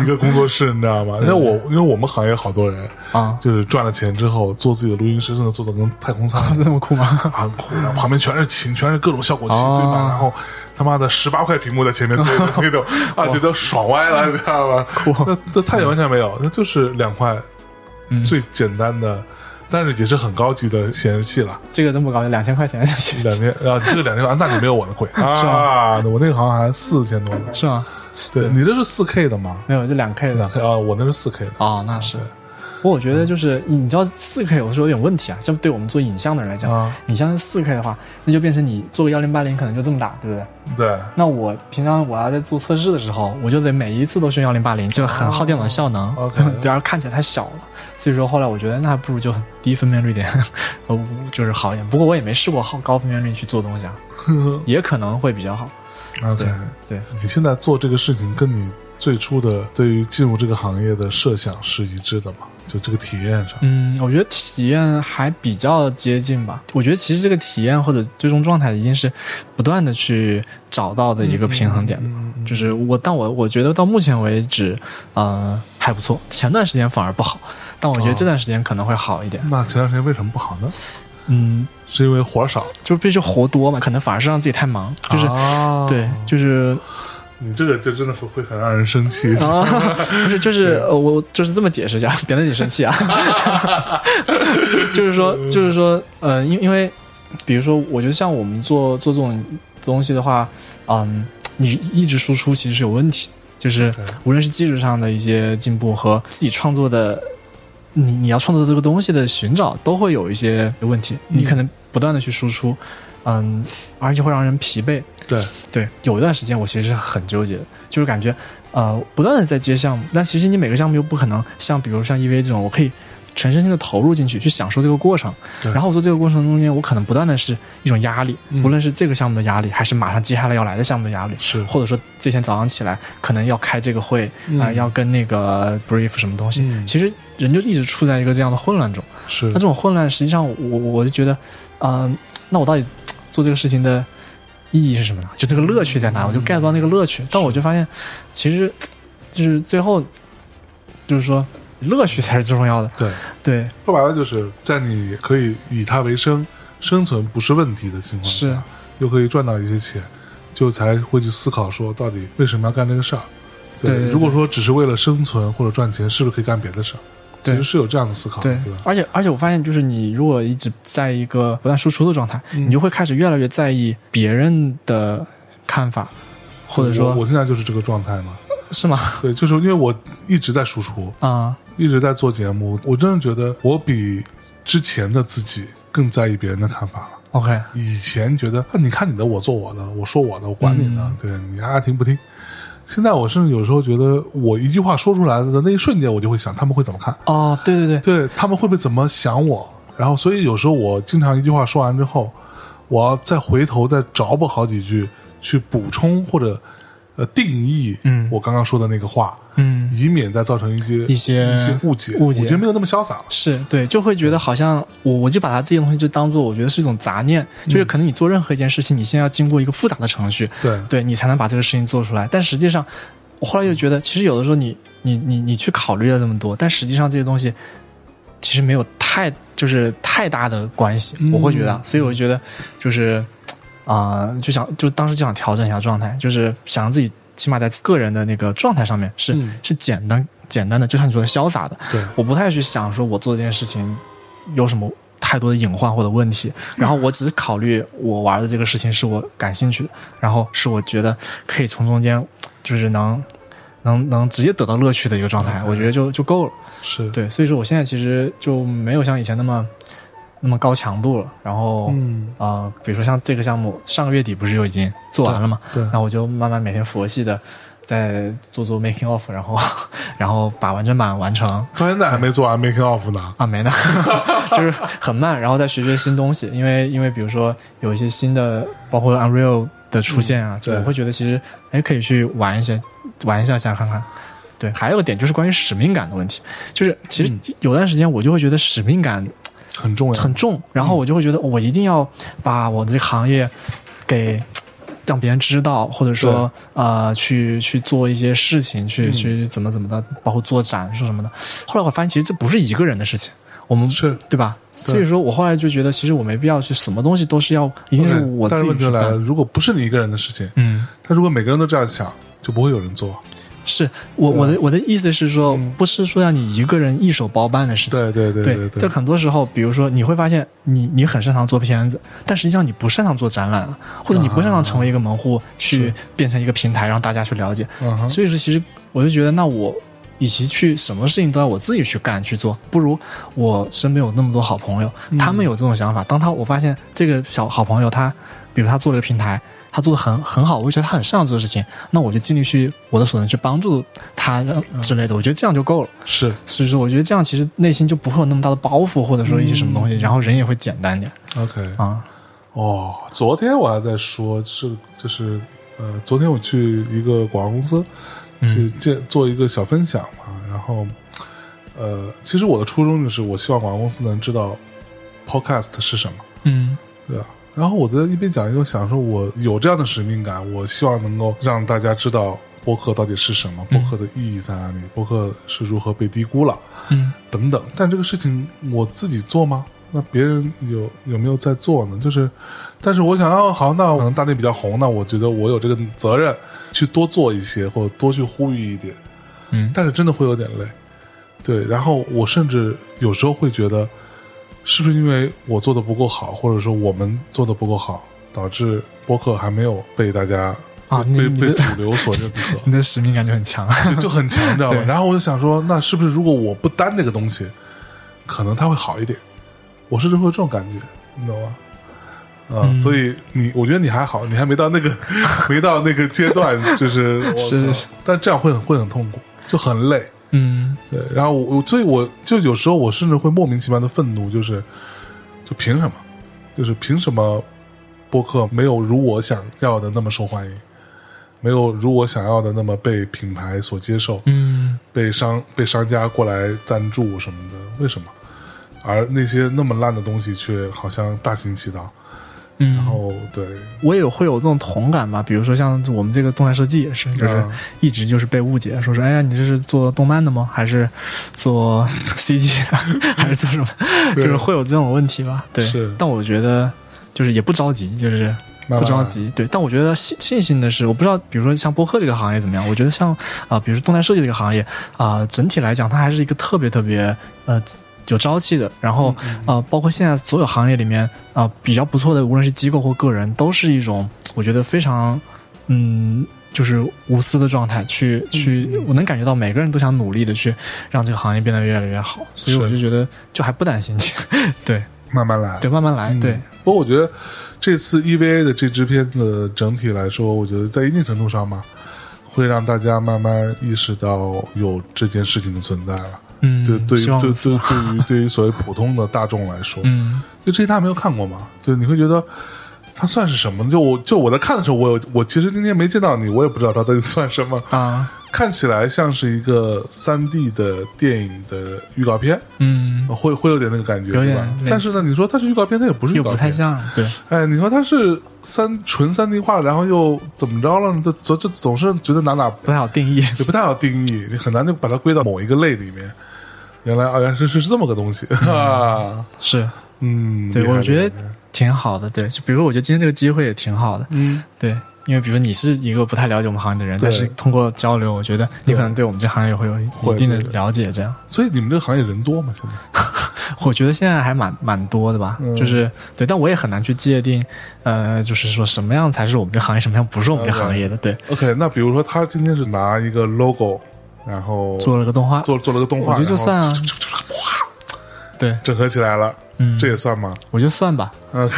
[SPEAKER 3] 一个工作室，你知道吗？因为我因为我们行业好多人
[SPEAKER 4] 啊，
[SPEAKER 3] 就是赚了钱之后做自己的录音师，真的做的跟太空舱一
[SPEAKER 4] [laughs]
[SPEAKER 3] 样。
[SPEAKER 4] 这么酷吗？
[SPEAKER 3] 很酷，然后啊旁边全是琴，全是各种效果器，
[SPEAKER 4] 哦
[SPEAKER 3] 对吧？然后他妈的十八块屏幕在前面对
[SPEAKER 4] [laughs]
[SPEAKER 3] 着那种啊，觉得爽歪了，你知道吗？那那太完全没有，那就是两块
[SPEAKER 4] 嗯
[SPEAKER 3] 最简单的，但是也是很高级的显示器了。
[SPEAKER 4] 这个这么高，两千块钱
[SPEAKER 3] [laughs] 两千啊，这个两千万，那你没有我的
[SPEAKER 4] [laughs]
[SPEAKER 3] 贵啊！那我那个好像还四千多呢。
[SPEAKER 4] 是吗？
[SPEAKER 3] 对你这是四 K 的吗？
[SPEAKER 4] 没有，就两 K 的
[SPEAKER 3] 两。K 啊，我那是四 K 的。
[SPEAKER 4] 哦，那是。不过我觉得就是你知道四 K 有时候有点问题啊，像对我们做影像的人来讲，
[SPEAKER 3] 啊
[SPEAKER 4] 你像四 K 的话，那就变成你做个幺零八零可能就这么大，对不对？
[SPEAKER 3] 对， [laughs]
[SPEAKER 4] 那我平常我要在做测试的时候，我就得每一次都选幺零八零，这个很耗电脑的效能，
[SPEAKER 3] 哦 OK
[SPEAKER 4] [laughs] 对，而看起来太小了。所以说后来我觉得那还不如就很低分辨率点， [laughs] 呃，就是好一点。不过我也没试过好高分辨率去做东西啊，也可能会比较好。
[SPEAKER 3] OK，
[SPEAKER 4] 对
[SPEAKER 3] 你现在做这个事情，跟你最初的对于进入这个行业的设想是一致的吗？就这个体验上，
[SPEAKER 4] 嗯，我觉得体验还比较接近吧。我觉得其实这个体验或者最终状态一定是不断的去找到的一个平衡
[SPEAKER 3] 嗯
[SPEAKER 4] 点。就是我，但我我觉得到目前为止，呃，还不错。前段时间反而不好，但我觉得这段时间可能会好一点。
[SPEAKER 3] 那前段时间为什么不好呢？
[SPEAKER 4] 嗯，
[SPEAKER 3] 是因为活儿少，
[SPEAKER 4] 就必须活多嘛，可能反而是让自己太忙，就是、
[SPEAKER 3] 啊
[SPEAKER 4] 对，就是
[SPEAKER 3] 你这个就真的会会很让人生气。
[SPEAKER 4] 啊，不是，就是呃我我就是这么解释一下，别让你生气啊。 [laughs] 就是说，就是说，呃，因因为，比如说，我觉得像我们做做这种东西的话，嗯，你一直输出其实是有问题的，就是无论是技术上的一些进步和自己创作的，你你要创作这个东西的寻找都会有一些问题，你可能不断的去输出，嗯，而且会让人疲惫。
[SPEAKER 3] 对，
[SPEAKER 4] 对，有一段时间我其实是很纠结的，就是感觉呃不断的在接项目，但其实你每个项目又不可能像比如像 EVA 这种，我可以全身心的投入进去去享受这个过程。
[SPEAKER 3] 对嗯
[SPEAKER 4] 然后我做这个过程中间，我可能不断的是一种压力，无论是这个项目的压力，还是马上接下来要来的项目的压力，
[SPEAKER 3] 是
[SPEAKER 4] 或者说这天早上起来可能要开这个会啊、要跟那个 brief 什么东西，
[SPEAKER 3] 嗯
[SPEAKER 4] 其实人就一直处在一个这样的混乱中。
[SPEAKER 3] 是
[SPEAKER 4] 那这种混乱，实际上我我就觉得，呃，那我到底做这个事情的意义是什么呢？就这个乐趣在哪？我
[SPEAKER 3] 嗯
[SPEAKER 4] 就 get 不到那个乐趣。但我就发现，其实就是最后，就是说乐趣才是最重要的。
[SPEAKER 3] 对，
[SPEAKER 4] 对，
[SPEAKER 3] 说白了就是在你可以以它为生、生存不是问题的情况下，
[SPEAKER 4] 是
[SPEAKER 3] 又可以赚到一些钱，就才会去思考说到底为什么要干这个事儿。
[SPEAKER 4] 对对对
[SPEAKER 3] 如果说只是为了生存或者赚钱，是不是可以干别的事儿？
[SPEAKER 4] 对
[SPEAKER 3] 其实是有这样的思考的，
[SPEAKER 4] 对
[SPEAKER 3] 啊对吧，？
[SPEAKER 4] 而且而且我发现，就是你如果一直在一个不断输出的状态，
[SPEAKER 3] 嗯
[SPEAKER 4] 你就会开始越来越在意别人的看法，或者
[SPEAKER 3] 我
[SPEAKER 4] 说
[SPEAKER 3] 我现在就是这个状态嘛。
[SPEAKER 4] 是吗？
[SPEAKER 3] 对，就是因为我一直在输出，
[SPEAKER 4] 啊、
[SPEAKER 3] 一直在做节目，我真的觉得我比之前的自己更在意别人的看法了。
[SPEAKER 4] o k
[SPEAKER 3] 以前觉得啊，你看你的，我做我的，我说我的，我管你
[SPEAKER 4] 嗯
[SPEAKER 3] 呢，对你爱、听不听。现在我甚至有时候觉得，我一句话说出来的那一瞬间，我就会想他们会怎么看，
[SPEAKER 4] 哦，对对对，
[SPEAKER 3] 对他们会不会怎么想我。然后，所以有时候我经常一句话说完之后，我要再回头再找补好几句，去补充或者呃定义，
[SPEAKER 4] 嗯
[SPEAKER 3] 我刚刚说的那个话，
[SPEAKER 4] 嗯，
[SPEAKER 3] 以免再造成一些
[SPEAKER 4] 一些
[SPEAKER 3] 一些误解。
[SPEAKER 4] 误解
[SPEAKER 3] 我觉得没有那么潇洒了。
[SPEAKER 4] 是对，就会觉得好像我我就把它这些东西就当做我觉得是一种杂念，就是可能你做任何一件事情，你先要经过一个复杂的程序，
[SPEAKER 3] 对
[SPEAKER 4] 对你才能把这个事情做出来。但实际上，我后来又觉得，其实有的时候你你你你去考虑了这么多，但实际上这些东西其实没有太就是太大的关系，我会觉得啊，所以我觉得就是啊、就想就当时就想调整一下状态，就是想让自己起码在个人的那个状态上面是、
[SPEAKER 5] 嗯
[SPEAKER 4] 是简单简单的，就像你说的潇洒的，
[SPEAKER 3] 对
[SPEAKER 4] 我不太去想说我做这件事情有什么太多的隐患或者问题，然后我只考虑我玩的这个事情是我感兴趣的，然后是我觉得可以从中间就是能能能直接得到乐趣的一个状态，我觉得就就够了。
[SPEAKER 3] 是
[SPEAKER 4] 对，所以说我现在其实就没有像以前那么那么高强度了。然后，
[SPEAKER 5] 嗯
[SPEAKER 4] 呃，比如说像这个项目，上个月底不是就已经做完了嘛？
[SPEAKER 3] 对
[SPEAKER 4] 那我就慢慢每天佛系的在做做 making of，然后 [laughs] 然后把完整版完成。
[SPEAKER 3] 到现在还没做完 making off 呢。
[SPEAKER 4] 啊，没呢， [laughs] 就是很慢，然后再学学新东西，因为因为比如说有一些新的，包括 Unreal 的出现啊，就
[SPEAKER 3] 对
[SPEAKER 4] 我会觉得其实哎可以去玩一些，玩一下下看看。对，还有一个点就是关于使命感的问题，就是其实有段时间我就会觉得使命感
[SPEAKER 3] 很重要，
[SPEAKER 4] 很重，然后我就会觉得
[SPEAKER 3] 嗯
[SPEAKER 4] 我一定要把我的这个行业给让别人知道，或者说呃去去做一些事情，
[SPEAKER 3] 嗯
[SPEAKER 4] 去、去怎么怎么的，包括做展示什么的。后来我发现其实这不是一个人的事情，我们
[SPEAKER 3] 是
[SPEAKER 4] 对吧？所以说我后来就觉得，其实我没必要去什么东西都是要一定是我
[SPEAKER 3] 但
[SPEAKER 4] 自
[SPEAKER 3] 是问
[SPEAKER 4] 己
[SPEAKER 3] 题就
[SPEAKER 4] 去
[SPEAKER 3] 来了，
[SPEAKER 4] 干。
[SPEAKER 3] 如果不是你一个人的事情，
[SPEAKER 4] 嗯，
[SPEAKER 3] 他如果每个人都这样想，就不会有人做。
[SPEAKER 4] 是我
[SPEAKER 3] 啊
[SPEAKER 4] 我的我的意思是说，
[SPEAKER 3] 嗯
[SPEAKER 4] 不是说让你一个人一手包办的事情。
[SPEAKER 3] 对对对对
[SPEAKER 4] 但很多时候，比如说你会发现你，你很擅长做片子，但实际上你不擅长做展览啊，或者你不擅长成为一个门户，去变成一个平台让大家去了解。
[SPEAKER 3] 啊嗯哼
[SPEAKER 4] 所以说，其实我就觉得，那我与其去什么事情都要我自己去干去做，不如我身边有那么多好朋友，
[SPEAKER 3] 嗯
[SPEAKER 4] 他们有这种想法。当他我发现这个小好朋友他，比如他做了一个平台。他做的很很好，我就觉得他很擅长做的事情，那我就尽力去我的所能去帮助他让
[SPEAKER 3] 嗯
[SPEAKER 4] 之类的，我觉得这样就够了。
[SPEAKER 3] 是
[SPEAKER 4] 所以说，我觉得这样其实内心就不会有那么大的包袱，或者说一些什么东西，然后人也会简单点
[SPEAKER 3] OK
[SPEAKER 4] 啊。
[SPEAKER 3] 哦。昨天我还在说，是就是呃，昨天我去一个广告公司去见做一个小分享嘛，然后呃，其实我的初衷就是我希望广告公司能知道 podcast 是什么，
[SPEAKER 4] 嗯
[SPEAKER 3] 对吧？然后我在一边讲，一边想说，我有这样的使命感，我希望能够让大家知道播客到底是什么，播客的意义在哪里，播客是如何被低估了。
[SPEAKER 4] 嗯
[SPEAKER 3] 等等。但这个事情我自己做吗？那别人有有没有在做呢？就是，但是我想要，好，那可能大内比较红，那我觉得我有这个责任去多做一些，或者多去呼吁一点。
[SPEAKER 4] 嗯
[SPEAKER 3] 但是真的会有点累，对。然后我甚至有时候会觉得，是不是因为我做的不够好，或者说我们做的不够好，导致播客还没有被大家
[SPEAKER 4] 啊，你
[SPEAKER 3] 被
[SPEAKER 4] 你
[SPEAKER 3] 被
[SPEAKER 4] 的？
[SPEAKER 3] 主流所认可
[SPEAKER 4] 你的使命感就很强。
[SPEAKER 3] 就就很强，你知道吧？
[SPEAKER 4] 对
[SPEAKER 3] 然后我就想说，那是不是如果我不担这个东西，可能它会好一点？我甚至会有这种感觉，你懂吗？啊、
[SPEAKER 4] 嗯
[SPEAKER 3] 所以你，我觉得你还好，你还没到那个，没到那个阶段，
[SPEAKER 4] [laughs]
[SPEAKER 3] 就是我
[SPEAKER 4] 是
[SPEAKER 3] 靠
[SPEAKER 4] 是
[SPEAKER 3] 但这样会很会很痛苦，就很累。
[SPEAKER 4] [laughs] 嗯
[SPEAKER 3] 对，然后我，我所以我就有时候我甚至会莫名其妙的愤怒，就是，就凭什么？就是凭什么播客没有如我想要的那么受欢迎，没有如我想要的那么被品牌所接受？
[SPEAKER 4] 嗯
[SPEAKER 3] 被商被商家过来赞助什么的，为什么？而那些那么烂的东西却好像大行其道。
[SPEAKER 4] 嗯，
[SPEAKER 3] 然后对，
[SPEAKER 4] 我也会有这种同感吧。比如说像我们这个动态设计也是，就是
[SPEAKER 3] 嗯
[SPEAKER 4] 一直就是被误解，说是哎呀，你这是做动漫的吗？还是做 [laughs] CG？还是做什么？
[SPEAKER 3] 对
[SPEAKER 4] 就是会有这种问题吧。对
[SPEAKER 3] 是，
[SPEAKER 4] 但我觉得就是也不着急，就是
[SPEAKER 3] 慢慢
[SPEAKER 4] 不着
[SPEAKER 3] 来
[SPEAKER 4] 急。对，但我觉得庆庆幸的是，我不知道，比如说像播客这个行业怎么样，我觉得像啊、比如说动态设计这个行业啊、整体来讲，它还是一个特别特别呃。有朝气的，然后
[SPEAKER 3] 嗯
[SPEAKER 4] 呃，包括现在所有行业里面啊、比较不错的，无论是机构或个人，都是一种啊我觉得非常嗯，就是无私的状态，
[SPEAKER 3] 嗯
[SPEAKER 4] 去去，我能感觉到每个人都想努力的去让这个行业变得越来越好，所以
[SPEAKER 3] 是
[SPEAKER 4] 我就觉得就还不担心， [laughs] 对，
[SPEAKER 3] 慢慢来。
[SPEAKER 4] 得慢慢来，
[SPEAKER 3] 嗯
[SPEAKER 4] 对，
[SPEAKER 3] 不过我觉得这次 EVA 的这支片子整体来说，我觉得在一定程度上嘛，会让大家慢慢意识到有这件事情的存在了。
[SPEAKER 4] 嗯，
[SPEAKER 3] 对，对于
[SPEAKER 4] 希望
[SPEAKER 3] 对对对于对于所谓普通的大众来说，
[SPEAKER 4] 嗯
[SPEAKER 3] 就这些大家没有看过嘛，就是你会觉得它算是什么呢？就我就我在看的时候，我有我其实今天没见到你，我也不知道它到底算什么。
[SPEAKER 4] 啊，
[SPEAKER 3] 看起来像是一个三 D 的电影的预告片，
[SPEAKER 4] 嗯，
[SPEAKER 3] 会会有点那个感觉，
[SPEAKER 4] 有
[SPEAKER 3] 对
[SPEAKER 4] 点
[SPEAKER 3] 吧
[SPEAKER 4] 类？似
[SPEAKER 3] 但是呢，你说它是预告片，它也不是预
[SPEAKER 4] 又
[SPEAKER 3] 告
[SPEAKER 4] 不
[SPEAKER 3] 片，
[SPEAKER 4] 太像，对，
[SPEAKER 3] 哎，你说它是三纯三 D 化，然后又怎么着了呢？就总就总是觉得哪哪
[SPEAKER 4] 不太好定义，
[SPEAKER 3] 也不太好定义，你很难就把它归到某一个类里面。原来啊，原来是是是这么个东西， [laughs] 哈，
[SPEAKER 4] 是
[SPEAKER 3] 嗯，
[SPEAKER 4] 嗯对
[SPEAKER 3] 厉害
[SPEAKER 4] 我觉得
[SPEAKER 3] 厉害
[SPEAKER 4] 挺好的。对，就比如我觉得今天这个机会也挺好的，
[SPEAKER 3] 嗯，
[SPEAKER 4] 对，因为比如你是一个不太了解我们行业的人，
[SPEAKER 3] 对
[SPEAKER 4] 但是通过交流，我觉得你
[SPEAKER 3] 对
[SPEAKER 4] 可能对我们这行业会有
[SPEAKER 3] 会
[SPEAKER 4] 一定的
[SPEAKER 3] 对
[SPEAKER 4] 了解。这样，
[SPEAKER 3] 所以你们这个行业人多吗？现在
[SPEAKER 4] 嗯我觉得现在还蛮蛮多的吧，
[SPEAKER 3] 嗯
[SPEAKER 4] 就是对，但我也很难去界定，呃，就是说什么样才是我们这行业，什么样不是我们这行业的。对，
[SPEAKER 3] OK，那比如说他今天是拿一个 logo，然后
[SPEAKER 4] 做了个动画，
[SPEAKER 3] 做做了个动画，
[SPEAKER 4] 我觉得就
[SPEAKER 3] 然后
[SPEAKER 4] 算啊，对，
[SPEAKER 3] 整合起来了，
[SPEAKER 4] 嗯，
[SPEAKER 3] 这也算吗？
[SPEAKER 4] 我就算吧，
[SPEAKER 3] [laughs] 嗯，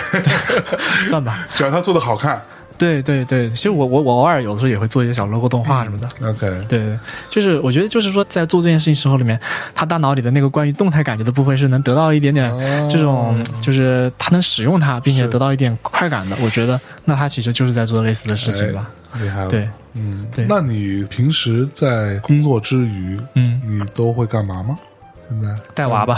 [SPEAKER 4] 算吧。
[SPEAKER 3] 只要他做的好看
[SPEAKER 4] 对对对，其实我我我偶尔有的时候也会做一些小 logo 动
[SPEAKER 3] 嗯
[SPEAKER 4] 画什么的。
[SPEAKER 3] ，OK，
[SPEAKER 4] 对对，对就是我觉得就是说，在做这件事情时候里面，他大脑里的那个关于动态感觉的部分是能得到一点点
[SPEAKER 3] 哦
[SPEAKER 4] 这种，就是他能使用它，并且
[SPEAKER 3] 是
[SPEAKER 4] 得到一点快感的。我觉得那他其实就是在做类似的事
[SPEAKER 3] 哎
[SPEAKER 4] 情吧。
[SPEAKER 3] 厉害了。
[SPEAKER 4] 对，
[SPEAKER 3] 嗯，
[SPEAKER 4] 对
[SPEAKER 3] 那你平时在工作之余，
[SPEAKER 4] 嗯
[SPEAKER 3] 你都会干嘛吗？现在
[SPEAKER 4] 带娃吧，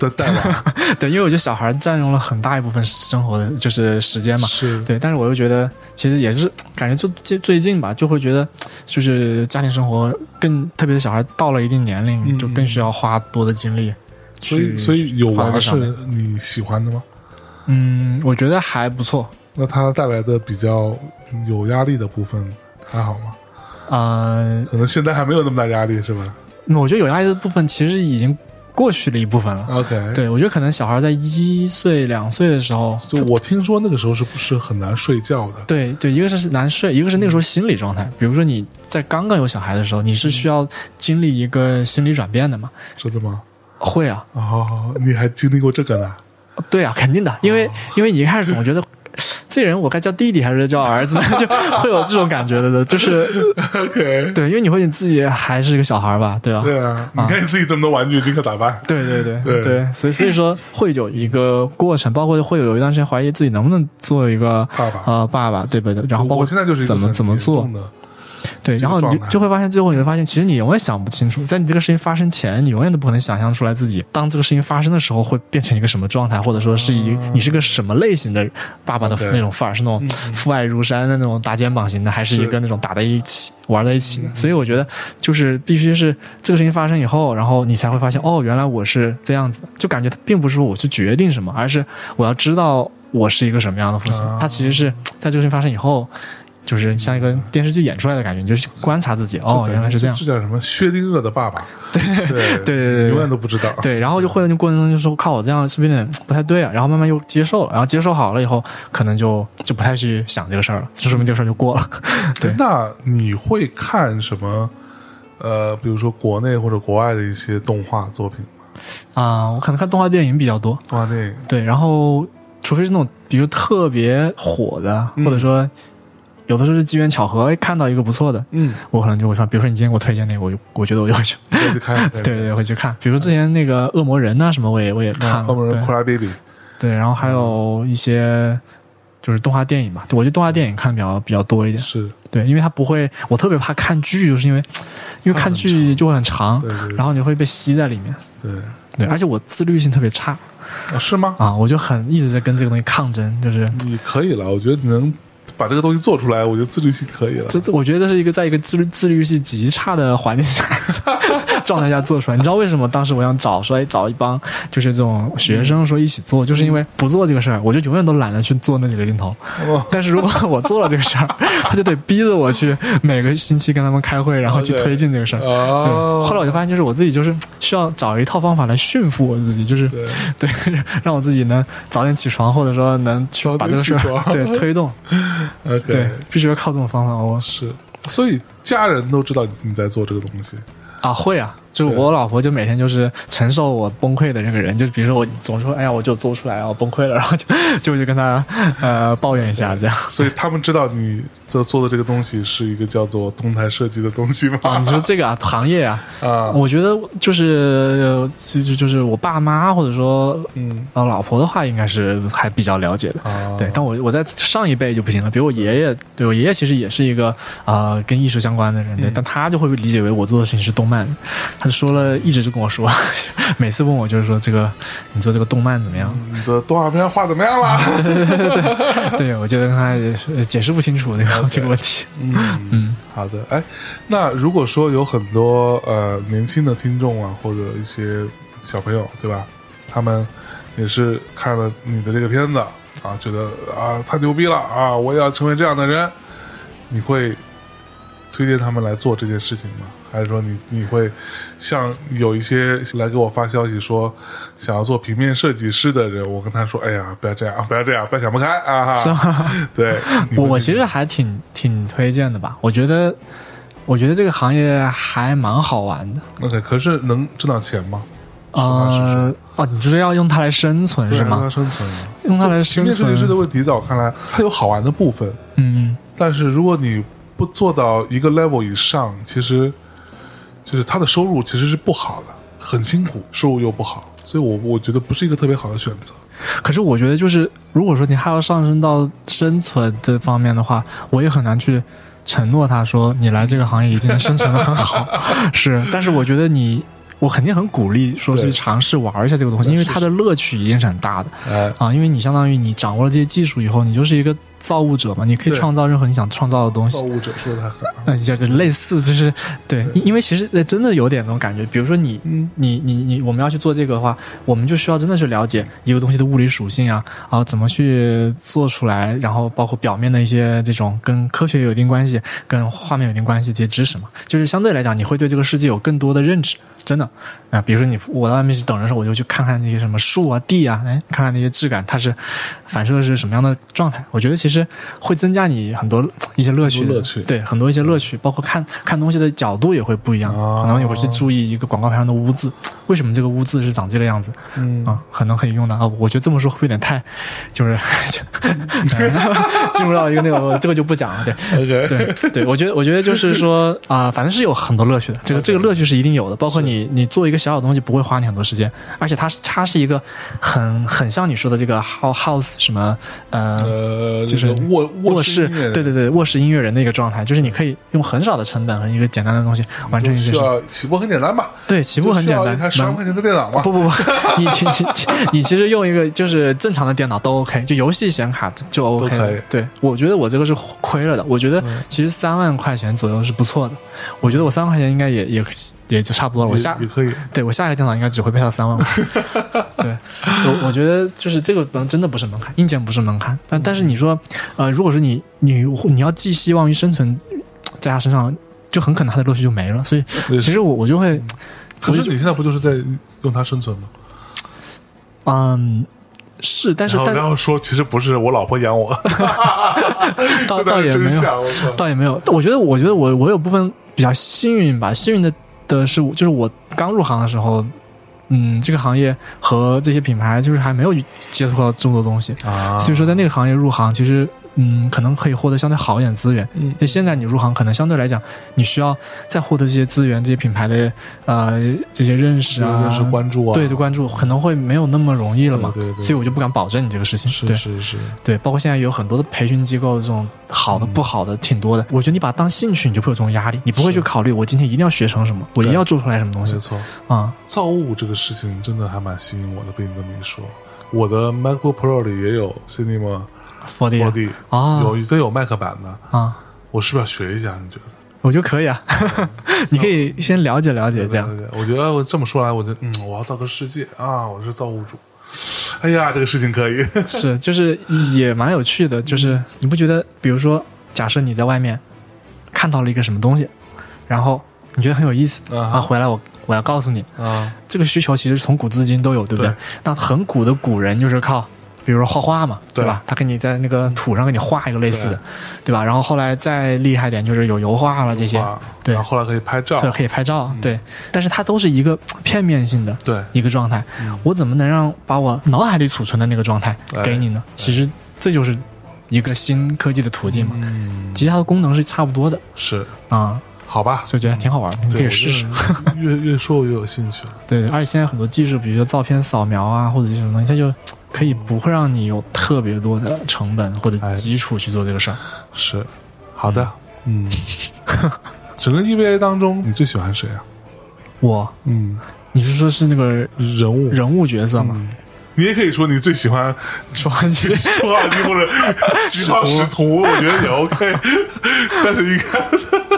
[SPEAKER 3] 呃带带娃
[SPEAKER 4] [laughs] 对，因为我觉得小孩占用了很大一部分生活的就是时间嘛。
[SPEAKER 3] 是，
[SPEAKER 4] 对，但是我又觉得，其实也是感觉就最最近吧，就会觉得，就是家庭生活更，特别是小孩到了一定年龄，
[SPEAKER 3] 嗯
[SPEAKER 4] 就更需要花多的精力
[SPEAKER 3] 所以
[SPEAKER 4] 去。
[SPEAKER 3] 所以有
[SPEAKER 4] 花
[SPEAKER 3] 娃
[SPEAKER 4] 在上
[SPEAKER 3] 是
[SPEAKER 4] 面
[SPEAKER 3] 你喜欢的吗？
[SPEAKER 4] 嗯，我觉得还不错。
[SPEAKER 3] 那他带来的比较有压力的部分还好吗？
[SPEAKER 4] 呃，
[SPEAKER 3] 可能现在还没有那么大压力，是吧
[SPEAKER 4] 那我觉得有压力的部分其实已经过去了一部分了。
[SPEAKER 3] ？OK，，
[SPEAKER 4] 对，我觉得可能小孩在一岁两岁的时候，
[SPEAKER 3] 就我听说那个时候是不是很难睡觉的？
[SPEAKER 4] 对对，一个是难睡，一个是那个时候心理状态。比如说你在刚刚有小孩的时候，你是需要经历一个心理转变的嘛？
[SPEAKER 3] 真的吗？
[SPEAKER 4] 会啊，
[SPEAKER 3] 哦，你还经历过这个呢？
[SPEAKER 4] 对啊，肯定
[SPEAKER 3] 哦
[SPEAKER 4] 的，因为、因为你一开始总觉得这人我该叫弟弟还是叫儿子呢， [laughs] 就会有这种感觉的的，就是
[SPEAKER 3] [laughs] OK，
[SPEAKER 4] 对，因为你会你自己还是个小孩儿吧，对吧？
[SPEAKER 3] 对啊，你
[SPEAKER 4] 啊
[SPEAKER 3] 看你自己这么多玩具，你可咋办？
[SPEAKER 4] 对对对
[SPEAKER 3] 对
[SPEAKER 4] 所以所以说会有一个过程，包括会有一段时间怀疑自己能不能做一个
[SPEAKER 3] 爸爸
[SPEAKER 4] 呃爸爸，对不对？然后包
[SPEAKER 3] 我
[SPEAKER 4] 括
[SPEAKER 3] 现在就是一个
[SPEAKER 4] 怎么
[SPEAKER 3] 很
[SPEAKER 4] 怎么
[SPEAKER 3] 严
[SPEAKER 4] 做
[SPEAKER 3] 重，的，
[SPEAKER 4] 对，然后你
[SPEAKER 3] 状
[SPEAKER 4] 就
[SPEAKER 3] 态
[SPEAKER 4] 就会发现，最后你会发现，其实你永远想不清楚，在你这个事情发生前，你永远都不可能想象出来自己当这个事情发生的时候会变成一个什么状态，或者说是一、
[SPEAKER 3] 啊
[SPEAKER 4] 你是个什么类型的爸爸的
[SPEAKER 3] OK
[SPEAKER 4] 那种范儿，是那种父爱如山的那种搭肩膀型的，还嗯是嗯
[SPEAKER 3] 是
[SPEAKER 4] 一个那种打在一起玩在一起的？所以我觉得就是必须是这个事情发生以后，然后你才会发现，哦，原来我是这样子的，就感觉并不是说我去决定什么，而是我要知道我是一个什么样的父亲
[SPEAKER 3] 啊。
[SPEAKER 4] 他其实是在这个事情发生以后。就是像一个电视剧演出来的感觉，你就去观察自己，哦，原来是这样
[SPEAKER 3] 这。叫什么？薛定谔的爸爸，对对
[SPEAKER 4] [laughs] 对对对
[SPEAKER 3] 永远都不知道。
[SPEAKER 4] 对，然后就会那过程中就说，靠，我这样是不是有点不太对啊？然后慢慢又接受了，然后接受好了以后，可能就就不太去想这个事儿了，就说明这个事儿就过了。对
[SPEAKER 3] 哎那你会看什么？呃，比如说国内或者国外的一些动画作品吗？
[SPEAKER 4] 啊、我可能看动画电影比较多，
[SPEAKER 3] 动画电影
[SPEAKER 4] 对，然后除非是那种比如特别火的，或者说有的时候是机缘巧合哎看到一个不错的，
[SPEAKER 3] 嗯，
[SPEAKER 4] 我可能就会上，比如说你今天给我推荐那个，我就我觉得我就会去，
[SPEAKER 3] 对，就看
[SPEAKER 4] [laughs] 对嗯对，会去看。比如说之前那个恶魔人呐、什么，我也我也看了，
[SPEAKER 3] 后面
[SPEAKER 4] 对
[SPEAKER 3] Cry Baby，
[SPEAKER 4] 对，然后还有一些就是动画电影吧，我觉得动画电影看的比较比较多一点。
[SPEAKER 3] 是
[SPEAKER 4] 对，因为它不会，我特别怕看剧，就是因为因为
[SPEAKER 3] 看
[SPEAKER 4] 看
[SPEAKER 3] 很
[SPEAKER 4] 剧就会很长，
[SPEAKER 3] 对对对
[SPEAKER 4] 然后你会被吸在里面。
[SPEAKER 3] 对
[SPEAKER 4] 对，而且我自律性特别差
[SPEAKER 3] 啊，是吗？
[SPEAKER 4] 啊，我就很一直在跟这个东西抗争，就是
[SPEAKER 3] 你可以了，我觉得你能把这个东西做出来，我觉得自律性可以了。
[SPEAKER 4] 这这，我觉得这是一个在一个自律自律性极差的环境下 [laughs] 状态下做出来。你知道为什么当时我想找说哎找一帮就是这种学生说一起做，就是因为不做这个事儿，我就永远都懒得去做那几个镜头。
[SPEAKER 3] 哦
[SPEAKER 4] 但是如果我做了这个事儿，他就得逼着我去每个星期跟他们开会，然后去
[SPEAKER 3] OK
[SPEAKER 4] 推进这个事儿。
[SPEAKER 3] 哦
[SPEAKER 4] 嗯，后来我就发现，就是我自己就是需要找一套方法来驯服我自己，就是
[SPEAKER 3] 对
[SPEAKER 4] [laughs] 对，让我自己能早点起床，或者说能去
[SPEAKER 3] 早点
[SPEAKER 4] 把这个事
[SPEAKER 3] 起床
[SPEAKER 4] 儿 [laughs] 对推动，嗯对
[SPEAKER 3] OK，，
[SPEAKER 4] 必须要靠这种方法。我
[SPEAKER 3] 是，所以家人都知道你在做这个东西。
[SPEAKER 4] 啊会啊，就是我老婆就每天就是承受我崩溃的这个人，就是比如说我总说哎呀我就做不出来啊，我崩溃了，然后就就就跟她呃抱怨一
[SPEAKER 3] [laughs]
[SPEAKER 4] 下这样。
[SPEAKER 3] 所以他们知道你在做的这个东西是一个叫做动态设计的东西吗？
[SPEAKER 4] 啊，你说这个啊，行业啊，
[SPEAKER 3] 啊
[SPEAKER 4] 我觉得就是就就就是我爸妈或者说
[SPEAKER 3] 嗯
[SPEAKER 4] 呃老婆的话，应该是还比较了解的。
[SPEAKER 3] 啊，
[SPEAKER 4] 对，但我我在上一辈就不行了，比如我爷爷，对我爷爷其实也是一个啊、呃跟艺术相关的
[SPEAKER 3] 嗯
[SPEAKER 4] 人，对，但他就会理解为我做的事情是动漫，他就说了，一直就跟我说， [laughs] 每次问我就是说这个你做这个动漫怎么样？
[SPEAKER 3] 你的动画片画怎么样了？嗯
[SPEAKER 4] 对我觉得跟他也是解释不清楚这个后这个问题。嗯
[SPEAKER 3] 好的，哎，那如果说有很多呃年轻的听众啊，或者一些小朋友，对吧？他们也是看了你的这个片子啊，觉得啊太牛逼了啊，我也要成为这样的人，你会推荐他们来做这件事情吗？还是说你你会像有一些来给我发消息说想要做平面设计师的人，我跟他说，哎呀，不要这样，不要这样，不要想不开啊！
[SPEAKER 4] 是吗？
[SPEAKER 3] 对，你
[SPEAKER 4] 我
[SPEAKER 3] 会
[SPEAKER 4] 我其实还挺挺推荐的吧，我觉得我觉得这个行业还蛮好玩的。
[SPEAKER 3] OK，可是能挣到钱吗？实话实
[SPEAKER 4] 呃，哦，你就是要用它来生存
[SPEAKER 3] 啊对
[SPEAKER 4] 是
[SPEAKER 3] 啊，让
[SPEAKER 4] 吗
[SPEAKER 3] 它？生存啊。
[SPEAKER 4] 用它来
[SPEAKER 3] 平
[SPEAKER 4] 生
[SPEAKER 3] 面设
[SPEAKER 4] 存
[SPEAKER 3] 计师，的问题，在我看来，它有好玩的部分，
[SPEAKER 4] 嗯，
[SPEAKER 3] 但是如果你不做到一个 level 以上，其实就是他的收入其实是不好的，很辛苦，收入又不好，所以我我觉得不是一个特别好的选择。
[SPEAKER 4] 可是我觉得就是，如果说你还要上升到生存这方面的话，我也很难去承诺他说你来这个行业一定能生存的
[SPEAKER 3] [laughs]
[SPEAKER 4] 很好。是，但是我觉得你，我肯定很鼓励说
[SPEAKER 3] 对
[SPEAKER 4] 去尝试玩一下这个东西，因为它的乐趣一定是很大的
[SPEAKER 3] 哎，
[SPEAKER 4] 啊。因为你相当于你掌握了这些技术以后，你就是一个造物者嘛，你可以
[SPEAKER 3] 对
[SPEAKER 4] 创造任何你想创造的东西
[SPEAKER 3] 造。物者说的太狠了，
[SPEAKER 4] 嗯， [laughs] 就是类似，就是对，因因为其实呃真的有点那种感觉。比如说你，你，你，你，我们要去做这个的话，我们就需要真的去了解一个东西的物理属性啊，啊，怎么去做出来，然后包括表面的一些这种跟科学有一定关系、跟画面有一定关系这些知识嘛，就是相对来讲，你会对这个世界有更多的认知。真的，啊、比如说你我到外面去等人的时候，我就去看看那些什么树啊、地啊，哎，看看那些质感，它是反射是什么样的状态。我觉得其实会增加你很多一些乐趣
[SPEAKER 3] 很
[SPEAKER 4] 的，
[SPEAKER 3] 多乐趣
[SPEAKER 4] 对很多一些乐趣，包括看看东西的角度也会不一样。
[SPEAKER 3] 哦
[SPEAKER 4] 可能你会去注意一个广告牌上的污渍，为什么这个污渍是长这个样子？
[SPEAKER 3] 嗯
[SPEAKER 4] 啊，可能很有用的啊。我觉得这么说会有点太，就是、 [laughs] 进入到一个那个，这个就不讲了。对，
[SPEAKER 3] ，OK，
[SPEAKER 4] 对对，我觉得我觉得就是说啊、反正是有很多乐趣的，这个这个乐趣是一定有的。包括你你做一个小小的东西，不会花你很多时间，而且它是它是一个很很像你说的这个 house house 什么呃。
[SPEAKER 3] 呃，
[SPEAKER 4] 就是
[SPEAKER 3] 这个卧
[SPEAKER 4] 卧
[SPEAKER 3] 室
[SPEAKER 4] 室
[SPEAKER 3] 音乐人，
[SPEAKER 4] 对对对，卧室音乐人的一个状态，就是你可以用很少的成本和一个简单的东西完成一件
[SPEAKER 3] 需
[SPEAKER 4] 事情。
[SPEAKER 3] 要起步很简单吧？
[SPEAKER 4] 对，起步很简
[SPEAKER 3] 就需要
[SPEAKER 4] 单
[SPEAKER 3] 一，台十万
[SPEAKER 4] 门
[SPEAKER 3] 块钱的电脑嘛？
[SPEAKER 4] 不不不，你你你你其实用一个就是正常的电脑都 OK，就游戏显卡就 OK
[SPEAKER 3] 可以嗯
[SPEAKER 4] 了。对，我觉得我这个是亏了的。我觉得其实三万块钱左右是不错的。我觉得我三万块钱应该也也也就差不多了。
[SPEAKER 3] 也
[SPEAKER 4] 我下
[SPEAKER 3] 也可以，
[SPEAKER 4] [laughs] 对我下一个电脑应该只会配到三万
[SPEAKER 3] [laughs]
[SPEAKER 4] 块。对，我我觉得就是这个本真的不是门槛，硬件不是门槛。但但是你说，呃，如果说你你你要寄希望于生存在他身上，就很可能他的乐趣就没了。所以
[SPEAKER 3] 对
[SPEAKER 4] 其实我我就会。
[SPEAKER 3] 可是你现在不就是在用它生存吗？
[SPEAKER 4] 嗯，是，但是
[SPEAKER 3] 然后
[SPEAKER 4] 但
[SPEAKER 3] 然后说，其实不是我老婆养我，
[SPEAKER 4] 倒
[SPEAKER 3] 这
[SPEAKER 4] 倒
[SPEAKER 3] 倒是
[SPEAKER 4] 也
[SPEAKER 3] 真
[SPEAKER 4] 没有，
[SPEAKER 3] 相，我操！
[SPEAKER 4] 倒也没有。但我觉得，我觉得我我有部分比较幸运吧。幸运的的是，就是我刚入行的时候，嗯，这个行业和这些品牌就是还没有接触到这么多东西，
[SPEAKER 3] 啊
[SPEAKER 4] 所以说在那个行业入行，其实嗯，可能可以获得相对好一点的资源。
[SPEAKER 3] 嗯
[SPEAKER 4] 就现在你入行，可能相对来讲，你需要再获得这些资源、这些品牌的呃这些认识啊、
[SPEAKER 3] 认识关注啊，
[SPEAKER 4] 对的关注，可能会没有那么容易了嘛。
[SPEAKER 3] 对对对
[SPEAKER 4] 所以我就不敢保证你这个事情。
[SPEAKER 3] 是
[SPEAKER 4] 对
[SPEAKER 3] 是是，
[SPEAKER 4] 对，包括现在有很多的培训机构，这种好的、不好的挺
[SPEAKER 3] 嗯
[SPEAKER 4] 多的。我觉得你把它当兴趣，你就不会有这种压力，你不会去考虑我今天一定要学成什么，我一定要做出来什么东西
[SPEAKER 3] 没错。
[SPEAKER 4] 啊、
[SPEAKER 3] 造物这个事情真的还蛮吸引我的，被你这么一说，我的 MacBook Pro 里也有 Cinema
[SPEAKER 4] f o r D
[SPEAKER 3] 4D，、
[SPEAKER 4] 啊
[SPEAKER 3] 有都有 Mac 版的，
[SPEAKER 4] 啊，
[SPEAKER 3] 我是不是要学一下？你觉得？
[SPEAKER 4] 我觉得可以
[SPEAKER 3] [laughs]
[SPEAKER 4] 啊，你可以先了解了解这样。
[SPEAKER 3] 对，我觉得我这么说来，我就嗯，我要造个世界啊，我是造物主。哎呀，这个事情可以，
[SPEAKER 4] [laughs] 是，就是也蛮有趣的。就是你不觉得，比如说，假设你在外面看到了一个什么东西，然后你觉得很有意思
[SPEAKER 3] 啊哈
[SPEAKER 4] 啊，回来我我要告诉你，
[SPEAKER 3] 啊，
[SPEAKER 4] 这个需求其实从古至今都有，对不对？
[SPEAKER 3] 对
[SPEAKER 4] 那很古的古人就是靠，比如说画画嘛，
[SPEAKER 3] 对
[SPEAKER 4] 对吧？他给你在那个土上给你画一个类似的，对吧？然后后来再厉害点，就是有油画了这些，
[SPEAKER 3] 哇
[SPEAKER 4] 对
[SPEAKER 3] 然后后来可以拍照，
[SPEAKER 4] 这可以拍照，对。但是它都是一个片面性的
[SPEAKER 3] 对
[SPEAKER 4] 一个状态，
[SPEAKER 3] 嗯
[SPEAKER 4] 我怎么能让把我脑海里储存的那个状态
[SPEAKER 3] 哎
[SPEAKER 4] 给你呢？其实这就是一个新科技的途径嘛，
[SPEAKER 3] 嗯，
[SPEAKER 4] 其实它的功能是差不多的
[SPEAKER 3] 是，
[SPEAKER 4] 啊、
[SPEAKER 3] 好吧，
[SPEAKER 4] 所以我觉得挺好玩的，你
[SPEAKER 3] 嗯
[SPEAKER 4] 可
[SPEAKER 3] 对，
[SPEAKER 4] 以试试。
[SPEAKER 3] 我觉得越越说我越有兴趣了。
[SPEAKER 4] [laughs] 对，而且现在很多技术，比如说照片扫描啊，或者是什么东西，它就可以不会让你有特别多的成本或
[SPEAKER 3] 哎
[SPEAKER 4] 者基础去做这个事儿。
[SPEAKER 3] 是，好的，嗯，整个 EVA 当中，你最喜欢谁啊？
[SPEAKER 4] 我，
[SPEAKER 3] 嗯，
[SPEAKER 4] 你是说是那个
[SPEAKER 3] 人物
[SPEAKER 4] [laughs] 人物角色吗？
[SPEAKER 3] 嗯你也可以说你最喜
[SPEAKER 4] [laughs]
[SPEAKER 3] 欢
[SPEAKER 4] 出话机
[SPEAKER 3] 吉出号机
[SPEAKER 4] [laughs]
[SPEAKER 3] 或者吉号使徒，我觉得也 OK。但是一个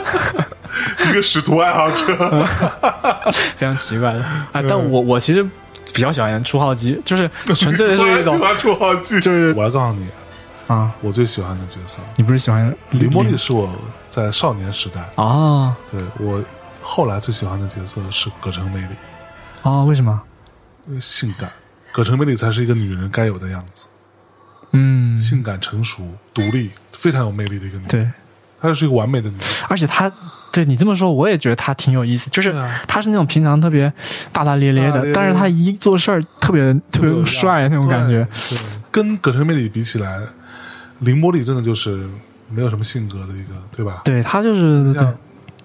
[SPEAKER 3] [laughs] 一个使徒爱好者，
[SPEAKER 4] 非常奇怪的啊。但我
[SPEAKER 3] 嗯
[SPEAKER 4] 我其实比较喜欢出号机，就是纯粹的
[SPEAKER 3] [laughs] 我
[SPEAKER 4] 是
[SPEAKER 3] 也
[SPEAKER 4] 一
[SPEAKER 3] 喜
[SPEAKER 4] 种
[SPEAKER 3] 欢出号机。
[SPEAKER 4] 就是
[SPEAKER 3] 我来告诉你，
[SPEAKER 4] 啊，
[SPEAKER 3] 我最喜欢的角色
[SPEAKER 4] 你不是喜欢
[SPEAKER 3] 林茉莉是我在少年时代，
[SPEAKER 4] 哦
[SPEAKER 3] 对我后来最喜欢的角色是葛城美里，
[SPEAKER 4] 哦，为什么？
[SPEAKER 3] 呃性感。葛城美里才是一个女人该有的样子，
[SPEAKER 4] 嗯，
[SPEAKER 3] 性感、成熟、独立，非常有魅力的一个女人。
[SPEAKER 4] 对，
[SPEAKER 3] 她就是一个完美的女人。
[SPEAKER 4] 而且他对你这么说，我也觉得他挺有意思，就是
[SPEAKER 3] 对啊
[SPEAKER 4] 他是那种平常特别大大咧咧
[SPEAKER 3] 大大咧
[SPEAKER 4] 的
[SPEAKER 3] 咧，
[SPEAKER 4] 但是他一做事儿特别特别帅那种感觉。
[SPEAKER 3] 对，跟葛城美里比起来，林茉莉真的就是没有什么性格的一个，对吧？
[SPEAKER 4] 对他就是对
[SPEAKER 3] 像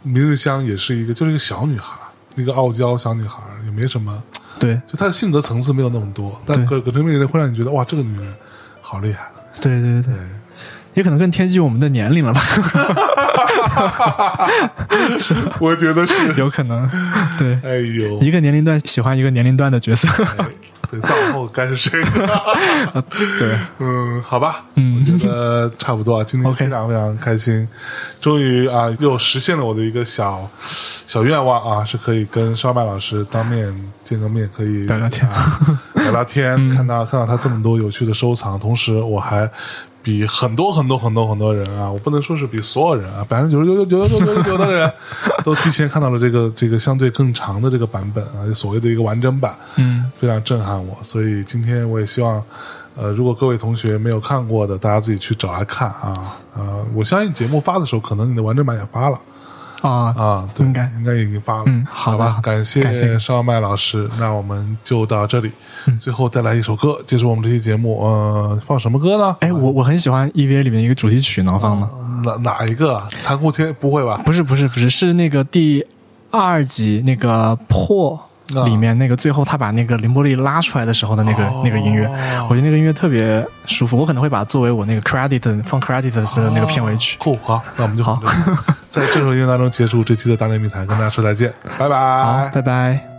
[SPEAKER 3] 明日香也是一个，就是一个小女孩，一个傲娇小女孩，也没什么，
[SPEAKER 4] 对
[SPEAKER 3] 就她的性格层次没有那么多。但葛
[SPEAKER 4] 对
[SPEAKER 3] 葛城美里会让你觉得哇，这个女人好厉害。
[SPEAKER 4] 对对
[SPEAKER 3] 对，
[SPEAKER 4] 对也可能更贴近我们的年龄了
[SPEAKER 3] [laughs]
[SPEAKER 4] 吧，
[SPEAKER 3] 我觉得是，
[SPEAKER 4] [laughs] 有可能。对，
[SPEAKER 3] 哎呦，
[SPEAKER 4] 一个年龄段喜欢一个年龄段的角色。
[SPEAKER 3] 哎对，再往后该是
[SPEAKER 4] [laughs]
[SPEAKER 3] 谁？ [laughs]
[SPEAKER 4] 对，
[SPEAKER 3] 嗯，好吧，
[SPEAKER 4] 嗯
[SPEAKER 3] 我觉得差不多啊。今天
[SPEAKER 4] OK
[SPEAKER 3] 非常非常开心，终于啊又实现了我的一个小小愿望啊，是可以跟烧麦老师当面见个面，可以
[SPEAKER 4] 聊聊天嗯
[SPEAKER 3] 啊聊聊天，
[SPEAKER 4] [laughs]
[SPEAKER 3] 看到看到他这么多有趣的收藏，同时我还。比很多很多很多很多人啊，我不能说是比所有人啊，百分之九十九九九九九的人都提前看到了这个这个相对更长的这个版本啊，所谓的一个完整版。
[SPEAKER 4] 嗯，
[SPEAKER 3] 非常震撼我，所以今天我也希望，呃，如果各位同学没有看过的，大家自己去找来看啊。呃，我相信节目发的时候，可能你的完整版也发了
[SPEAKER 4] 啊，
[SPEAKER 3] 啊，对，
[SPEAKER 4] 应该
[SPEAKER 3] 应该已经发了。
[SPEAKER 4] 嗯好
[SPEAKER 3] 好
[SPEAKER 4] 的
[SPEAKER 3] 吧
[SPEAKER 4] 好的
[SPEAKER 3] 感谢
[SPEAKER 4] 感谢嗯
[SPEAKER 3] 邵麦老师，那我们就到这里。最后再来一首歌，结束我们这期节目。呃，放什么歌呢？
[SPEAKER 4] 哎，我我很喜欢 EVA 里面一个主题曲，能放吗？
[SPEAKER 3] 哪哪一个啊？残酷天不会吧？
[SPEAKER 4] 不是不是不是，是那个第二集那个破
[SPEAKER 3] 啊
[SPEAKER 4] 里面那个最后他把那个林波丽拉出来的时候的那个、
[SPEAKER 3] 哦
[SPEAKER 4] 那个音乐，我觉得那个音乐特别舒服，我可能会把它作为我那个 credit 放 credit 的那个片尾曲。
[SPEAKER 3] 酷，好，那我们就
[SPEAKER 4] 好
[SPEAKER 3] 放这个在这首音乐当中结束这期的大内密谈，跟大家说再见，拜拜
[SPEAKER 4] 好，拜拜。